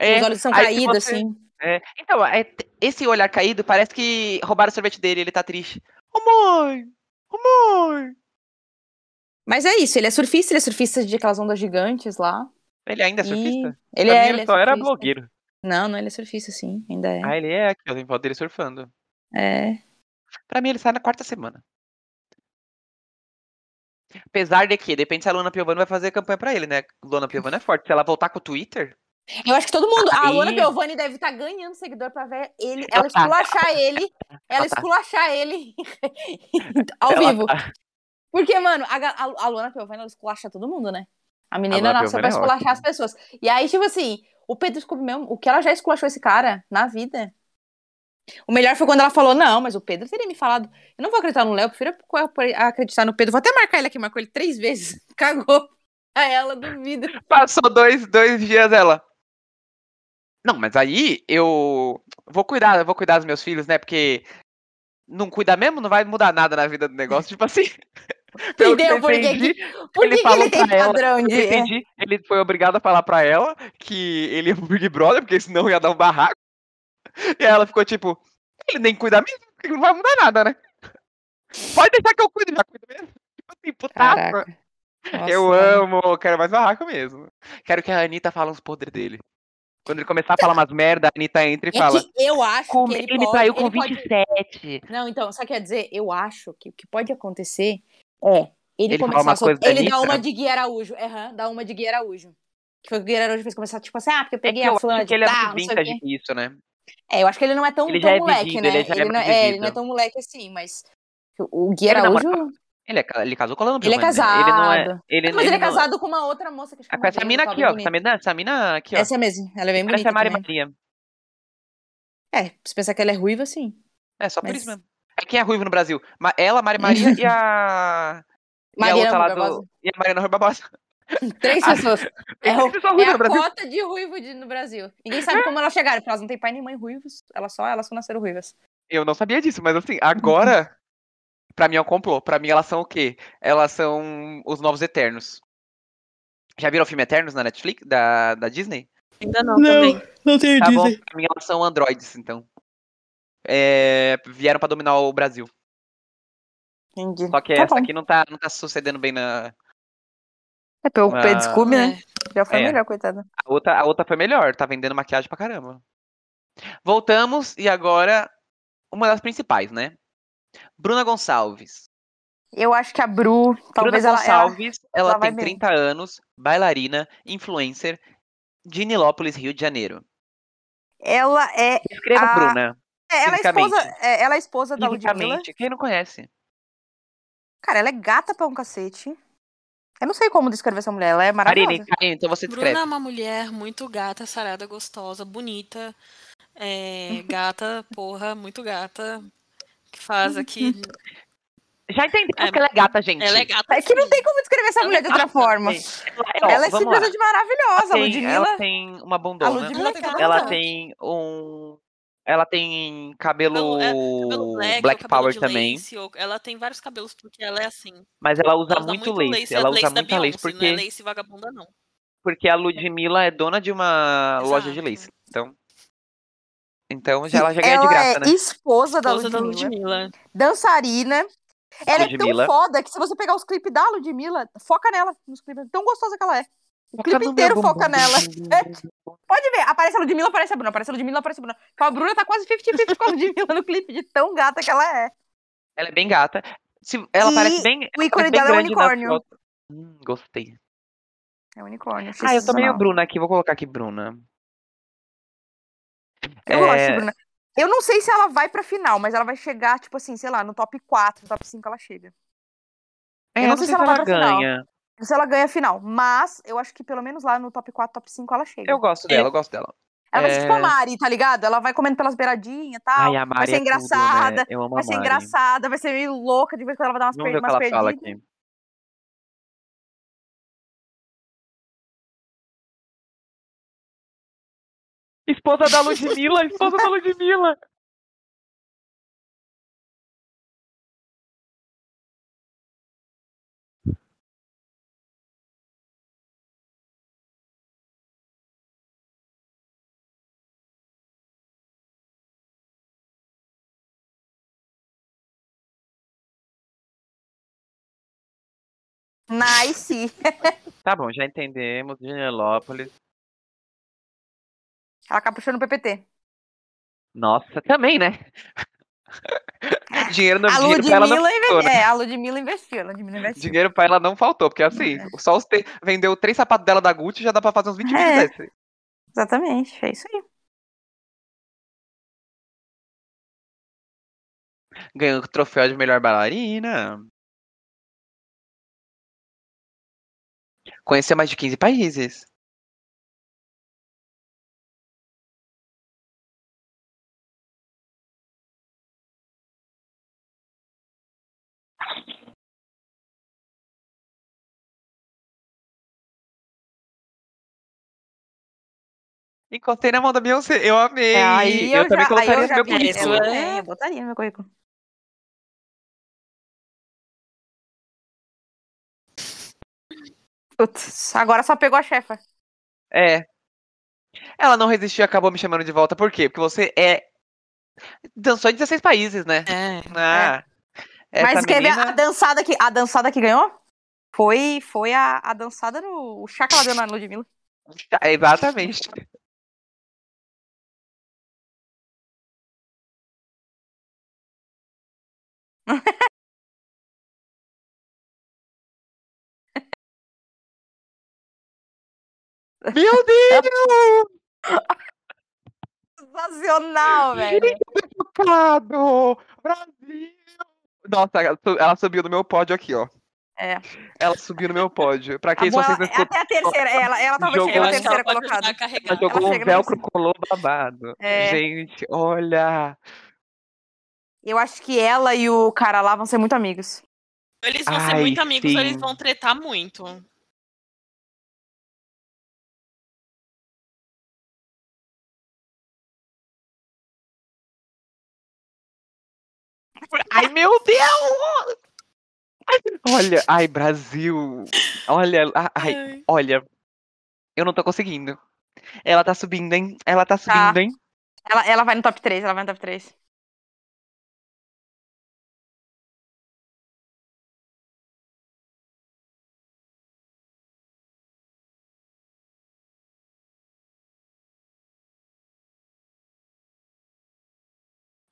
É, Os olhos são aí se caídos, você- assim. é. Então, é, t- esse olhar caído parece que roubaram o sorvete dele, ele tá triste. Ô mãe! Ô mãe! Mas é isso, ele é surfista, ele é surfista de aquelas ondas gigantes lá. Ele ainda é surfista? E Ele Pra é. mim, ele é só era surfista. blogueiro. Não, não, ele é surfista, sim, ainda é. Ah, ele é aqui, eu tenho foto dele surfando. É. Pra mim, ele sai na quarta semana. Apesar de que, depende se a Luna Piovani vai fazer campanha pra ele, né? Luna Piovani é forte. Se ela voltar com o Twitter, Eu acho que todo mundo. A Aí- Luana Piovani deve estar ganhando seguidor pra ver ele, Ela ela tá. esculachar ele, ela Ela tá. esculachar ele <laughs> ao ela vivo. tá- Porque, mano, a, ga- a- a Luana Piovani, ela esculacha todo mundo, né? A menina Luana Piovani nasceu pra é ótima. esculachar as pessoas. E aí, tipo assim, o Pedro Scooby mesmo, o que ela já esculachou esse cara na vida? O melhor foi quando ela falou, não, mas o Pedro teria me falado, eu não vou acreditar no Léo, eu prefiro ac- acreditar no Pedro. Vou até marcar ele aqui, marcou ele três vezes. <laughs> Cagou a ela, duvido. Passou dois, dois dias ela. Não, mas aí eu vou cuidar, eu vou cuidar dos meus filhos, né? Porque não cuidar mesmo não vai mudar nada na vida do negócio. Tipo assim. <laughs> pelo que Entendeu eu por que que- entendi, Por Ele que, que falou ele tem pra ela, padrão de... É. Eu entendi, ele foi obrigado a falar pra ela que ele ia pro Big Brother, porque senão ia dar um barraco. E aí ela ficou tipo, ele nem cuida mesmo, porque não vai mudar nada, né? <laughs> Pode deixar que eu cuido, já cuido mesmo. Tipo assim, putaça. Caraca. Nossa, eu mano. amo, eu quero mais barraco mesmo. Quero que a Anitta fale uns podres dele. Quando ele começar a falar umas merda, a Anitta entra e É fala. que eu acho "Como- que ele, ele, pode, me traiu com ele pode- 27. Não, então, só quer dizer, eu acho que o que pode acontecer é ele, Ele fala começar uma a soltar. coisa da Ele dá Anitta? uma de Gui Araújo. Aham, dá uma de Gui Araújo. Que foi o que o Gui Araújo fez começar, tipo assim, ah, porque eu É peguei que eu a fulana acho de que ele é muito tal, não sei o quê. vintage isso, né? É, eu acho que ele não é tão, Ele tão já é moleque, vivido, né? ele já é não, muito é, ele vivido. não é tão moleque assim, mas o Gui Ele Araújo. Ele é, ca- ele casou com a Lana Ele é Piovani, né? Ele não é, casado. ele, mas ele é não- casado com uma outra moça que Ah, chama com essa Dani, mina que ela é aqui, bem ó. bonita. Essa mina, essa mina aqui, ó. Essa mesmo, ela é bem Parece bonita. a Mari também. Maria. É, se pensar que ela é ruiva, sim. É, só por Mas- isso mesmo. É quem é ruivo no Brasil? Ma- Ela, Mari <laughs> Maria e a. e a Mariana outra lá Rui do. E a Mariana Rui Barbosa. <laughs> Três Ah, <laughs> pessoas. É Tem o- pessoa É ruiva a no Brasil. cota de ruivo de- no Brasil. Ninguém sabe como elas chegaram, porque elas não têm pai nem mãe ruivos. Elas só, elas só nasceram ruivas. Eu não sabia disso, mas assim, agora. Pra mim é um complô. Pra mim elas são o quê? Elas são os novos Eternos. Já viram o filme Eternos na Netflix? Da, da Disney? Ainda não, também. Não tenho Tá bom, pra mim elas são androides, então. É, vieram pra dominar o Brasil. Entendi. Só que Tá essa bom. aqui não tá, não tá sucedendo bem na, É pelo Ah. Pedro Scooby, né? Já foi É. melhor, coitada. A outra, a outra foi melhor, tá vendendo maquiagem pra caramba. Voltamos e agora uma das principais, né? Bruna Gonçalves. Eu acho que a Bru, talvez Bruna ela, ela- Gonçalves, ela, ela vai tem bem. 30 anos, bailarina, influencer, de Nilópolis, Rio de Janeiro. ela é. Escreva Ah, Bruna, é, Ela é esposa, Fisicamente. é, ela é esposa da Ludmilla. fisicamente. Quem não conhece? Cara, ela é gata pra um cacete. Eu não sei como descrever essa mulher, ela é maravilhosa. Karine, Karine, então você Bruna descreve. é uma mulher muito gata, sarada, gostosa, bonita. <laughs> é, gata, porra, muito gata. Que faz aqui. Já entendemos É, que ela é gata, gente. Ela Uhum. é gata. É que não sim. tem como descrever essa Ela é mulher de outra gata, forma. ó, Ela é vamos lá. simplesmente maravilhosa, a Tem- Ela Ludmilla. tem uma A bondona. Ludmilla Ela é tem gata. toda Ela razão. tem um. Ela tem cabelo. Cabelo- é, cabelo black, ou cabelo Power de também. lace, ou- Ela tem vários cabelos, porque ela é assim. Mas ela usa Ela usa muito lace. é Ela usa da muita lace Beyoncé, porque, Não é lace vagabunda, não. porque a Ludmilla é dona de uma loja de Exato. lace. Então. Então já, ela já ganha de é graça, né? esposa, Esposa da Ludmilla. dançarina. Ela Ludmilla. é tão foda que se você pegar os clipes da Ludmilla, foca nela nos clipes. Tão gostosa que ela é. O clipe inteiro foca nela. Pode ver, aparece a Ludmilla, aparece a Bruna, aparece a Ludmilla, aparece a Bruna. Então, A Bruna tá quase 50-50 com a Ludmilla no clipe, de tão gata que ela é. <laughs> Ela é bem gata. Se, ela E parece bem. o ela ícone parece bem dela é um grande na unicórnio. foto. Hum, gostei. É um Ah, unicórnio. eu tô meio sensacional. Bruna aqui. Vou colocar aqui Bruna. É, Eu gosto de Bruna. Eu não sei se ela vai pra final, mas ela vai chegar, tipo assim, sei lá, no top 4, no top 5 ela chega. é, Eu não sei se ela vai pra final. ganha. Se ela ganha a final. Mas eu acho que pelo menos lá no top 4, top 5 ela chega. Eu gosto dela, eu gosto dela. Ela vai ser tipo É. a Mari, tá ligado? Ela vai comendo pelas beiradinhas e tal. Ai, a Mari vai ser é tudo, né? engraçada, Eu amo a vai ser Mari. engraçada, vai ser meio louca, de vez em quando ela vai dar umas, Vamos ver per... o que umas ela fala perdidas. aqui. Esposa da Ludmilla, esposa da Ludmilla. Nice. Tá bom, já entendemos. Genelópolis. Ela caprichou no PPT. Nossa, também, né? dinheiro não, A dinheiro pra ela não Ludmilla faltou, investiu. né? É, a Ludmilla investiu. A Ludmilla investiu. Dinheiro pra ela não faltou, porque assim, É. só os te... vendeu três sapatos dela da Gucci já dá pra fazer uns 20 vídeos É. desse. Exatamente, é isso aí. Ganhou o troféu de melhor bailarina. Conheceu mais de 15 países. Encostei na mão da Beyoncé, eu amei. É, Aí eu, também já- colocaria aí eu no já meu pedi, currículo. É, eu botaria no meu currículo. Putz, agora só pegou a chefa. É. Ela não resistiu e acabou me chamando de volta. Por quê? Porque você é. Dançou em 16 países, né? É. Ah, essa Mas quer ver a menina- dançada que, a dançada que ganhou? Foi, foi a, a dançada no. O chá que ela deu na Ludmilla. É, <laughs> Exatamente. Meu Deus! <laughs> Sensacional, velho. Tocado! Brasil! Nossa, ela su- ela subiu no meu pódio aqui, ó. É. Ela subiu no meu pódio. Pra quem A boa, vocês ela- é não escutam, até <laughs> a terceira. Ela, ela talvez Jogou chegue na a terceira pode colocada. ajudar a carregar. ela jogou um chega na velcro colou babado. É. Gente, olha! Eu acho que ela e o cara lá vão ser muito amigos. Eles vão ser Ai, muito amigos, ou sim. eles vão tretar muito. Ai, meu Deus! Olha, ai, Brasil! Olha, a- ai, Ai. olha. Eu não tô conseguindo. Ela tá subindo, hein? Ela tá subindo, hein? Ela, ela vai no top 3, ela vai no top 3.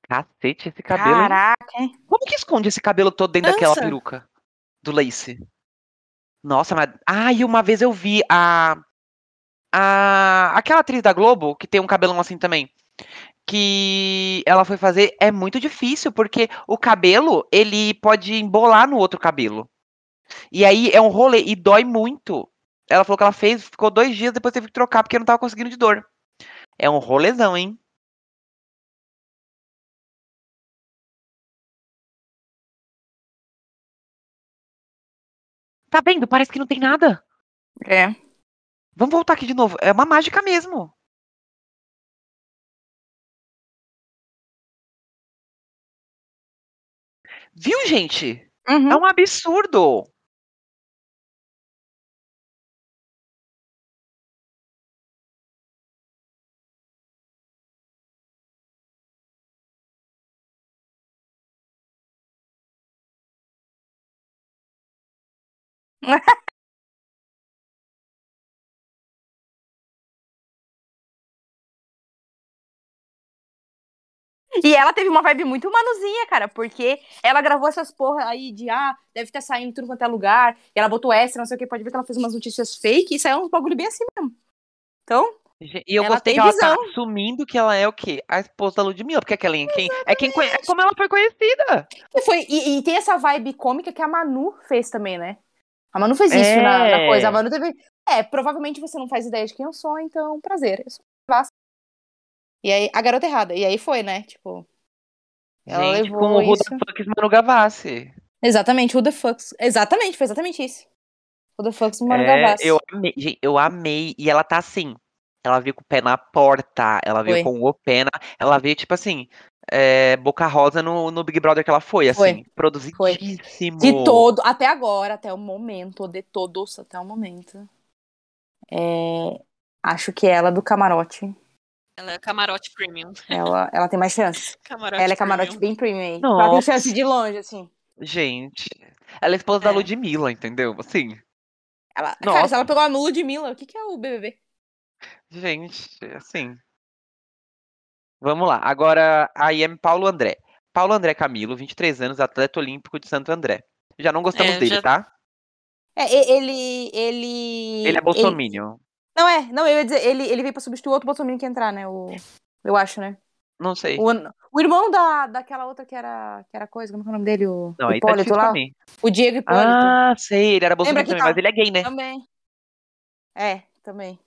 Cacete, esse cabelo. hein? Caraca, hein? Como que esconde esse cabelo todo dentro daquela Trança. peruca? Do lace. Nossa, mas. Ai, uma vez eu vi a. A. Aquela atriz da Globo, que tem um cabelão assim também. Que ela foi fazer. É muito difícil, porque o cabelo, ele pode embolar no outro cabelo. E aí é um rolê e dói muito. Ela falou que ela fez, ficou dois dias, depois teve que trocar, porque não tava conseguindo de dor. É um rolezão, hein? Tá vendo? Parece que não tem nada. É. Vamos voltar aqui de novo. É uma mágica mesmo. Viu, gente? Uhum. É um absurdo. E ela teve uma vibe muito manuzinha, cara, porque ela gravou essas porra aí de ah, deve estar saindo em tudo quanto é lugar, e ela botou extra, não sei o que, pode ver que ela fez umas notícias fake e saiu uns bagulho bem assim mesmo. Então, Ge- E eu Ela gostei que tem ela tá assumindo que ela é o quê? A esposa da Ludmilla, porque aquela é quem é quem conhe- é como ela foi conhecida. e foi. E, e tem essa vibe cômica que a Manu fez também, né? A Manu fez isso na, na É. coisa. A Manu teve. É, provavelmente você não faz ideia de quem eu sou, então, prazer. Eu sou a Vasco. E aí, a garota errada. E aí foi, né? Tipo. Ela gente, levou com o Ruda isso. Funk Mano Gavassi. Exatamente, who the fucks. Exatamente, foi exatamente isso. Who the fucks Manu É, Gavassi. eu amei, gente, eu amei. E ela tá assim. Ela veio com o pé na porta, ela veio Foi. com o pé na, ela veio tipo assim, é, boca rosa no, no Big Brother que ela foi, Foi. assim, produzidíssimo. De todo, até agora, até o momento, de todos, até o momento. É, acho que ela do camarote, Ela é camarote premium. <laughs> ela, ela tem mais chance. Camarote Ela é camarote premium. bem premium. aí. Nossa. Ela tem chance de longe, assim. Gente, Ela é esposa da É. Ludmilla, entendeu? Assim, Ela, cara, Nossa. se ela pegou a Nula de Mila, o que, que é o BBB? gente, assim. Vamos lá. Agora, a IM Paulo André. Paulo André Camilo, 23 anos, atleta olímpico de Santo André. Já não gostamos É, dele, já- tá? É, e- ele. Ele. Ele é bolsominion. Não é, não, eu ia dizer, ele, ele veio pra substituir o outro Bolsonaro que ia entrar, né? O, eu acho, né? Não sei. O, o irmão da, daquela outra que era, que era coisa, como é que é o nome dele? O Não, aí tá Hipólito difícil pra lá? mim. O Diego Hipólito. Ah, sei, ele era bolsominion que também, tá- mas ele é gay, né? Também. É, também.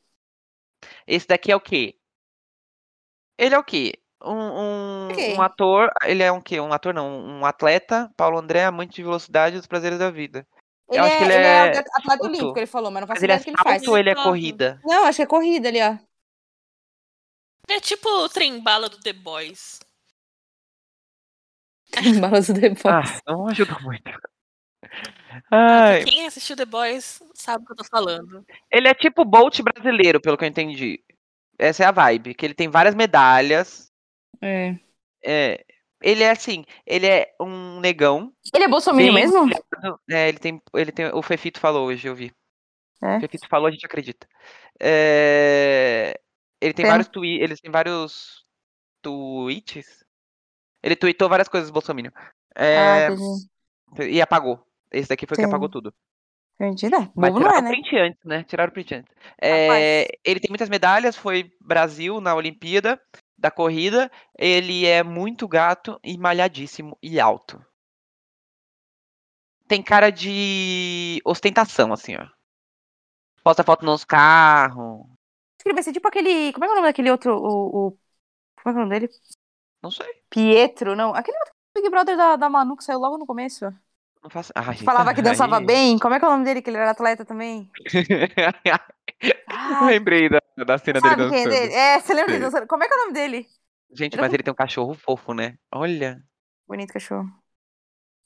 Esse daqui é o quê? Ele é o quê? Um, um, Ok. um ator, ele é um quê? Um ator não, um atleta, Paulo André, amante de velocidade e dos prazeres da vida. Ele, acho é, que ele ele é é atleta- atleta salto. olímpico, ele falou, mas não Mas faço ele é ideia do que ele faz. salto ou ele é Salto. corrida? Não, acho que é corrida ali, ó. <laughs> Ele é tipo o trem bala do The Boys. Balanço do Depois. Ah, não ajuda muito. Ah, Ai, Ah, Quem assistiu The Boys sabe o que eu tô falando. ele é tipo o Bolt brasileiro, pelo que eu entendi. Essa é a vibe, que ele tem várias medalhas. É. É, ele é assim, ele é um negão. Ele é bolsominion Bem- mesmo? É, ele tem, ele tem. O Fefito falou hoje, eu vi. É? O Fefito falou, a gente acredita. É, Ele tem Pena. vários tweets. Ele tem vários tweets. Ele tweetou várias coisas Bolsonaro. Ah, É... entendi. e apagou. Esse daqui foi o que Entendi. apagou tudo. Entendi, né? Mas Bobo não tiraram é, o né? Ah, print antes, né? Tiraram o print antes. É, ele tem muitas medalhas, foi Brasil na Olimpíada da corrida. Ele é muito gato e malhadíssimo e alto. Tem cara de ostentação, assim, ó. Posta foto nos carros. Acho que ele vai ser tipo aquele. Como é que é o nome daquele outro? O, o- Como é que é o nome dele? Não sei. Pietro, não. Aquele outro Big Brother da, da Manu que saiu logo no começo. Não faço... Ai, Que falava que tá aí- dançava <laughs> bem. Como é que é o nome dele? Que ele era atleta também. Ah, Lembrei da, da cena dele sabe quem é dançando. dele? É, você lembra dele Sei. dançando? Como é que é o nome dele? Gente, Eu mas ele tem um cachorro fofo, né? Olha. Bonito cachorro.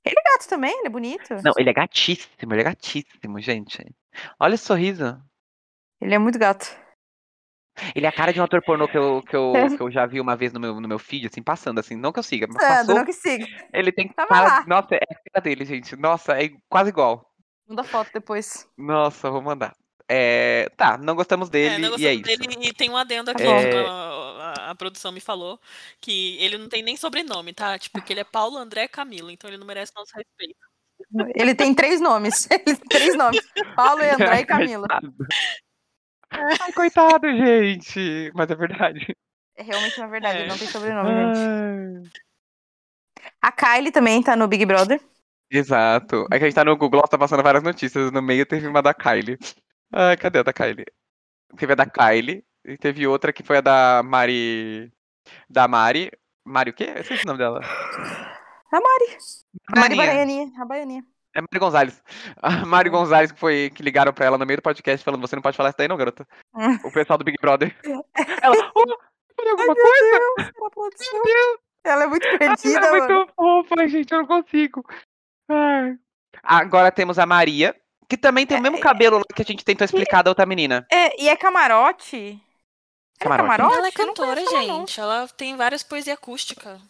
Ele é gato também, ele é bonito. Não, ele é gatíssimo, ele é gatíssimo, gente. Olha o sorriso. Ele é muito gato. Ele é a cara de um ator pornô que eu, que <laughs> eu, É. que eu já vi uma vez no meu, no meu feed, assim, passando, assim. Não que eu siga, mas Sandro, passou. não É, que siga. Ele tem Tava cara... lá. Nossa, é a cara dele, gente. Nossa, é i- quase igual. Manda foto depois. Nossa, vou mandar. É, tá, não gostamos dele é, não e é gostamos isso. dele e tem um adendo aqui. É. que A, a- a produção me falou que ele não tem nem sobrenome, tá? Tipo, que ele é Paulo André Camilo, então ele não merece nosso respeito. Ele tem três nomes. <laughs> Ele tem três nomes. Paulo, <laughs> André e Camila. Coitado. Ai, coitado, gente. Mas é verdade. É realmente uma verdade, É. ele não tem sobrenome, gente. Ai, A Kylie também tá no Big Brother. Exato. É que a gente tá no Google, tá passando várias notícias. No meio teve uma da Kylie. Ai, cadê a da Kylie? Teve a da Kylie. E teve outra que foi a da Mari. Da Mari. Mari o quê? Eu sei o nome dela. A Mari. A Mari Marinha. Baianinha. A Baianinha. É Mari Gonzalez. A Mari Gonzalez que foi que ligaram pra ela no meio do podcast falando: você não pode falar isso daí, não, garota. É. O pessoal do Big <laughs> Brother. Ela, oh, falei alguma é coisa? Ela produção. Ela é muito perdida, Ela é <laughs> mano. muito fofa, gente, eu não consigo. Ai. Agora temos a Maria, que também tem o mesmo cabelo lá que a gente tentou explicar da outra menina. É, e é camarote? Ela é Camarote. camarote? ela é Eu não conheço cantora, ela, não. gente. Ela tem várias poesias acústicas.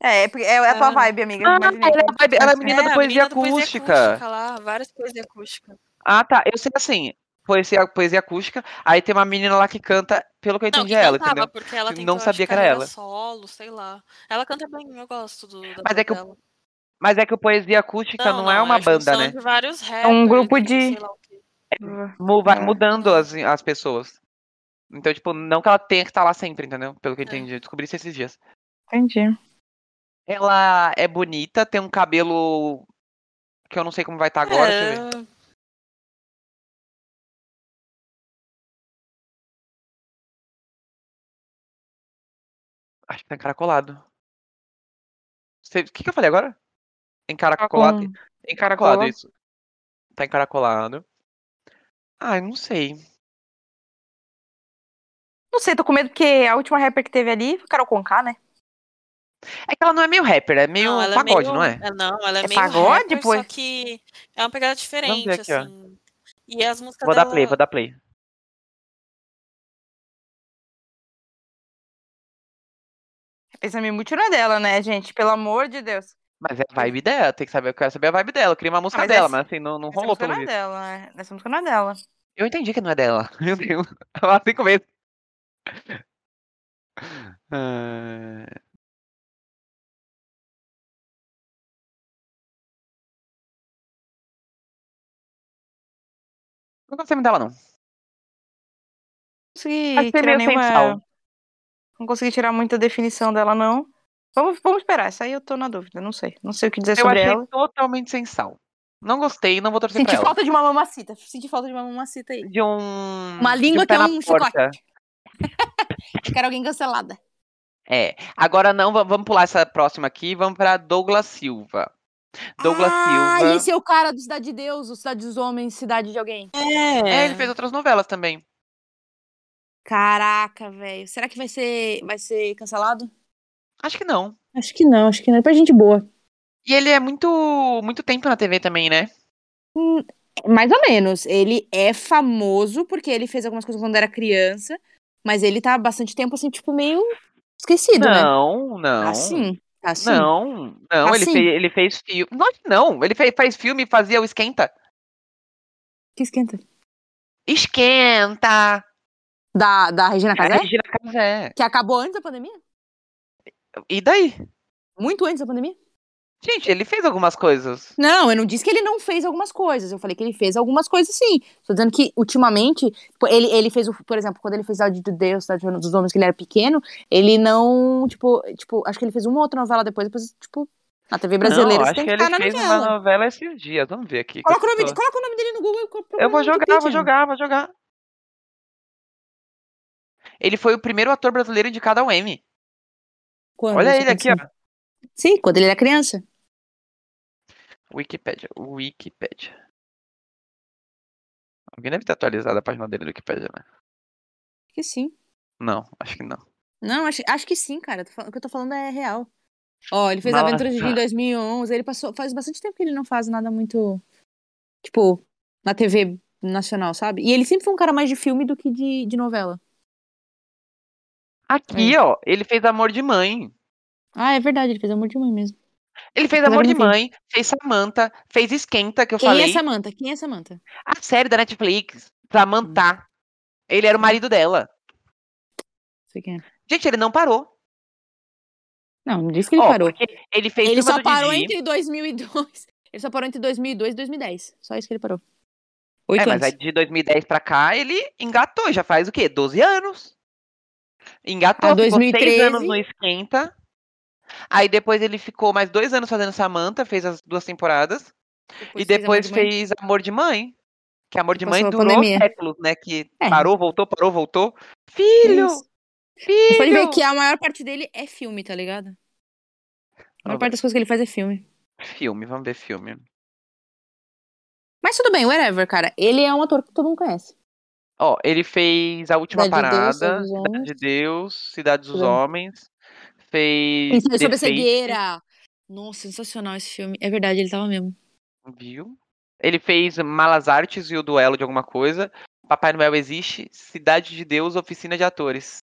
É, é porque é a tua Ah. vibe, amiga. Ah, imaginei. ela é a vibe- ela é a menina da a poesia menina da acústica. lá, várias poesias acústicas. Ah, tá. Eu sei assim, poesia, poesia acústica. Aí tem uma menina lá que canta, pelo que eu Não, então tá entendi e é ela, cantava, entendeu? porque ela Eu não tentou, acho sabia que era carreira ela. solo, sei lá. Ela canta bem, eu gosto do, da Mas é voz que o- dela. Mas é que o poesia acústica não, é uma a banda, junção né? de vários rappers, É um grupo e de- sei lá o quê. Mu- Vai É. mudando as, as pessoas. Então, tipo, não que ela tenha que estar lá sempre, entendeu? Pelo que eu É. entendi. Eu descobri isso esses dias. Entendi. Ela é bonita, tem um cabelo que eu não sei como vai estar agora. deixa eu ver. É, Acho que tá encaracolado. Você- O que, que eu falei agora? Encaracolado. Encaracolado, Caracola. isso. Tá encaracolado. Ai, não sei. Não sei, tô com medo porque a última rapper que teve ali foi Carol Conká, né? É que ela não é meio rapper, é meio ela pagode, meio- não é? Não, ela é, É meio pagode, rapper, pô? só que é uma pegada diferente, aqui, ó. assim. E as músicas Vou dar dela... play, vou dar play. Esse Mimute não é dela, né, gente? Pelo amor de Deus. Mas é a vibe dela, tem que saber, eu quero saber a vibe dela. Eu queria uma música Mas dela, essa- mas assim, não, não Essa rolou música pelo não é visto. dela, né? Essa música não é dela. Eu entendi que não é dela. <laughs> Meu Deus. Há cinco meses. Ah, Não gostei muito dela, não. consegui Achei tirar meio sem nenhuma. sal. Não consegui tirar muita definição dela, não. Vamos, vamos esperar, essa aí eu tô na dúvida, não sei. Não sei o que dizer Eu sobre achei ela. totalmente sem sal. Não gostei, não vou torcer Senti pra ela. falta de uma mamacita. Senti falta de uma mamacita aí. De um. Uma de pé língua que é na um porta. chicote. <laughs> Eu quero alguém cancelada. É. Agora não, va- vamos pular essa próxima aqui. Vamos pra Douglas Silva. Douglas ah, Silva. esse é o cara do Cidade de Deus, o Cidade dos Homens, Cidade de Alguém. É, ele fez outras novelas também. Caraca, velho. Será que vai ser, vai ser cancelado? Acho que não. Acho que não, acho que não é pra gente boa. E ele é muito, muito tempo na TV também, né? Mais ou menos. Ele é famoso porque ele fez algumas coisas quando era criança, mas ele tá há bastante tempo assim, tipo, meio esquecido, né? Não, não. Assim, assim. Não, não, ele, Assim. fez, ele fez filme. Não, ele fez, faz filme e fazia o Esquenta. Que esquenta. Esquenta! Da, da Regina A Casé? Regina Casé. Que acabou antes da pandemia? é. E daí? Muito antes da pandemia? Gente, ele fez algumas coisas. Não, eu não disse que ele não fez algumas coisas. Eu falei que ele fez algumas coisas sim. Tô dizendo que ultimamente, pô, ele, ele fez, o, por exemplo, quando ele fez Áudio de Deus, Cidade dos Homens, que ele era pequeno, ele não, tipo, tipo, acho que ele fez uma outra novela depois, depois, tipo, na TV brasileira não, você acho tem que ele que estar na fez novela. uma novela esses dias. Vamos ver aqui. que Coloca o, eu nome, tô- de- coloca o nome dele no Google. e procura Eu vou no Wikipedia. jogar, vou jogar, vou jogar. Ele foi o primeiro ator brasileiro indicado ao Emmy. Quando Olha isso ele aqui, ó. aconteceu? Sim, quando ele era criança. Wikipedia, Wikipedia. Alguém deve ter atualizado a página dele do Wikipedia, né? Acho que sim. Não, acho que não. Não, acho, acho que sim, cara. Tô fal- O que eu tô falando é real. Ó, ele fez Nossa. Aventuras de Jim em 2011. Ele passou. Faz bastante tempo que ele não faz nada muito. Tipo, na TV nacional, sabe? E ele sempre foi um cara mais de filme do que de, de novela. Aqui, ó, ele fez Amor de Mãe. Ah, é verdade, ele fez Amor de Mãe mesmo. Ele fez Mas Amor eu de não Mãe, fez Samantha, fez Esquenta, que eu Quem falei. é Samantha? Quem é Samantha? A série da Netflix, Hum. Samantha. Ele era o marido dela. Sei quem é. Gente, ele não parou. Não, não disse que ele Ó, parou. porque Ele fez Ele Turma só do parou Didi. entre 2002. Ele só parou entre 2002 e 2010. Só isso que ele parou. Oito É, mas anos. aí de 2010 pra cá, ele engatou. Já faz o quê? 12 anos. Engatou, A ficou seis 2013. anos no Esquenta. Aí depois ele ficou mais dois anos fazendo Samantha, fez as duas temporadas. e fez Amor depois de Mãe. fez Amor de Mãe. Que Amor de passou Mãe a durou pandemia. séculos, né? Que É. parou, voltou, parou, voltou. Filho! Isso. Você pode ver Filho! que a maior parte dele é filme, tá ligado? A maior Vamos parte das coisas que ele faz é filme. Filme, vamos ver filme. Mas tudo bem, whatever, cara. Ele é um ator que todo mundo conhece. Ó, ele fez A Última Cidade de Deus, Parada, Cidade dos Cidade de Homens. Deus, Cidade dos Cidade- Homens. Fez. Ensino sobre a The Face, cegueira. Nossa, sensacional esse filme. É verdade, ele tava mesmo. Viu? Ele fez Malas Artes e o Duelo de alguma coisa. Papai Noel existe, Cidade de Deus, Oficina de Atores.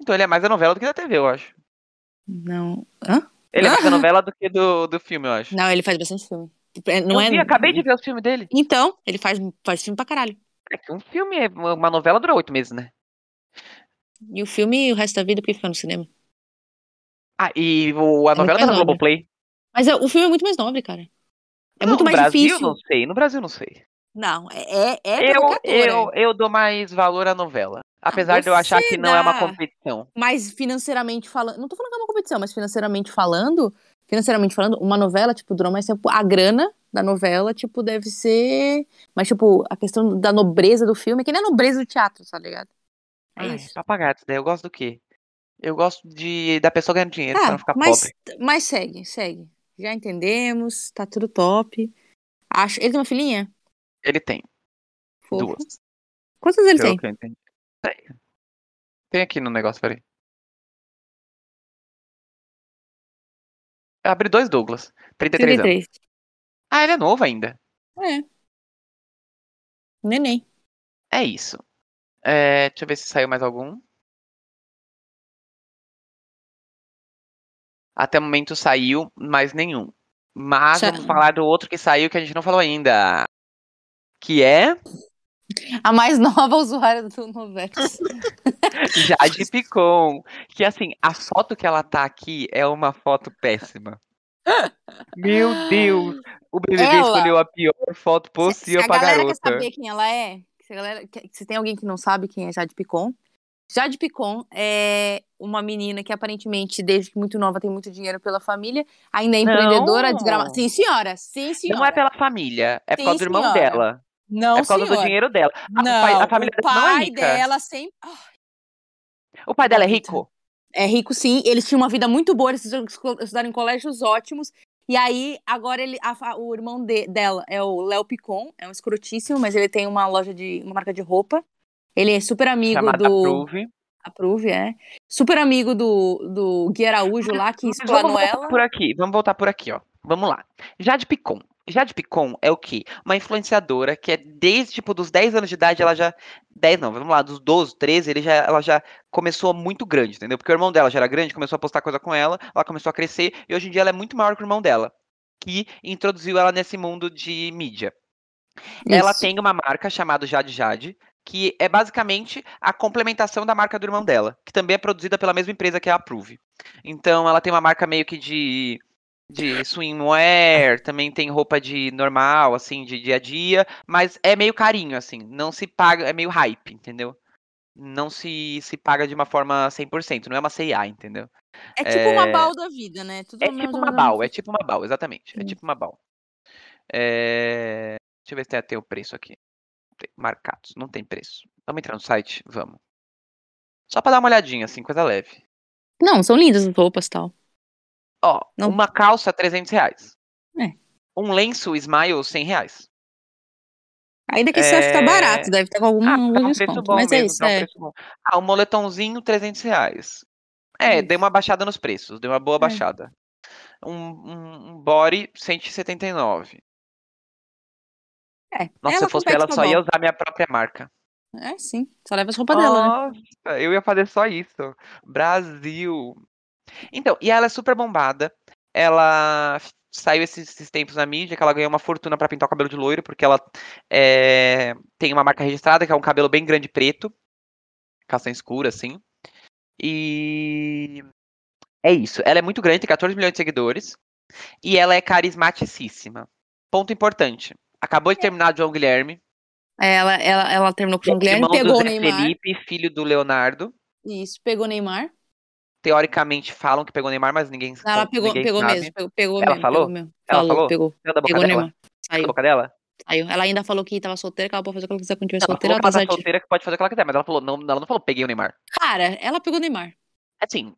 Então ele é mais da novela do que da TV, eu acho. Não. Ele é <laughs> mais da novela do que do, do filme, eu acho. Não, ele faz bastante filme. Tipo, é- Não eu é... vi, acabei de ver os filmes dele. Então, ele faz, faz filme pra caralho. É que um filme, é- uma uma novela dura oito meses, né? E o filme e o resto da vida, porque fica no cinema. Ah, e o- a É muito novela tá no mais nobre. Globoplay. Mas é- o filme é muito mais nobre, cara. É muito no mais Brasil, difícil. não sei. No Brasil, não sei. Não, é, é, é pra Eu, qualquer ator, é. eu, eu dou mais valor à novela. Apesar de eu achar você que não é uma dá. competição. Mas financeiramente falando, não tô falando que é uma competição, mas financeiramente falando, financeiramente falando, uma novela, tipo, dura mais tempo. A grana da novela, tipo, deve ser. Mas, tipo, a questão da nobreza do filme, é que nem a nobreza do teatro, tá ligado? É Ai, isso. papagatos, né? Eu gosto do quê? Eu gosto de da pessoa ganhando dinheiro pra Tá, não ficar mas, pobre. mas segue, segue. Já entendemos, tá tudo top. Acho. Ele tem uma filhinha? Ele tem Fofo. duas. Quantas ele pelo tem? que eu entendi. Tem. Tem aqui no negócio, peraí. Eu abri dois Douglas. 33 anos. Ah, ele é novo ainda. Neném. É isso. É, deixa eu ver se saiu mais algum. Até o momento saiu mais nenhum. Mas Sa- vamos falar do outro que saiu que a gente não falou ainda. Que é A mais <laughs> nova usuária do Novex. <laughs> Jade Picon. Que assim, a foto que ela tá aqui é uma foto péssima. Meu Deus! O BBB Ah. Ela- escolheu a pior foto Se possível a pra galera garota. quer saber quem ela é, se, a galera quer- se tem alguém que não sabe quem é Jade Picon, Jade Picon é uma menina que aparentemente, desde que muito nova, tem muito dinheiro pela família, ainda é Não. empreendedora, desgrama- Sim, senhora, sim, senhora. Não é pela família, é por Sim, causa do irmão senhora. dela. Não, é por causa do senhora. dinheiro dela. Ah, o Não, pai- a família o dela não é pai rica. dela sempre. Ah, O pai dela é Bonita. rico? É rico, sim. Eles tinham uma vida muito boa, eles estudaram estudaram em colégios ótimos. E aí, agora ele, a fa- o irmão de- dela é o Léo Picon, é um escrotíssimo, mas ele tem uma loja de. uma marca de roupa. Ele é super amigo Chamada do. Prove. Aprove, é. Super amigo do, do Gui Araújo lá, que Mas vamos explanou voltar ela. Por aqui, vamos voltar por aqui, ó. Vamos lá. Jade Picon. Jade Picon é o quê? Uma influenciadora que é desde, tipo, dos 10 anos de idade, ela já... 10 não, vamos lá, dos 12, 13, ele já, ela já começou muito grande, entendeu? Porque o irmão dela já era grande, começou a postar coisa com ela, ela começou a crescer, e hoje em dia ela é muito maior que o irmão dela, que introduziu ela nesse mundo de mídia. Ela Isso. tem uma marca chamada Jade Jade, que é basicamente a complementação da marca do irmão dela, que também é produzida pela mesma empresa que é a Prove. Então ela tem uma marca meio que de de swimwear, também tem roupa de normal, assim, de dia a dia, mas é meio carinho, assim, não se paga, é meio hype, entendeu? Não se, se paga de uma forma 100%, não é uma C&A, entendeu? É tipo uma É. bal da vida, né? Tudo É mais ou tipo uma menos a mesma BAL, é tipo uma BAL, exatamente. É Sim. tipo uma BAL. É, Deixa eu ver se tem até o preço aqui. Tem- Marcados, não tem preço. Vamos entrar no site? Vamos. Só pra dar uma olhadinha, assim, coisa leve. Não, são lindas as roupas e tal. Ó, Não- uma calça, 300 reais. É. Um lenço Smile, 100 reais. Ainda que esse acho que tá É. barato, deve estar com algum Ah, tá um preço desconto. bom mas mesmo, é isso, tá um é. preço bom. Ah, um moletomzinho, 300 reais. É, deu uma baixada nos preços, deu uma É. boa baixada. Um, um, um body, 179. É, Nossa, se eu fosse compete ela, com a só Bal. ia usar minha própria marca. É, sim. Só leva as roupas Ah, dela, né? Nossa, eu ia fazer só isso. Brasil. Então, e ela é super bombada. Ela f- saiu esses, esses tempos na mídia que ela ganhou uma fortuna pra pintar o cabelo de loiro, porque ela é, tem uma marca registrada que é um cabelo bem grande preto, castanho escuro assim. E é isso. Ela é muito grande, tem 14 milhões de seguidores e ela é carismaticíssima. Ponto importante. Acabou de terminar o João Guilherme, Ela, ela, ela terminou com o É. João Guilherme, irmão do pegou o Zé Neymar. Felipe, filho do Leonardo. Isso, pegou o Neymar. teoricamente falam que pegou Neymar, mas ninguém Não, Ela con- pegou, ninguém pegou sabe. mesmo, pegou, pegou Ela mesmo. falou? Pegou mesmo. Ela falou? Pegou, Saiu da boca pegou o dela? Neymar. Tá Saiu Saiu, da boca dela? saiu. Ela ainda falou que tava solteira, que ela pode fazer o que ela quiser quando tiver Ela solteira. falou que ela Ela tá tá satisfeita. solteira, que pode fazer o que ela quiser, mas ela falou, não, ela não falou peguei o Neymar. Cara, ela pegou o Neymar. Assim,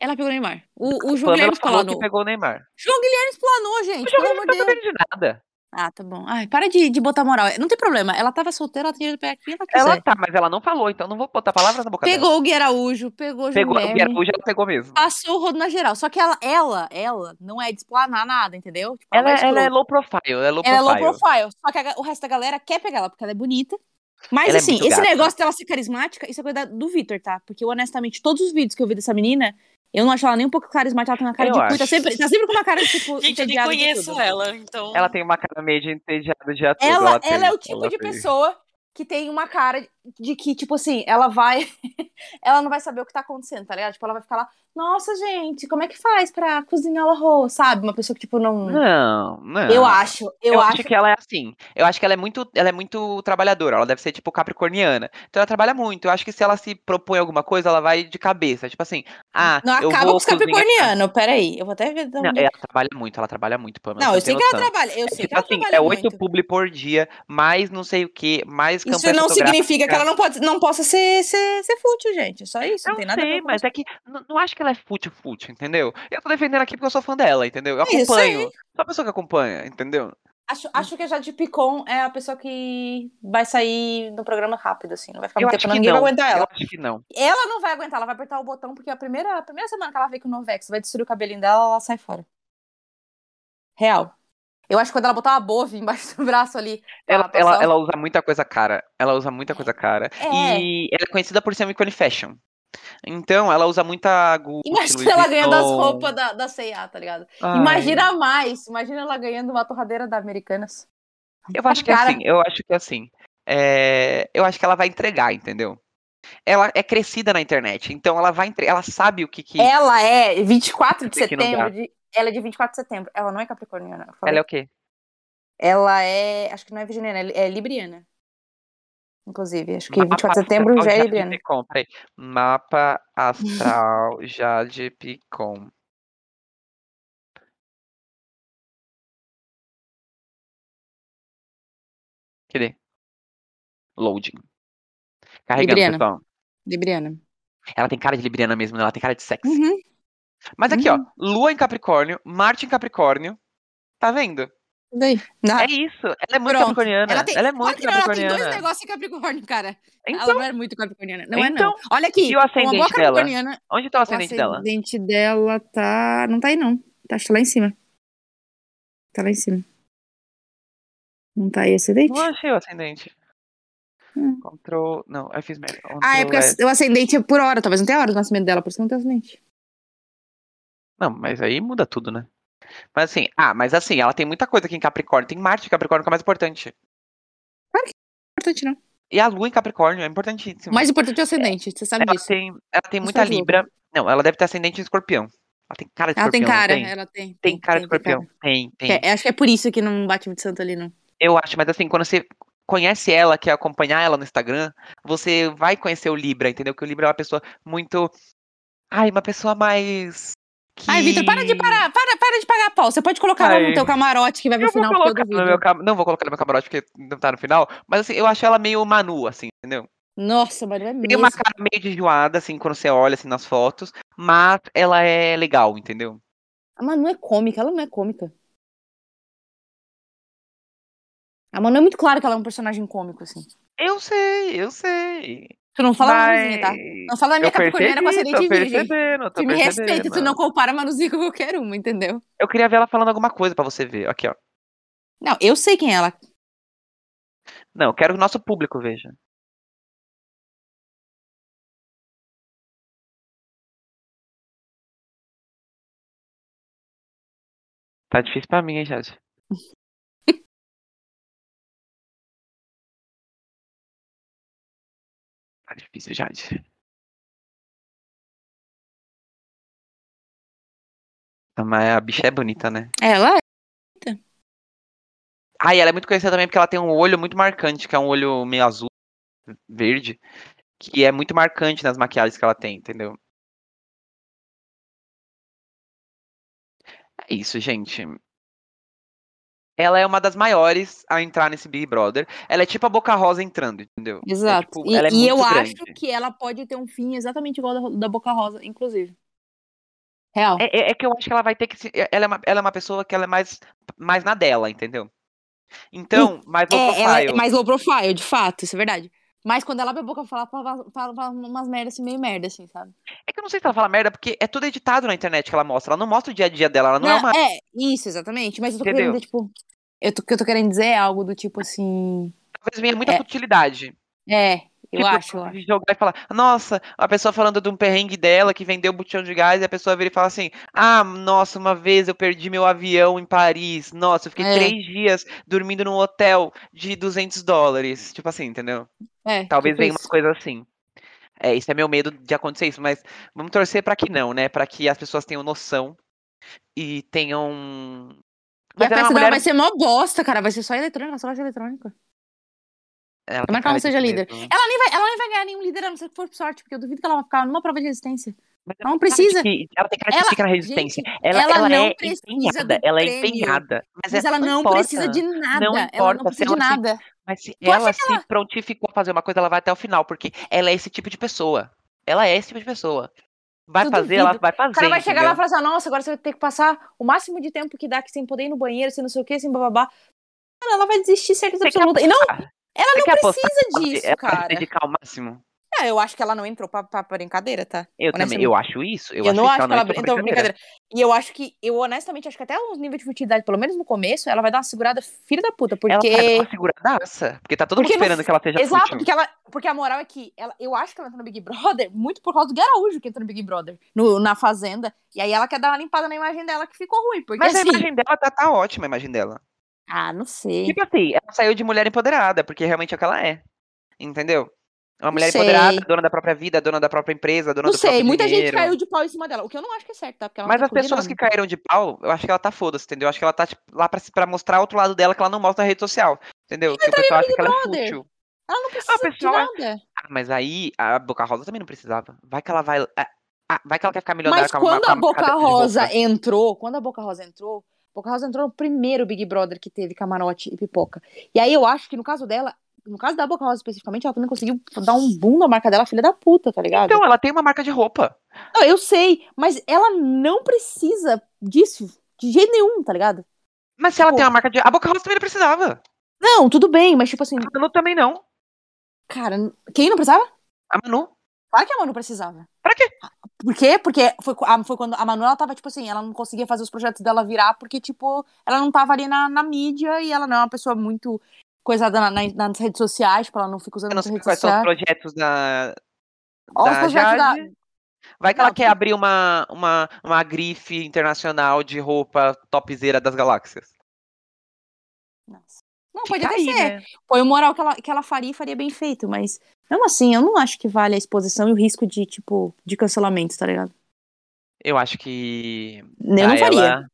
Ela pegou o Neymar. O, o João Pamela Guilherme falou que explanou. pegou o Neymar. João Guilherme explanou, gente. Pelo amor de Não Deus. pegou de nada. Ah, tá bom. Ai, para de, de botar moral. Não tem problema. Ela tava solteira, ela tinha ido pegar quem ela quiser. Ela tá, mas ela não falou, então não vou botar palavras na boca dela. Pegou o Gui Araújo, pegou o João Pegou, o Guilherme. Guilherme, ela pegou mesmo. Passou o rodo na geral. Só que ela, ela, ela não é de explanar nada, entendeu? Tipo, Ela, não ela é escrota. low profile, ela é low Ela é profile. low profile. Só que a ga- o resto da galera quer pegar ela porque ela é bonita. Mas Ela é assim, muito esse gata. negócio dela ser carismática, isso é coisa da- do Vitor, tá? Porque eu, honestamente, todos os vídeos que eu vi dessa menina, eu não acho ela nem um pouco carismática. Ela tem uma cara Eu de cu, acho. tá sempre, tá sempre com uma cara de <laughs> tipo, Gente, eu nem entediada de conheço tudo. ela, então. Ela tem uma cara meio de entediada o dia todo. Ela, ela, tem, é o tipo ela de tem. pessoa que tem uma cara de que, tipo assim, ela vai. <laughs> ela não vai saber o que tá acontecendo, tá ligado? Tipo, ela vai ficar lá, nossa, gente, como é que faz pra cozinhar o arroz, sabe? Uma pessoa que, tipo, não. Não, não. Eu acho, eu, acho. que ela é assim. Eu acho que ela é muito, ela é muito trabalhadora. Ela deve ser tipo capricorniana. Então ela trabalha muito. Eu acho que se ela se propõe alguma coisa, ela vai de cabeça. Tipo assim, ah, Não eu acaba vou com os cozinhar- capricornianos, peraí. Eu vou até ver. de Não, onde- é. ela trabalha muito, ela trabalha muito, Pamela. Não, você eu sei tem que ela noção. trabalha. Eu sei que Tipo ela assim, trabalha é oito muito. publi por dia, mais não sei o que, mais Isso campanha não fotográfica. significa que ela não, pode, não possa ser, ser, ser fútil, gente. é Só isso. Não, Eu tem nada a sei, ver com mas é que n- não acho que ela é fútil, fútil, entendeu? Eu tô defendendo aqui porque eu sou fã dela, entendeu? Eu É isso. Isso aí. acompanho. Sou a pessoa que acompanha, entendeu? Acho, assim. acho que a Jade Picon é a pessoa que vai sair do programa rápido, assim. Não vai ficar Eu muito acho tempo, que ninguém não. vai aguentar Eu ela. acho que não. Ela não vai aguentar, ela vai apertar o botão, porque a primeira, a primeira semana que ela vê que o Novex vai destruir o cabelinho dela, ela sai fora. Real. Eu acho que quando ela botar uma bove embaixo do braço ali. Ela, pra ela, passar- ela usa muita coisa cara. Ela usa muita coisa cara. É. E ela é conhecida por ser uma icone fashion. Então, ela usa muita Gucci, Louis Imagina ela ganhando as Vuitton. roupas da, da C&A, tá ligado? Ai, Imagina mais. Imagina ela ganhando uma torradeira da Americanas. Eu acho que é Cara. assim, eu acho que é assim. É, eu acho que ela vai entregar, entendeu? Ela é crescida na internet, então ela vai entre... ela sabe o que que Ela é 24 de Sei que não setembro. dá. de- Ela é de 24 de setembro. Ela não é capricorniana. eu falei. ela é o quê? Ela é. Acho que não é virginiana, é li- é libriana. Inclusive, acho que Mapa 24 de setembro astral já é Jade libriana. Picon, peraí. Mapa astral <laughs> Jade Picon. Cadê? Loading. Carregando, Libriana. pessoal. Libriana. Ela tem cara de libriana mesmo, né? Ela tem cara de sexy. Uhum. Mas aqui, ó, Lua em Capricórnio, Marte em Capricórnio. Tá vendo? Daí. é isso. Ela é muito Ah, Pronto. capricorniana. Ela, Ela tem- é muito Olha, ela tem capricorniana. dois negócios em Capricórnio, cara. ela então, não é muito capricorniana. Não é, Então, não. Olha aqui. e o ascendente uma boa dela? capricorniana. onde tá o O ascendente dela? ascendente dela tá. Não tá aí, não. Tá, acho que tá lá em cima. Tá lá em cima. Não tá aí o ascendente? Não <laughs> achei o ascendente. Hum. Control. Não, eu fiz merda. Ah, é porque Control F. o ascendente é por hora, talvez não tenha hora do nascimento dela, por isso que não tem ascendente. Não, mas aí muda tudo, né? Mas assim, ah, mas assim, ela tem muita coisa aqui em Capricórnio. Tem Marte em Capricórnio, que é mais importante. Importante não. E a Lua em Capricórnio é importantíssima. O mais importante é o ascendente, você sabe ela disso. tem, ela tem Não muita faz louco. Libra. Não, ela deve ter ascendente em escorpião. Ela tem cara de Ela tem escorpião. não cara, Tem, ela tem. Tem cara de tem escorpião. Tem, tem. Que é- acho que é por isso que não bate muito santo ali, não. Eu acho, mas assim, quando você conhece ela, quer acompanhar ela no Instagram, você vai conhecer o Libra, entendeu? Que o Libra é uma pessoa muito. Ai, uma pessoa mais. Ai, Vitor, para de parar, para, para de pagar pau. Você pode colocar lá Ai. no teu camarote que vai Eu vou pro final porque colocar eu no duvido. meu cam... Não vou colocar no meu camarote porque não tá no final, mas assim, eu acho ela meio Manu, assim, entendeu? Nossa, mano, é mesmo. Tem uma cara meio de enjoada, assim, quando você olha assim nas fotos, mas ela é legal, entendeu? A Manu é cômica, ela não é cômica. A Manu é muito claro que ela é um personagem cômico, assim. Eu sei, eu sei. Tu não fala mas... Manuzinha, tá? Não fala da minha eu percebi, capricorniana com tô ascendente virgem. percebendo, tô Tu me respeita, tu percebendo. não compara a Manuzinha com qualquer uma, entendeu? Eu queria ver ela falando alguma coisa pra você ver. Aqui, ó. Não, eu sei quem é ela. Não, eu quero que o nosso público veja. Tá difícil pra mim, hein, Jade? tá difícil, Jade. Ah, Mas a bicha é bonita, né? Ela é. Ah, e ela é muito conhecida também porque ela tem um olho muito marcante, que é um olho meio azul, verde, que é muito marcante nas maquiagens que ela tem, entendeu? É isso, gente. Ela é uma das maiores a entrar nesse Big Brother. Ela é tipo a Boca Rosa entrando, entendeu? É Exato. tipo, e ela é e eu muito acho grande. que ela pode ter um fim exatamente igual ao da, da Boca Rosa, inclusive. Real. É, é- é que eu acho que ela vai ter que. se- Ela é uma, ela é uma pessoa que ela é mais, mais na dela, entendeu? Então, mais low É, ela é profile. mais low profile, de fato, isso é verdade. Mas quando ela abre a boca, fala, fala, fala, fala umas merdas assim, meio merda, assim, sabe? É que eu não sei se ela fala merda, porque é tudo editado na internet que ela mostra. Ela não mostra o dia a dia dela, ela não, é uma. isso, exatamente. Mas eu tô Entendeu? querendo, tipo. Eu tô, o que eu tô querendo dizer é algo do tipo assim. Talvez venha muita é. futilidade. É, eu Tipo, acho, eu acho. Jogar e falar, nossa, a pessoa falando de um perrengue dela que vendeu um botijão de gás e a pessoa vira e fala assim: ah, nossa, uma vez eu perdi meu avião em Paris. Nossa, eu fiquei É. três dias dormindo num hotel de 200 dólares. Tipo assim, entendeu? É, Talvez tipo venha isso. uma coisa assim. É, isso é meu medo de acontecer isso, mas vamos torcer pra que não, né? Pra que as pessoas tenham noção e tenham. E ela é a uma peça dela mulher- vai ser mó bosta, cara. Vai ser só eletrônica, só vai ser eletrônica. Ela tem Tomara que ela cara não seja disso líder. mesmo. Ela nem, vai, ela nem vai ganhar nenhum líder, a não ser que for por sorte, porque eu duvido que ela vai ficar numa prova de resistência. Mas Não tem cara de precisa. que- ela tem cara de que Ela- fica na resistência. gente, ela, ela ela não é precisa empenhada. do Ela é prêmio. empenhada. Mas, Mas é- ela não precisa de importa. nada. ela importa não se precisa ela de se- nada. Mas se Tu acha ela que se ela- prontificou a fazer uma coisa, ela vai até o final, porque ela é esse tipo de pessoa. Ela é esse tipo de pessoa. Vai Eu fazer, ela duvido. vai O fazer. cara vai chegar lá e entendeu? falar assim, "Ah, nossa, agora você vai ter que passar o máximo de tempo que dá aqui sem poder ir no banheiro, sem não sei o que, sem bababá. Cara, ela vai desistir certeza Você quer absoluta. E não, apostar? ela Você não quer apostar precisa que disso, ela vai se cara. dedicar ao máximo. Ah, eu acho que ela não entrou pra, pra brincadeira, tá? Eu também, Honestamente. eu acho isso. Eu, Eu, não acho que ela entrou pra entrou pra brincadeira. E eu acho que, eu honestamente acho que até uns níveis de futilidade, pelo menos no começo, ela vai dar uma segurada filha da puta, porque. Ela vai dar uma seguradaça. Porque tá todo mundo Porque no- esperando que ela seja Exato, fútil. porque, ela, porque a moral é que ela, eu acho que ela entrou no Big Brother muito por causa do Garaújo que entrou no Big Brother, no- na Fazenda. E aí ela quer dar uma limpada na imagem dela que ficou ruim. Porque Mas a assim. <laughs> imagem dela tá, tá ótima, a imagem dela. Ah, não sei. Tipo assim, ela saiu de mulher empoderada, porque realmente é o que ela é. Entendeu? É Uma mulher sei. empoderada, dona da própria vida, dona da própria empresa, dona Não do próprio sei, muita gente dinheiro. caiu de pau em cima dela, o que eu não acho que é certo, tá? Porque ela não Mas tá as pessoas que combinando. caíram de pau, eu acho que ela tá foda-se, entendeu? Eu acho que ela tá tipo, lá pra, se- pra mostrar outro lado dela que ela não mostra na rede social. Entendeu? Que o tá pessoal acha que ela é Brother. fútil. Ela não precisa pessoal é- de nada. Ah, mas aí a Boca Rosa também não precisava. Vai que ela vai. ah, ah, vai que ela quer ficar milionária Mas com uma- quando com a uma Boca cadeira de Rosa é roupa. entrou, quando a Boca Rosa entrou, Boca Rosa entrou no primeiro Big Brother que teve camarote e pipoca. E aí eu acho que no caso dela, no caso da Boca Rosa especificamente, ela também conseguiu dar um boom na marca dela, filha da puta, tá ligado? Então, ela tem uma marca de roupa. Não, eu sei, mas ela não precisa disso de jeito nenhum, tá ligado? Mas se ela Tipo- tem uma marca de. A Boca Rosa também não precisava. Não, tudo bem, mas tipo assim, A Manu também não. cara, quem não precisava? A Manu. Claro que a Manu precisava. Ah, Pra quê? Por quê? Porque foi, co- a- foi quando a Manu, ela tava, tipo assim, ela não conseguia fazer os projetos dela virar, porque, tipo, ela não tava ali na, na mídia e ela não é uma pessoa muito coisada na- na- nas redes sociais, tipo, ela não fica usando Eu não as sei redes quais são os sociais. projetos da. Olha os da projetos da- Jade. Vai que ela Não, quer abrir uma, uma, uma grife internacional de roupa topzera das galáxias. Nossa. Não, pode Fica até aí, ser. né? Foi o moral que ela, que ela faria e faria bem feito, mas mesmo assim, eu não acho que vale a exposição e o risco de, tipo, de cancelamento, tá ligado? Eu acho que. Eu não pra faria. Ah, ela-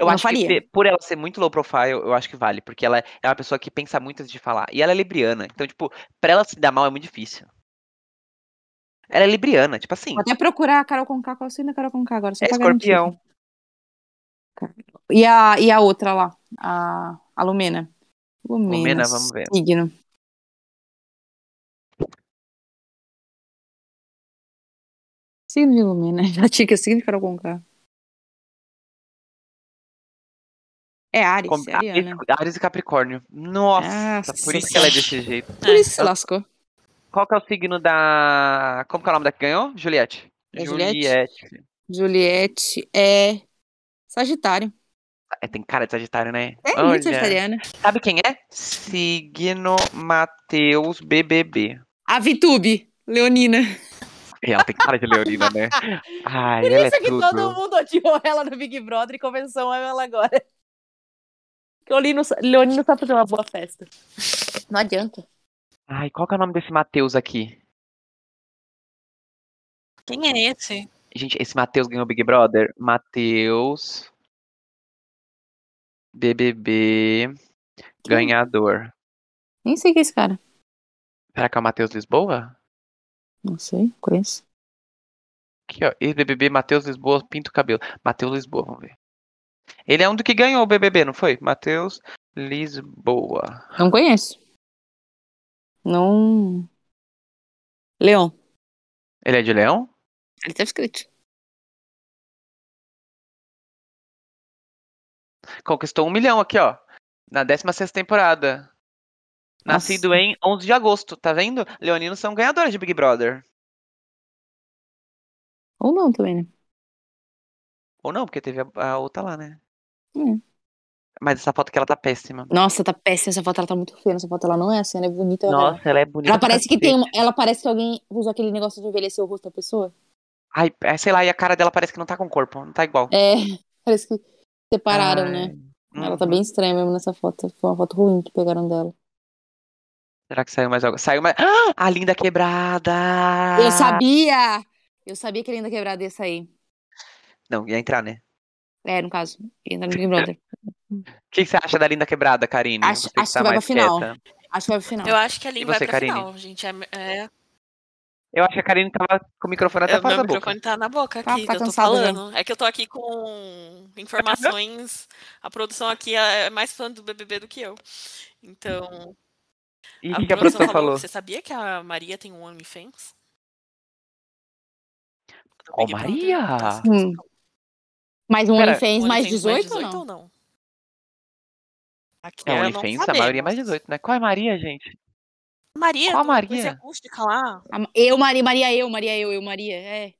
Eu não acho faria. que pe- por ela ser muito low profile, eu acho que vale, porque ela é uma pessoa que pensa muito antes de falar. E ela é libriana, então, tipo, pra ela se dar mal é muito difícil. Ela é libriana, tipo assim, Vou até procurar a Carol Conká, qual é o signo da Carol Conká agora? Só é pra garantir. Tá. escorpião. E a, e a outra lá? A, a Lumena. Lumena, Lumena, vamos ver. Signo. Signo de Lumena. <laughs> Já tinha que é signo de Carol Conká. É Ares, Com- é Ares, Ariana. Ares e Capricórnio. Nossa, por isso que ela é desse jeito. Por isso se lascou. Qual que é o signo da. Como que é o nome da que ganhou? Juliette. É Juliette? Juliette. Juliette é Sagitário. É, tem cara de Sagitário, né? É Olha. muito sagitariana. Sabe quem é? Signo Mateus BBB. A Vitube, Leonina. E É, Ela tem cara de Leonina, <laughs> né? Ai, Por ela isso é que tudo. todo mundo odiou ela no Big Brother e convenção é ela agora. Que o Leonino, Leonino tá fazendo uma boa festa. Não adianta. Ai, qual que é o nome desse Mateus aqui? Quem é esse? Gente, esse Mateus ganhou o Big Brother. Mateus BBB Hum. ganhador. Nem sei quem é esse cara. Será que é o Mateus Lisboa? Não sei, conheço. Aqui, ó. Ex-BBB Matheus Lisboa, pinta o cabelo. Matheus Lisboa, vamos ver. Ele é um do que ganhou o BBB, não foi? Matheus Lisboa. Não conheço. Não. Leon. Ele é de Leão? Ele tá escrito. Conquistou um milhão aqui, ó. Na 16 temporada. Nossa. Nascido em 11 de agosto, tá vendo? Leoninos são ganhadores de Big Brother. Ou não também, né? Ou não, porque teve a, a outra lá, né? É. Mas essa foto aqui, ela tá péssima. Nossa, tá péssima essa foto. Ela tá muito feia. Essa foto ela não é assim. Ela é bonita. Ela, Nossa, ela é bonita. ela parece pra que tem. um cacete. uma- Ela parece que alguém usou aquele negócio de envelhecer o rosto da pessoa. Ai, é, sei lá, e a cara dela parece que não tá com corpo. Não tá igual. É. <laughs> Parece que separaram, né? Ai, Ela tá uhum. bem estranha mesmo nessa foto. Foi uma foto ruim que pegaram dela. Será que saiu mais algo? Saiu mais. <gasps> Ah, a linda quebrada! Ah. Eu sabia! Eu sabia que ele ainda quebrada ia sair. Não, ia entrar, né? É, no caso. Ele ainda no Big Brother. O que que você acha da linda quebrada, Karine? Acho- Você tá acho que vai pra mais final. quieta. Acho que vai pro final. Eu acho que a Lin E vai você, pra Karine? final, gente. É, é- Eu acho que a Karine tava com o microfone até é, fora meu da boca. microfone tá na boca Tá- aqui, tá que eu tô cansado já. né? falando. É que eu tô aqui com informações. A produção aqui é mais fã do BBB do que eu. Então, E o que, que a produção falou? Você sabia que a Maria tem um OnlyFans? Do Ó, Big Brother. Maria! Nossa, Hum. Mais um Pera, OnlyFans OnlyFans mais 18, ou não? ou não? Aqui É eu não OnlyFans, a um sabemos. maioria é mais 18, né? Qual é a Maria, é gente? Maria, Qual do Maria? Coisa Acústica lá. A- Eu, Maria, Maria, eu, Maria, eu, eu, Maria. É.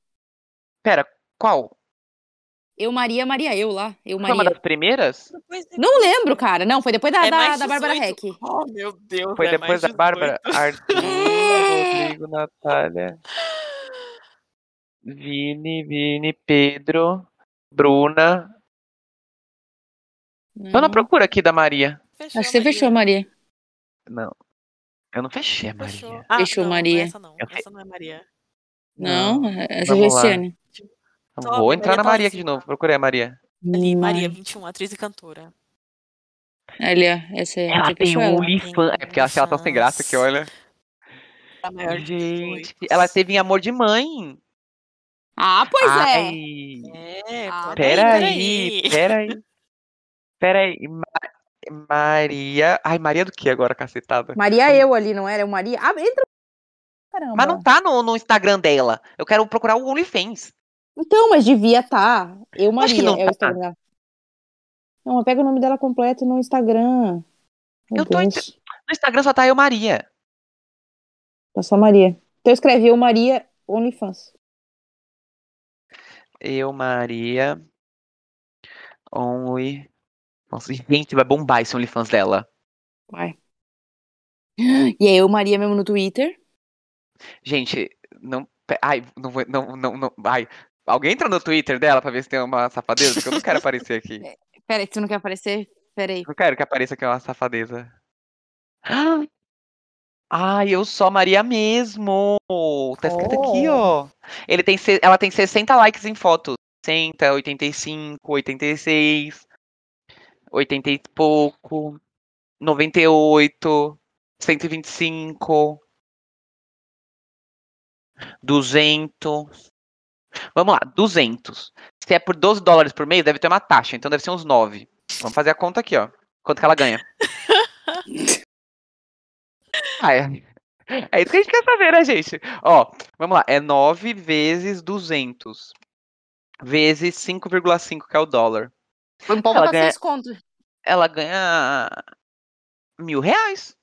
Pera, qual? Eu, Maria, Maria, eu lá. Eu, Foi uma Maria. das primeiras? do Coisa Não lembro, cara. Não, foi depois da, É da, mais da Bárbara 18. Heck. é Oh, meu Deus. Foi é depois mais da 18. Bárbara, Arthur, Rodrigo, Natália, Vini, Vini, Pedro, Bruna. Tô Uhum. na procura aqui da Maria. Acho Fechou, que você Maria. fechou, Maria. Não. Eu não fechei a Maria. Ah, Fechou, não, Maria. Essa não, Eu fe- essa não é Maria. Não, essa é Vamos lá. Gessiane. Eu Top, Vou entrar Maria na tá Maria aqui de ótima. novo. Procurei a Maria. Ali, Hum, Maria, 21, atriz e cantora. Ali, ó. Essa é. Ela você tem fechou um ela. OnlyFans. É porque ela, ela tá sem graça que olha. Tá É, maior de 18. Gente, ela teve em Amor de Mãe. Ah, pois é. Ai, É, Ah, pô, peraí, peraí. Peraí, Ma- Maria. Ai, Maria do que agora, cacetada? Maria, eu ali, não era? Eu, Maria. Ah, entra. Caramba. Mas não tá no, no Instagram dela. Eu quero procurar o OnlyFans. Então, mas devia tá. Eu, Maria, Acho que não é o tá. Instagram dela. Não, mas pega o nome dela completo no Instagram. Meu Eu tô Deus. No Instagram só tá eu, Maria. Tá só Maria. Então escrevi eu, Maria, OnlyFans. Eu, Maria. Only. Nossa, gente, vai bombar esse OnlyFans dela. E é eu, Maria, mesmo no Twitter. Gente, não. pe- Ai, não vou. Não, não, não. Ai. Alguém entra no Twitter dela pra ver se tem uma safadeza? Porque eu não quero aparecer aqui. Pera aí, tu não quer aparecer? Pera aí. Não quero que apareça aqui uma safadeza. <gasps> Ai, eu sou a Maria mesmo. Tá escrito aqui, ó. Ele tem, se- ela tem 60 likes em fotos. 60, 85, 86, 80 e pouco, 98, 125, 200. Vamos lá, 200. Se é por 12 dólares por mês, deve ter uma taxa, então deve ser uns 9. Vamos fazer a conta aqui, ó. Quanto que ela ganha? Ah, é. é isso que a gente quer saber, né, gente? Ó, vamos lá. É 9 vezes 200. Vezes 5,5, que é o dólar. Foi um pouco Ela pra ganha- seis contos Ela ganha mil reais.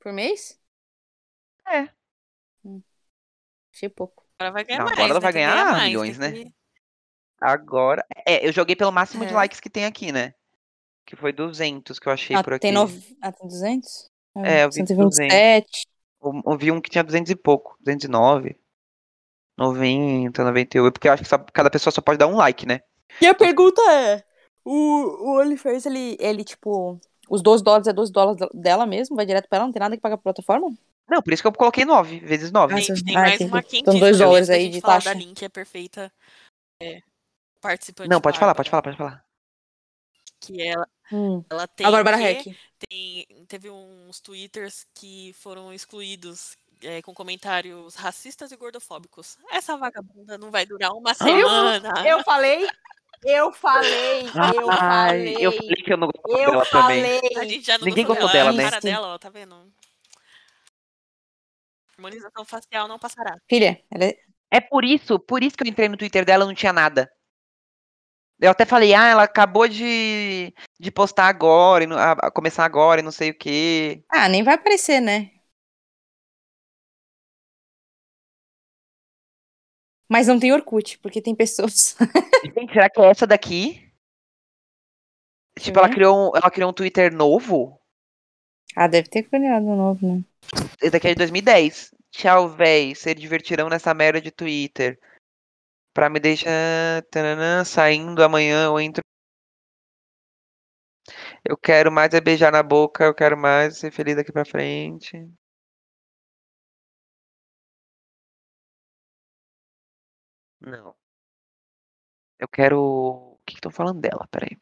por mês? É. Hum. Achei pouco. Agora vai ganhar Não, mais. agora ela né? vai Tem que ganhar ganhar mais, milhões, tem né? que- Agora. É, eu joguei pelo máximo de É. likes que tem aqui, né? Que foi 200 que eu achei Ah, por aqui. tem, nove... ah, tem 200? É, eu vi 127. Eu, eu vi um que tinha 200 e pouco. 209. 90, 98. Porque eu acho que só- cada pessoa só pode dar um like, né? E a pergunta é: o, o OnlyFans, ele, ele, tipo, os 12 dólares é 12 dólares dela mesmo? Vai direto pra ela? Não tem nada que pagar pra plataforma? Não, por isso que eu coloquei 9 vezes 9. Ah, Gente, sim. tem Ah, mais tem- uma tem- quentinha. são dois pra dólares gente aí de falar taxa. Da Link é perfeita. É, participante Não, pode falar, pode Bárbara, falar, pode falar. Que ela, ela tem. A Bárbara que- Heck. tem- teve uns twitters que foram excluídos é, com comentários racistas e gordofóbicos. Essa vagabunda não vai durar <gasps> uma semana. Eu falei, eu falei, eu falei. eu falei que eu não gosto Eu dela também. falei. A gente já não Ninguém gostou gostou dela, dela, a né? cara dela, ó, tá vendo? Harmonização facial não passará. Filha, ela é... É por isso, por isso que eu entrei no Twitter dela, não tinha nada. Eu até falei, ah, ela acabou de, de postar agora, e não- a- a começar agora e não sei o <laughs> quê. Ah, nem vai aparecer, né? Mas não tem Orkut, porque tem pessoas. <laughs> Gente, será que é essa daqui? Tipo, ela ver. criou, um, ela criou um Twitter novo? Ah, deve ter criado um novo, né? Esse daqui é de 2010. Tchau, véi. Se divertirão nessa merda de Twitter. Pra me deixar tananã, saindo amanhã, eu entro. Eu quero mais é beijar na boca, eu quero mais ser feliz daqui pra frente. Não. Eu quero. O que estão falando dela? Peraí.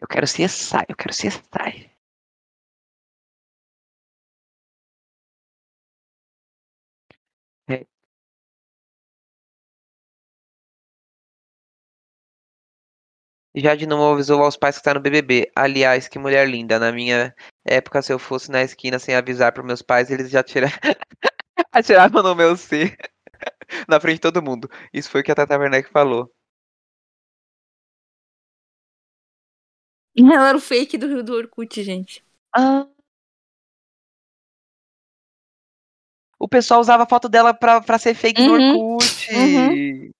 Eu quero CSI, eu quero CSI. Já de novo avisou aos pais que tá no BBB. Aliás, que mulher linda. Na minha época, se eu fosse na esquina sem avisar pros meus pais, eles já tira... <laughs> atiravam no meu C. <laughs> na frente de todo mundo. Isso foi o que a Tata Werneck falou. Ela era o fake do, do Orkut, gente. Ah. o pessoal usava a foto dela pra, pra ser fake Uhum. no Orkut. Uhum.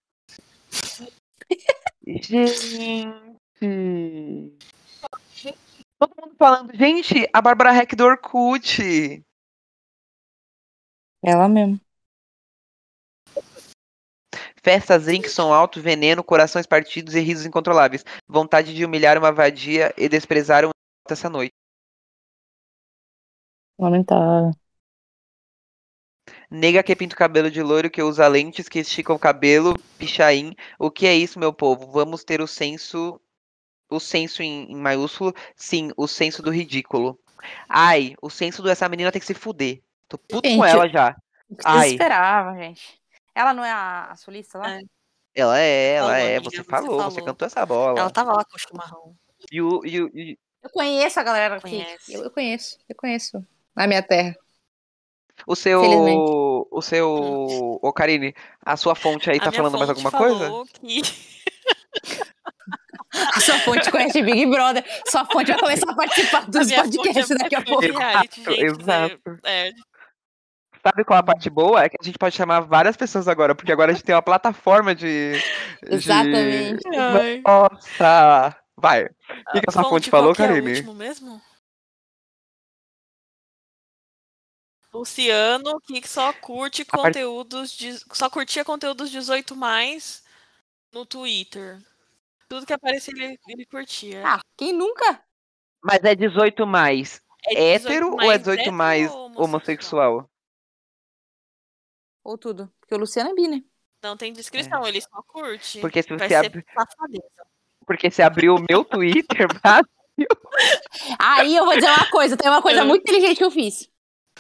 Gente. Todo mundo falando, gente, a Bárbara Heck do Orkut. Ela mesmo. Festas em que são alto, veneno, corações partidos e risos incontroláveis. Vontade de humilhar uma vadia e desprezar um idiota essa noite. tá Lamentável. Nega que pinta o cabelo de loiro, que usa lentes, que estica o cabelo, pichain. O que é isso, meu povo? Vamos ter o senso. O senso em, em maiúsculo? Sim, o senso do ridículo. Ai, o senso dessa menina tem que se fuder. Tô puto com Gente, ela já. O que Ai. você esperava, gente? Ela não é a, a solista lá? É. Ela é, ela Falou, é. amiga, Você você falou, você falou. cantou essa bola. Ela tá tava lá com o chimarrão. E o. E o e- Eu conheço a galera aqui. Conhece. Eu, eu conheço, eu conheço. Na minha terra. o seu. Felizmente. O seu. Ô, Karine, a sua fonte aí a tá minha falando mais fonte alguma coisa? falou que A sua fonte conhece Big Brother. Sua fonte vai começar a participar a dos minha podcasts fonte é- daqui é a pouco. reality, gente, <laughs> né? Exato. É, Sabe qual a parte boa? É que a gente pode chamar várias pessoas agora, porque agora a gente tem uma plataforma de. de- Exatamente. ai. Nossa! Vai. O que, que a sua fonte, qual falou, que é o Karine? último mesmo? Luciano, que só curte parte- conteúdos de- só curtia conteúdos 18 mais no Twitter. Tudo que aparecia ele, ele curtia. Ah, quem nunca? Mas é 18 mais É 18 hétero ou é 18 hétero mais ou homossexual? Ou tudo. Porque o Luciano é bi, né? Não tem descrição, ele só curte. É. Porque se Vai você, ser ab... safadeza. Porque você abriu o meu Twitter, <laughs> mas Aí eu vou dizer uma coisa. Tem uma coisa Eu- muito inteligente que eu fiz.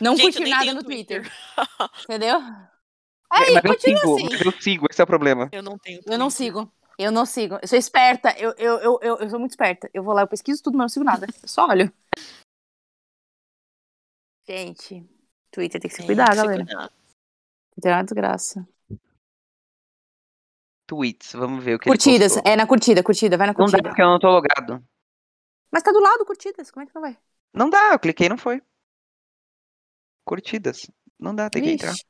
Não Gente, eu curti nem nada tenho no Twitter. Entendeu? É, mas Aí, eu continua sigo, assim. mas eu sigo, esse é o problema. Eu não tenho. Eu não Twitter. sigo. Eu não sigo. Eu sou esperta. Eu, eu, eu, eu, eu sou muito esperta. Eu vou lá, eu pesquiso tudo, mas eu não sigo nada. Eu só olho. Gente, Twitter tem que se É, Tem cuidar, que se galera. cuidar. Twitter é uma desgraça. Tweets, vamos ver o que Curtidas. ele postou. É na curtida, curtida. Vai na Não dá curtida. porque eu não tô logado. Mas tá do lado, curtidas. Como é que não vai? Não dá, eu cliquei e não foi. Curtidas. Não dá, tem que entrar. Vixe.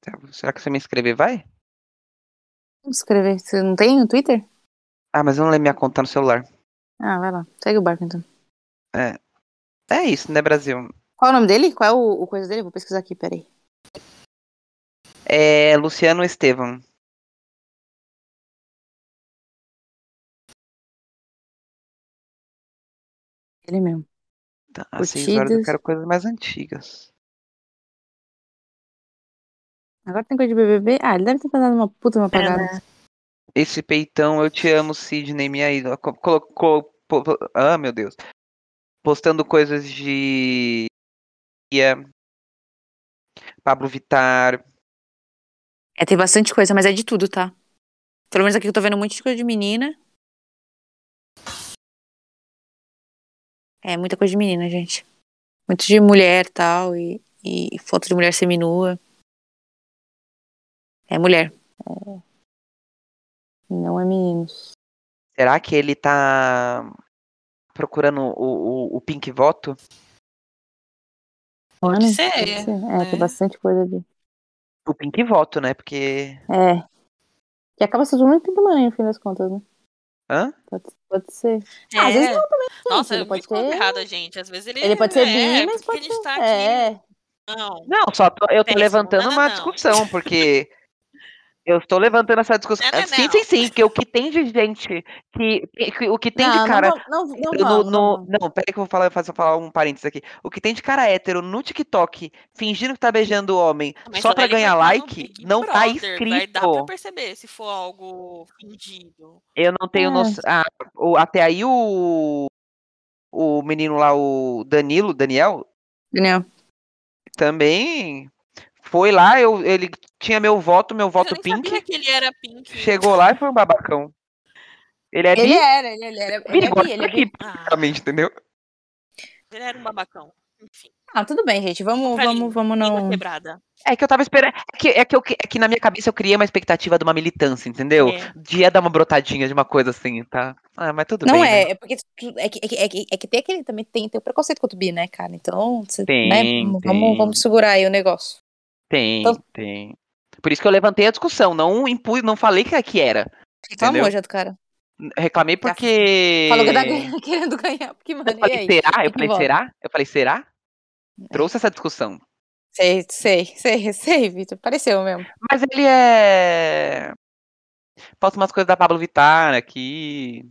Tá, Será que você me inscrever vai? Vamos escrever. Você não tem no Twitter? Ah, mas eu não lembro minha conta no celular. Ah, vai lá. Segue o barco, então. É isso, né, Brasil? Qual é o nome dele? Qual é o, o coisa dele? Vou pesquisar aqui, peraí. É Luciano Estevam. Ele mesmo. Tá, às seis horas eu Curtidas. quero coisas mais antigas. Agora tem coisa de BBB. Ah, ele deve ter dado uma puta uma apagada. Esse peitão, eu te amo, Sidney, minha ídola. Co- Colocou. po- po- Ah, meu Deus. Postando coisas de. Ia. Pablo Vittar. É, tem bastante coisa, mas é de tudo, tá? Pelo menos aqui eu tô vendo muita coisa de menina. É, muita coisa de menina, gente. Muito de mulher tal, e, e foto de mulher seminua. É mulher. É. Não é meninos. Será que ele tá procurando o, o, o Pink Voto? Ah, Pode ser, É, né? tem bastante coisa ali. O Pink Voto, né? Porque. É. Que acaba sendo muito pinto no fim das contas, né? Hã? Pode, pode ser. É. Ah, às vezes não também. gente, Nossa, ele é muito pode ser- complicado, gente. Às vezes ele, Ele pode é, ser bi, por mas que pode a gente tá aqui. É. Não. Não, só tô- eu tô Péssimo. levantando Não, não, uma não. discussão, <laughs> porque. Eu estou levantando essa discussão. Não, não, sim, não. sim, sim, porque o que tem de gente. Que, que- o que tem não, de cara Não, vamos- não, não, Eu no- vamos, não no- vamos. Não, peraí que eu vou falar, fazer, falar um parênteses aqui. O que tem de cara hétero no TikTok, fingindo que tá beijando o homem Ah, Mas só pra ele vai ganhar estar no like, Big não tá Brother, Vai dar pra escrito. perceber se for algo fingido. Eu não tenho Hum. É. noção. Ah, o- até aí o. O menino lá, o Danilo, Daniel, Daniel. também foi lá, eu, ele tinha meu voto, meu Mas voto eu nem pink, sabia que ele era pink. chegou lá e foi um babacão. Ele é assim, Ele bi, era, ele, ele era. Ele é bi, bi, ele é bi. bi, Ah, basicamente, entendeu? ele era um babacão. Enfim. Ah, tudo bem, gente. Vamos, Pra vamos, língua. vamos não. Língua quebrada. É que eu tava esperando. É que, é, que eu, é que na minha cabeça eu criei uma expectativa de uma militância, entendeu? É. De ia dar uma brotadinha de uma coisa assim, tá? Ah, mas tudo Não bem. é, né? é porque tu- é que, é que, é que, é que tem aquele também tem, tem o preconceito contra o bi, né, cara? Então, você, Tem, né, vamos, tem. vamos- vamos segurar aí o negócio. Tem, Então- tem. Por isso que eu levantei a discussão, não impu... não falei que é que era. Reclamou Entendeu? É. já do cara. Reclamei porque. Tá Falou que tá ganhando- <laughs> querendo ganhar, porque, mano, Eu e falei, aí? será? Eu Quem que falei, vota? será? Eu falei, será? É. Trouxe essa discussão. Sei, sei, sei, sei, Vitor. Pareceu mesmo. Mas ele é. Posta umas coisas da Pablo Vittar aqui.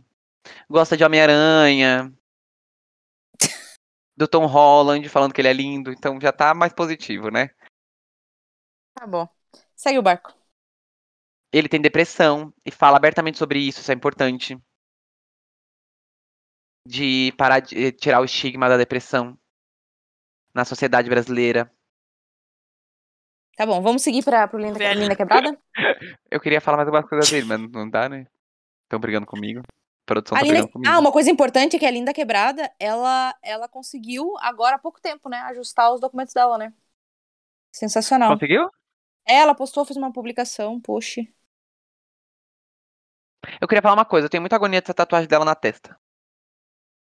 Gosta de Homem-Aranha. Do Tom Holland falando que ele é lindo. Então já tá mais positivo, né? Tá bom. Segue o barco. Ele tem depressão e fala abertamente sobre isso, isso é importante. De parar de eh, tirar o estigma da depressão na sociedade brasileira. Tá bom, vamos seguir pra, pro Linda, Velho. Linda Quebrada? Eu queria falar mais algumas coisas dele, mas não dá, né? Estão brigando comigo. A produção A tá Linda- brigando comigo. Ah, uma coisa importante é que a Linda Quebrada, ela, ela conseguiu, agora há pouco tempo, né, ajustar os documentos dela, né? Sensacional. Conseguiu? é? Ela postou, fez uma publicação, um post. Eu queria falar uma coisa, eu tenho muita agonia dessa tatuagem dela na testa.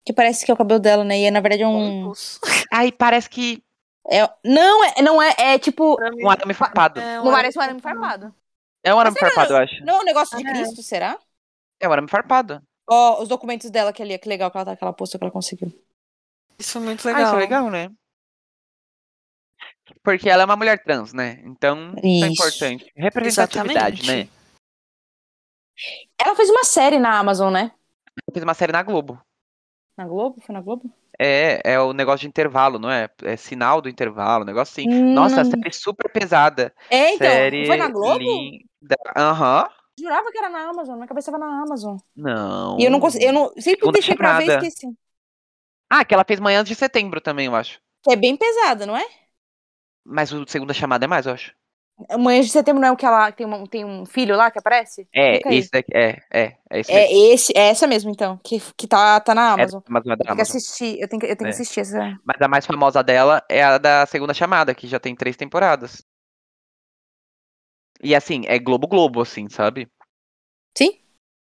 Que parece que é o cabelo dela, né? E é, na verdade é um. Olympus. Ai, parece que É, não, é, não é. É tipo. Pra mim, um arame farpado. é um Não parece um arame arame farmado. É um arame Mas será? farpado, eu acho. Não é um negócio de Ah, é. Cristo, será? É um arame farpado. Ó, os documentos dela que ali, que legal que ela, tá- que ela postou, que ela conseguiu. Isso foi muito Ah, legal. isso é legal, né? Porque ela é uma mulher trans, né? Então, isso é Isso. importante. Representatividade, né? Exatamente. Ela fez uma série na Amazon, né? Eu fiz uma série na Globo. Na Globo? Foi na Globo? É, é o negócio de intervalo, não é? É sinal do intervalo, um negócio assim. Nossa, Não. série super pesada. Hum. É, então. série Foi na Globo? linda. Aham. Jurava que era na Amazon. Minha cabeça tava na Amazon. Não. E eu não consegui. Eu não, sempre Segunda deixei pra ver e temporada. esqueci. Ah, que ela fez manhã de setembro também, eu acho. Que é bem pesada, não é? Mas o segunda chamada é mais, eu acho. Manhã de setembro não é o que ela tem, uma- tem um filho lá que aparece? É, Fica aí. esse daqui. É, é, é esse É, esse, é essa mesmo, então, que, que tá, tá na É Amazon. assim da Amazon, é da Eu tenho que Amazon. assistir, eu tenho que, eu tenho que É. assistir essa. Mas a mais famosa dela é a da segunda chamada, que já tem três temporadas. E assim, é Globo Globo, assim, sabe? Sim.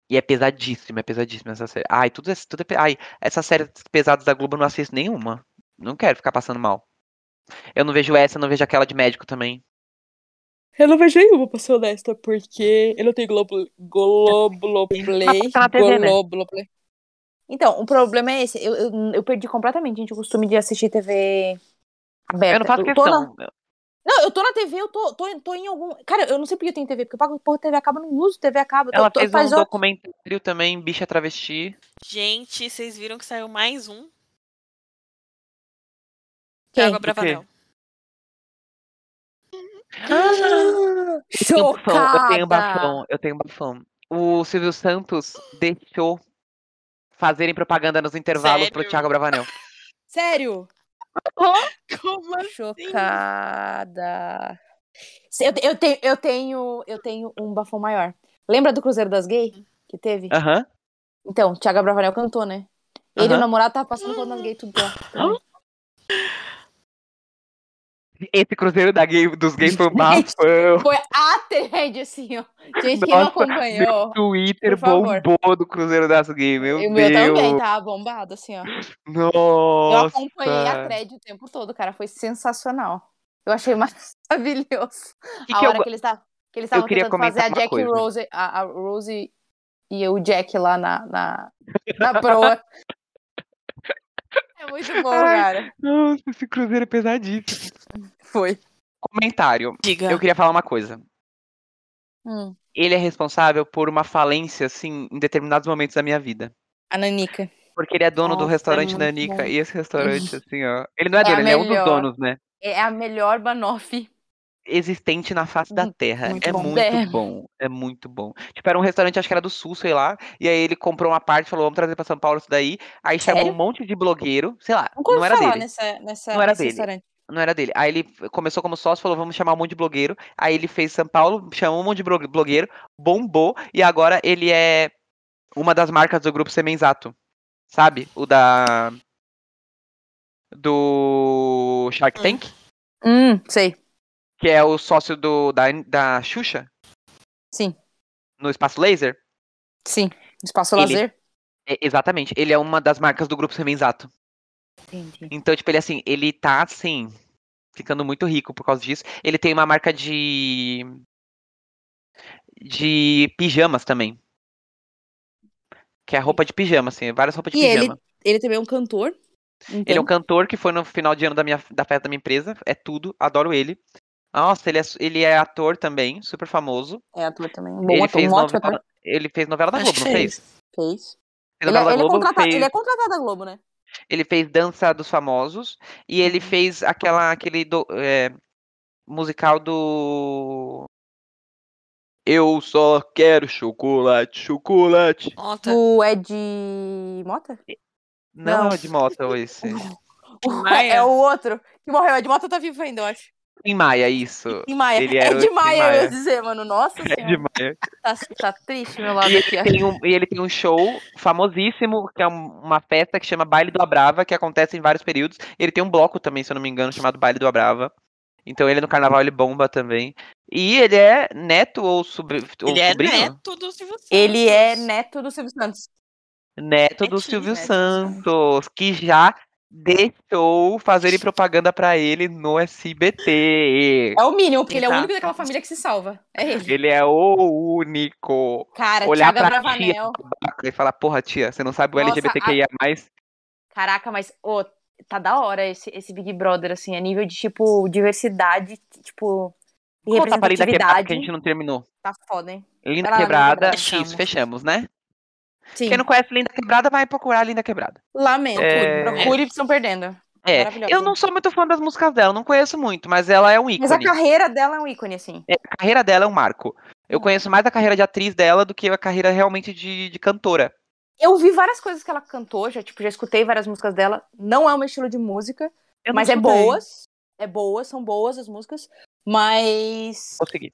E é pesadíssima, é pesadíssima essa série. Ai, tudo, é- tudo é. pe- Ai, essas séries pesadas da Globo eu não assisto nenhuma. Não quero ficar passando mal. Eu não vejo essa, eu não vejo aquela de médico também. Eu não vejo nenhuma, pra ser honesta, porque eu não tenho Globo, Globloplay. Mas tá na TV, né? Globloplay. Então, o problema é esse. Eu, eu, eu perdi completamente, gente, o costume de assistir TV aberta. Eu não faço É, tô na, questão. não, eu tô na TV, eu tô, tô, tô em algum. Cara, eu não sei porque eu tenho TV, porque eu pago por TV acaba, eu não uso TV acaba. Ela tô, tô, fez faz um horas- documentário também, Bicha Travesti. Gente, vocês viram que saiu mais um? Quem? Água Do quê? Bravanel. Ah, Tem um bafão, Eu tenho um bafão, Chocada! eu tenho um bafão. O Silvio Santos deixou fazerem propaganda nos intervalos pro Sério? Thiago Bravanel. Sério? <laughs> Como assim? Chocada. Se- Eu, te- eu, tenho, eu, tenho, eu tenho um bafão maior. Lembra do Cruzeiro das Gays que teve? Aham. Então, Thiago Bravanel cantou, né? Ele e Aham. Ah. o namorado tava passando por nas gays tudo lá. Esse Cruzeiro da gay, dos gays foi um bafão. Foi a <laughs> trend, assim, ó. Gente, quem não Nossa, acompanhou? Twitter Por favor. bombou do Cruzeiro das gays, meu E Deus. o meu também tava bombado, assim, ó. Eu Nossa. acompanhei a thread o tempo todo, cara. Foi sensacional. Eu achei <laughs> maravilhoso. O que a que eu hora go- que eles estavam que eles estavam queria tentando fazer comentar a uma Jack coisa. Rose, a, a Rose e o Jack lá na, na, na proa. <laughs> é muito bom, Ai. cara. Nossa, esse Cruzeiro é pesadíssimo. Foi. Comentário. Diga. Eu queria falar uma coisa. Hum, Ele é responsável por uma falência, assim, em determinados momentos da minha vida. a Nanica. Porque ele é dono do Nossa, é restaurante muito da Nica. bom. E esse restaurante, assim, ó. Ele não é É a dono, ele é um dos melhor. donos, né? É a melhor banoffee. Existente na face da Hum, terra. muito é bom. muito É. bom. É muito bom. Tipo, era um restaurante, acho que era do Sul, sei lá. E aí ele comprou uma parte, falou, vamos trazer pra São Paulo isso daí. Aí chamou Sério? um monte de blogueiro, sei lá. Nunca Não ouvi era falar né? dele. nessa, nessa, Não era nesse dele. restaurante. Não era dele. Aí ele f- começou como sócio, falou, vamos chamar um monte de blogueiro. Aí ele fez São Paulo, chamou um monte de blo- blogueiro, bombou. E agora ele é uma das marcas do grupo Semenzato. Sabe? O da... do Shark Hum. Tank, Hum, sei. que é o sócio do, da, da Xuxa. Sim. No Espaço Laser. Sim. Espaço Ele- lazer. É, exatamente. Ele é uma das marcas do grupo Semenzato. Entendi. Então, tipo, ele assim, ele tá assim, ficando muito rico por causa disso. Ele tem uma marca de. de pijamas também. Que é roupa de pijama, assim, várias roupas de E pijama. ele, ele também é um cantor. Ele é um Então, cantor que foi no final de ano da, minha, da festa da minha empresa. É tudo, adoro ele. Nossa, ele é, su- ele é ator também, super famoso. é ator também. Bom ele, ator, fez um ótimo ator. novela, ele fez novela da Acho Globo, que não é fez? isso. Fez. Fez Ele, novela da ele é Globo, contrata- fez- ele é contratado da Globo, né? ele fez Dança dos Famosos e ele Uhum. fez aquela, aquele do- é, musical do. Eu só quero chocolate, chocolate. Nota. O Ed é Mota? É Não, Não. é de moto <laughs> esse. Maia. É o outro que morreu. Ed Mota tá vivo ainda, eu acho. Em Maia, isso. Tim Maia. Ele era o Ed Tim Maia, Maia. eu ia dizer, mano. Nossa <laughs> É senhora. de Maia. Tá, tá triste meu lado E aqui. ó. Tem um- e ele tem um show famosíssimo, que é um- uma festa que chama Baile do Abrava, que acontece em vários períodos. Ele tem um bloco também, se eu não me engano, chamado Baile do Abrava. Então ele no carnaval ele bomba também. E ele é neto ou, sobri- ou Ele é sobrinho? neto do Silvio Santos. Ele é neto do Silvio Santos. Neto do Netinho, Silvio neto do Santos, que já deixou fazerem propaganda pra ele no SBT. É o mínimo, porque ele é o Exato. único daquela família que se salva. É ele. Ele é o único. Cara, Olhar Thiaga pra Bravanel. E falar, porra, tia, você não sabe o Nossa, LGBTQIA+. Caraca, mas ô, tá da hora esse, esse Big Brother, assim, a nível de, tipo, diversidade, tipo, e Conta pra Linda Quebrada, que a representatividade. gente não terminou. Tá foda, hein? Linda Vai lá, Linda Quebrada, Quebrada. isso, Fechamos. fechamos, né? Sim, Quem não conhece Linda Quebrada, vai procurar Linda Quebrada. lamento. É. Procure, estão perdendo. É, Maravilhosa. eu não sou muito fã das músicas dela, não conheço muito, mas ela é um ícone. Mas a carreira dela é um ícone, assim. É, a carreira dela é um marco. Eu conheço mais a carreira de atriz dela do que a carreira realmente de, de cantora. Eu vi várias coisas que ela cantou, já, tipo, já escutei várias músicas dela. Não é o meu estilo de música, Eu não mas é escutei. boas. É boas, são boas as músicas. Mas, Consegui.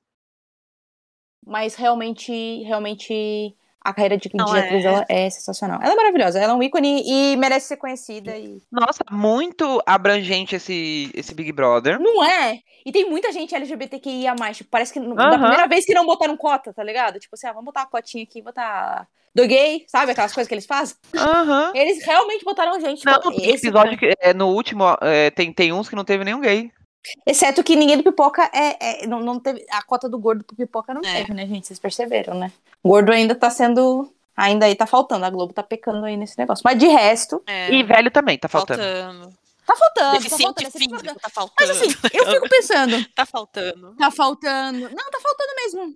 mas realmente, realmente a carreira de, de Não, é. atriz dela é sensacional. Ela é maravilhosa, ela é um ícone e merece ser conhecida. E... Nossa, muito abrangente esse, esse Big Brother. Não é? E tem muita gente LGBTQIA+, tipo, parece que n- da Aham. primeira vez que não botaram cota, tá ligado? Tipo assim, ah, vamos botar uma cotinha aqui, botar do gay, sabe aquelas coisas que eles fazem? Aham. Eles realmente botaram gente, Não, tipo, tem esse- episódio que, é, no último é, tem, tem uns que não teve nenhum gay. exceto que ninguém do Pipoca é, é- não, não teve, a cota do gordo pro Pipoca não É. teve, né, gente? Vocês perceberam, né? O gordo ainda tá sendo, ainda aí tá faltando, a Globo tá pecando aí nesse negócio. Mas de resto, É, E velho também, tá faltando. faltando. tá faltando, tá Deficiente faltando. esse físico, programa. tá faltando. Mas assim, eu fico pensando, tá faltando. tá faltando, não, tá faltando mesmo.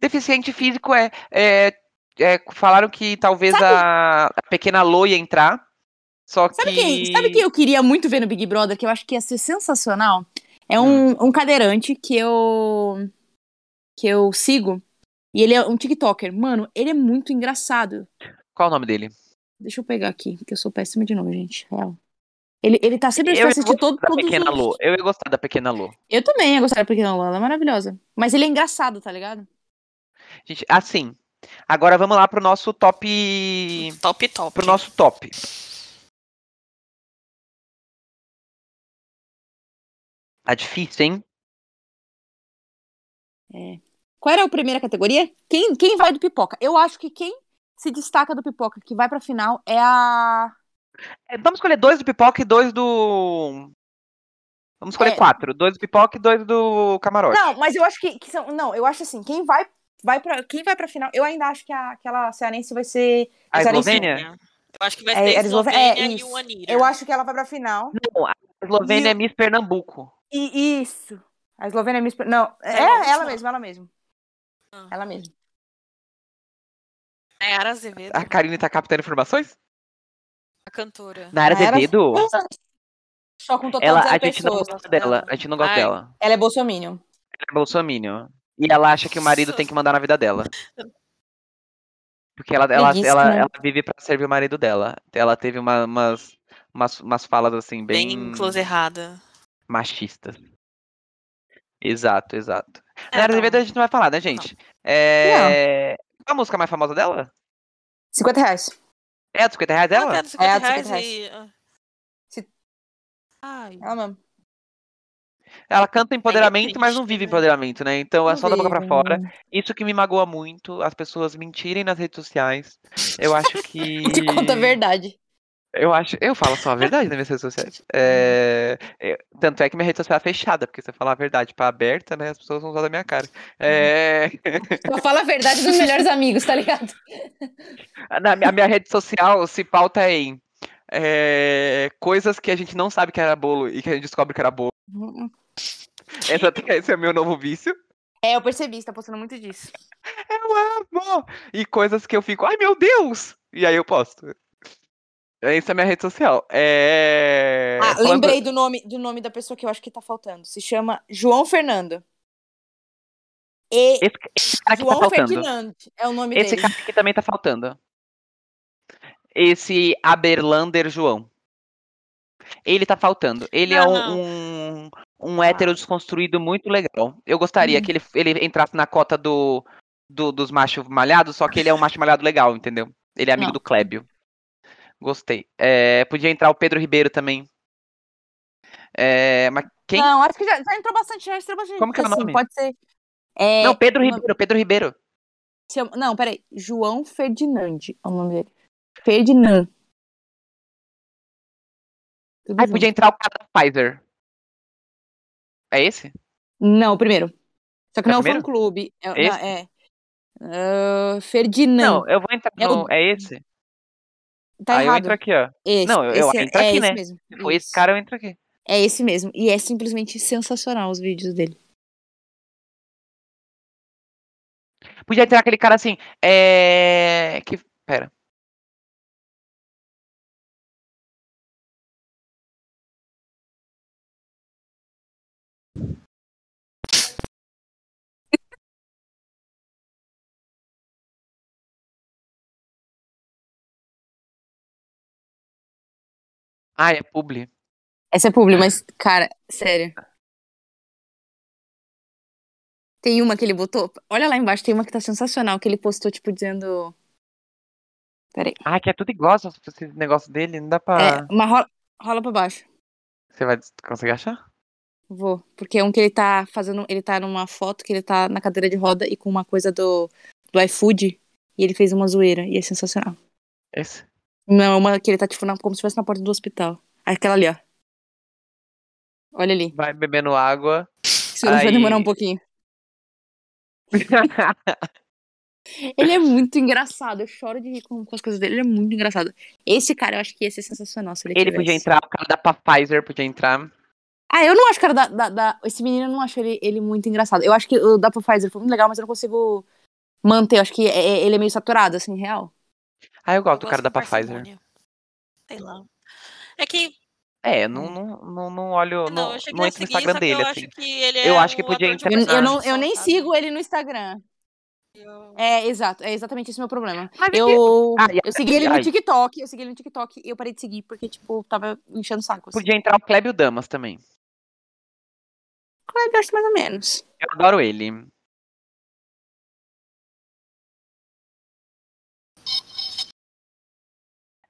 Deficiente físico é. é- é, falaram que talvez Sabe- a, a pequena Lô ia entrar. Só Sabe que. quem, sabe quem eu queria muito ver no Big Brother, que eu acho que ia ser sensacional? É Hum. um, um cadeirante que eu que eu sigo e ele é um TikToker. Mano, ele é muito engraçado. Qual o nome dele? Deixa eu pegar aqui, porque eu sou péssima de nome, gente. Real. Ele, ele tá sempre Eu ia assistindo todo, Da todos pequena os... Lô. Eu ia gostar da pequena Lô. Eu também ia gostar da Pequena Lola, ela é maravilhosa. Mas ele é engraçado, tá ligado? Gente, assim. Agora vamos lá pro nosso top. Top, top. Pro nosso top. Tá difícil, hein? Qual era a primeira categoria? Quem, quem vai do pipoca? Eu acho que quem se destaca do pipoca, que vai pra final, é a. É, Vamos escolher dois do pipoca e dois do. Vamos escolher É. quatro. Dois do pipoca e dois do camarote. Não, mas eu acho que, que são. Não, eu acho assim, quem vai, vai pra. Quem vai pra final, eu ainda acho que a, aquela cearense vai ser. a mas era em Eslovênia? Eu acho que vai É, ser era Eslovê- é, Eslovênia e isso. o Anira. Eu acho que ela vai pra final. Não, a Eslovênia E- é Miss Pernambuco. E isso. A Eslovênia é Miss. Pe- Não, é, É ela ela mesma. mesma, ela mesma. Ah. Ela mesma. Nayara É, Azevedo, né? A Karine tá captando informações? a cantora. Na área Nayara- Azevedo? Só com um total Ela, de a zero gente não pessoas. gosta dela. A gente não gosta Ai. dela. Ela é bolsominion. Ela é bolsominion. E ela acha que o marido tem que mandar na vida dela. Porque ela, ela, Preguiça, ela, né? ela vive pra servir o marido dela. Ela teve uma- umas, umas, umas falas assim, Bem, bem, close errada. machistas. Exato, exato. É, na área não. Azevedo a gente não vai falar, né, gente? É... Qual a música mais famosa dela? 50 reais. É a dos 50 reais Ela dela? pega 50 É, reais 50 e- Ai, Ela mesmo. Ela canta empoderamento, mas não triste, vive né? empoderamento, né? Então é Não só da boca pra vive, fora. Isso que me magoa muito, as pessoas mentirem nas redes sociais. Eu acho que. Te conta a verdade. Eu acho, eu falo só a verdade nas minhas redes sociais. É, é, tanto é que minha rede social é fechada, porque se eu falar a verdade pra aberta, né, as pessoas vão usar da minha cara. É, Só fala a verdade dos melhores amigos, tá ligado? na mi- a minha rede social se pauta em é, coisas que a gente não sabe que era bolo e que a gente descobre que era bolo. Essa- esse é o meu novo vício. É, eu percebi, você tá postando muito disso. Bom, e coisas que eu fico, ai meu Deus! E aí eu posto. Essa é a minha rede social. É, ah, falando- lembrei do nome, do nome da pessoa que eu acho que tá faltando. Se chama João Fernando. E Esse, esse cara que tá João faltando. Ferdinand é o nome Esse dele. cara aqui também tá faltando. Esse Aberlander João. Ele tá faltando. Ele é Ah, um- não. um, um hétero desconstruído muito legal. Eu gostaria que ele, ele entrasse na cota do, do- dos machos malhados, só que ele é um macho malhado legal, entendeu? Ele é amigo Não. do Clébio. Gostei. É, podia entrar o Pedro Ribeiro também. É, mas quem? Não, acho que já, já entrou bastante, já entrou bastante. Como que é o assim, nome? Pode ser. É, Não, Pedro uma- Ribeiro, Pedro Ribeiro. chama- não, peraí. João Ferdinand é o nome dele. Ferdinand. Tudo Ai, junto. podia entrar o cara da Pfizer. É esse? Não, o primeiro. Só que É o não é o primeiro? fã-clube. É, Esse? não, é. Ah, Ferdinand. Não, eu vou entrar É o- no. É esse? tá Aí eu errado. entro aqui, ó. Esse, Não, eu- eu esse é- entro é aqui, esse né? mesmo. Se for esse Isso. cara, eu entro aqui. É esse mesmo. E é simplesmente sensacional os vídeos dele. Podia entrar aquele cara assim. É. Que. Pera. Ah, é publi. Essa é publi, mas, cara, sério. Tem uma que ele botou. Olha lá embaixo, tem uma que tá sensacional, que ele postou, tipo, dizendo. Ah, que é tudo igual essas- esse negócio dele. Não dá pra. É, uma rola, rola pra baixo. Você vai conseguir achar? Vou. Porque é um que ele tá fazendo. Ele tá numa foto que ele tá na cadeira de roda e com uma coisa do, do iFood. E ele fez uma zoeira. E é sensacional. Esse? Não, é uma que ele tá, tipo, na- como se estivesse na porta do hospital. Aquela ali, ó. Olha ali. Vai bebendo água. <laughs> Isso vai Aí. demorar um pouquinho. Ele é muito engraçado. Eu choro de rir com, com as coisas dele. Ele é muito engraçado. Esse cara, eu acho que ia ser sensacional se ele, ele tivesse. podia então. entrar, o cara da Pfizer podia entrar. Ah, eu não acho o cara da, da- da- Esse menino, eu não acho ele, ele muito engraçado. Eu acho que o da Pfizer foi muito legal, mas eu não consigo manter. Eu acho que é- é- ele é meio saturado, assim, real. Ah, eu eu gosto do cara gosto da com Pfizer. parcimônia. Sei lá. É que É, não, não, não, não olho. não, Não, eu cheguei não a entro no seguir, Instagram só que dele, eu assim. acho que ele é Eu acho que um podia ator de entrar- Eu, eu não, personagem eu só, nem sabe? sigo ele no Instagram. Eu- É, exato. É exatamente esse o meu problema. Mas é que- Eu, Ah, e aí- eu segui ele aí? no TikTok. Eu segui ele no TikTok e eu parei de seguir porque, tipo, tava enchendo o saco. Assim. Podia entrar o Clébio Damas também. Eu acho mais ou menos. Eu adoro ele.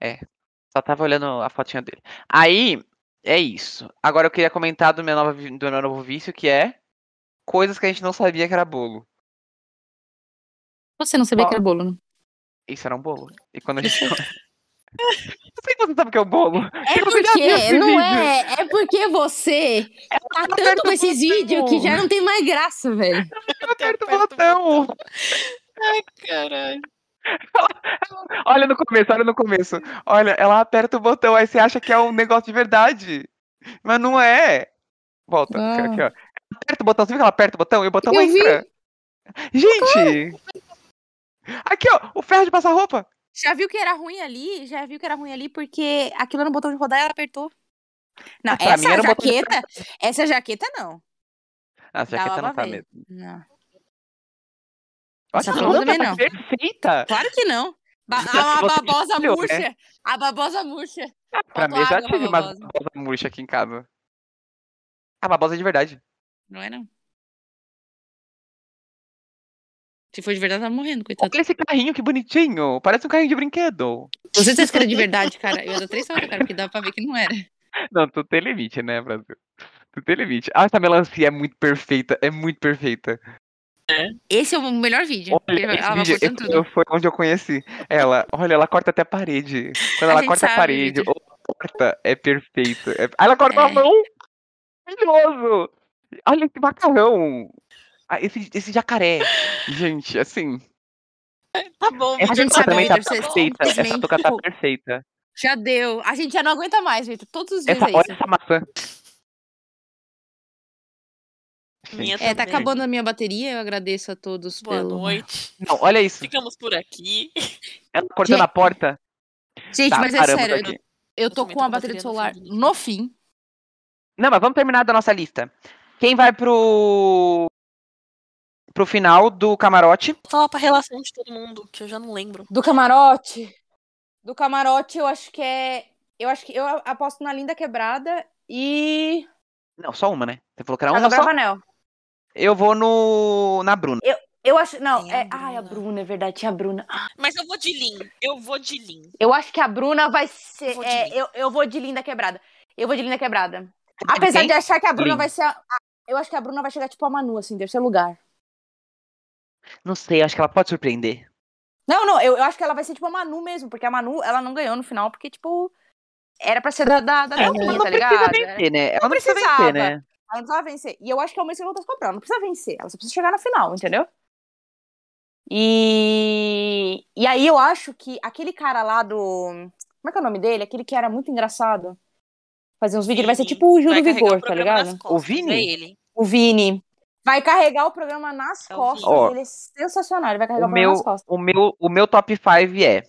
É, só tava olhando a fotinha dele. Aí, é isso. Agora eu queria comentar do meu novo, vi- do meu novo vício, que é coisas que a gente não sabia que era bolo. Você não sabia Ó. que era bolo, né? Isso era um bolo. E quando a <laughs> gente. Eu sei que você sabe o que é o bolo. É Eu não sabia porque, desse não vídeo. é, é porque você tá tanto com esses vídeos que já não tem mais graça, velho. Eu aperto o aperto o botão. Caralho. Olha no começo, olha no começo. Olha, ela aperta o botão, aí você acha que é um negócio de verdade. Mas não é. Volta, aqui, Ah. aqui, ó. Ela Aperta o botão, você viu que ela aperta o botão e o botão Eu vi. entra. Gente! Aqui, ó, o ferro de passar roupa. Já viu que era ruim ali? Já viu que era ruim ali porque aquilo era um botão de rodar e ela apertou. Não, Mas pra mim essa era um botão de jaqueta, essa jaqueta não. Ah, essa jaqueta Dava não tá pra ver. mesmo. Não. Olha, Essa a blusa Luca também tá não. perfeita. Claro que não. é Ba- Já a, a que você babosa escolheu, né? murcha. A babosa murcha. Pra Faltou mim, eu já água pra tive uma babosa. babosa murcha aqui em casa. A babosa de verdade. Não é não. Se for de verdade, tá morrendo, coitado. Olha esse carrinho, que bonitinho. Parece um carrinho de brinquedo. Não sei se essa cara de verdade, cara. Eu ia dar três horas, cara, porque dava pra ver que não era. Não, tu tem limite, né, Brasil? Tu tem limite. Ah, essa melancia é muito perfeita, é muito perfeita. Esse é o melhor vídeo. Olha, Ela esse vai vídeo cortando eu- tudo. eu- foi onde eu conheci ela. Olha, ela corta até a parede. Quando A ela gente corta a sabe, parede, Vitor. ou corta, é perfeito. É... Ah, Ela corta a É. mão! Maravilhoso! Olha esse macarrão! Ah, esse, esse jacaré. Gente, assim. Tá bom, A Essa gente touca sabe, também tá Vitor, vocês perfeita. Essa simplesmente, touca tá tipo, perfeita. Já deu. A gente já não aguenta mais, Vitor. Todos os dias Essa, é olha isso. essa maçã. Minha Gente, É, tá também. acabando a minha bateria. Eu agradeço a todos Boa pelo. noite. Não, olha isso. Ficamos por aqui. Ela tá cortando a porta. Gente, Tá, mas é paramos sério, eu, aqui. eu tô também com a bateria do no celular fundo. no fim. Não, mas vamos terminar da nossa lista. Quem vai pro. pro final do camarote? Volta lá pra relação de todo mundo, que eu já não lembro. Do camarote. Do camarote, eu acho que é. Eu acho que eu aposto na linda quebrada e. Não, só uma, né? Você falou que era A uma só. Gabravanel. Eu vou no. na Bruna. Eu acho. Não, Tem a é. Ai, a Bruna. Bruna, é verdade, tinha a Bruna. Mas eu vou de Lin. Eu vou de Lin. Eu acho que a Bruna vai ser. Vou de é, Lin. eu, eu vou de linda quebrada. Eu vou de linda quebrada. Apesar Quem? de achar que a Bruna Lin. vai ser. a- a- eu acho que a Bruna vai chegar tipo a Manu, assim, terceiro lugar. Não sei, acho que ela pode surpreender. Não, não, eu, eu acho que ela vai ser tipo a Manu mesmo, porque a Manu, ela não ganhou no final, porque, tipo, era pra ser da, da, da É, Ela Thelminha, não tá precisa ligado? Era- vencer, né? Ela não precisa precisava. vencer, né? Ela não precisava vencer. E eu acho que é o mesmo que acontece com a Bruna, ela não precisa vencer, ela só precisa chegar na final, entendeu? E... E aí eu acho que aquele cara lá do... Como é que é o nome dele? Aquele que era muito engraçado. Fazer uns vídeos, ele vai ser Vini. tipo o Vai Júlio carregar o Vigor, tá programa nas ligado? costas, O Vini? É ele. O Vini. Vai carregar o programa nas É o costas. Vini. Ó, ele é sensacional, ele vai carregar O o, programa nas meu, costas. o, meu, o meu top 5 é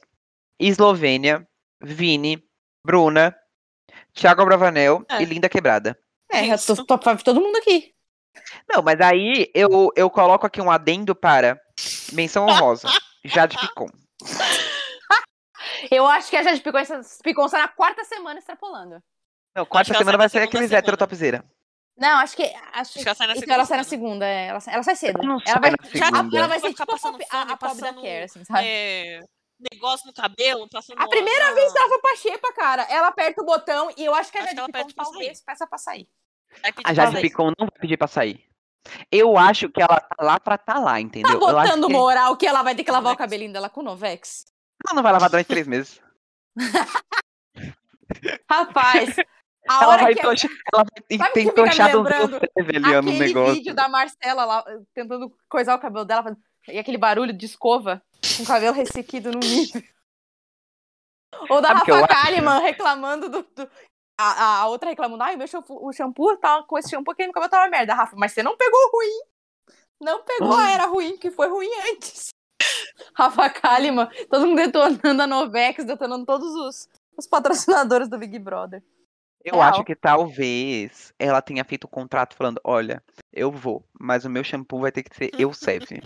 Eslovênia, Vini, Bruna, Thiago Bravanel É. e Linda Quebrada. É, eu Isso. tô top five de todo mundo aqui. Não, mas aí eu, eu coloco aqui um adendo para menção <laughs> honrosa. Jade Picon. Eu acho que a Jade Picon está, Picon está na quarta semana extrapolando. Não, Acho que quarta ela semana sai vai na ser é segunda aqueles semana. hétero topzeira. Não, acho que. Acho Acho, que ela sai na então segunda ela sai na semana. segunda, é. Ela, sai- ela sai cedo. Não ela sai vai. na Já- segunda. Ela vai ser Vai tipo ficar a passando pop- a, fome, a pop da passando- Care, assim, sabe? É, negócio no cabelo, passando. A primeira óleo. vez que ela foi pra xepa, cara, ela aperta o botão e eu acho que a Acho que Jade ela Picon pede pra sair. talvez peça pra sair. Vai tipo pedir A pra Jade sair. Picon não vai pedir pra sair. Eu acho que ela tá lá pra tá lá, Tá entendeu? Eu acho botando que- moral que ela vai ter que lavar o Novex. cabelinho dela com Novex? Ela não vai lavar durante três meses. <laughs> Rapaz, a Ela hora vai, que. tocha- ela vai Sabe o que tem fica tochado me lembrando? você, velho, no Aquele negócio. vídeo da Marcela lá eh, tentando coisar o cabelo dela fazendo- e aquele barulho de escova com o cabelo ressequido no nível. <laughs> Ou da Sabe o que eu Rafa acho? Kalimann reclamando do. do- A, a outra reclamando, ai, meu shampoo, o shampoo tá com esse shampoo que meu cabelo tava uma merda, Rafa. Mas você não pegou o ruim. Não pegou Hum. a era ruim, que foi ruim antes. <laughs> Rafa Kalimann, todo mundo detonando a Novex, detonando todos os, os patrocinadores do Big Brother. Eu Real. acho que talvez ela tenha feito o contrato falando, olha, eu vou, mas o meu shampoo vai ter que ser eu <laughs> serve.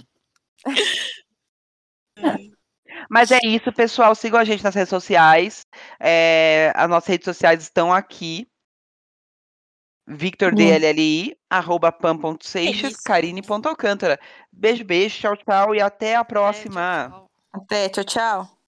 mas é isso, pessoal. Sigam a gente nas redes sociais. É, as nossas redes sociais estão aqui. Victor DLLI, arroba É pam.seixas, isso. carine.alcântara. Beijo, beijo, tchau, tchau e até a É, próxima. tipo, tchau, tchau. Até, tchau, tchau.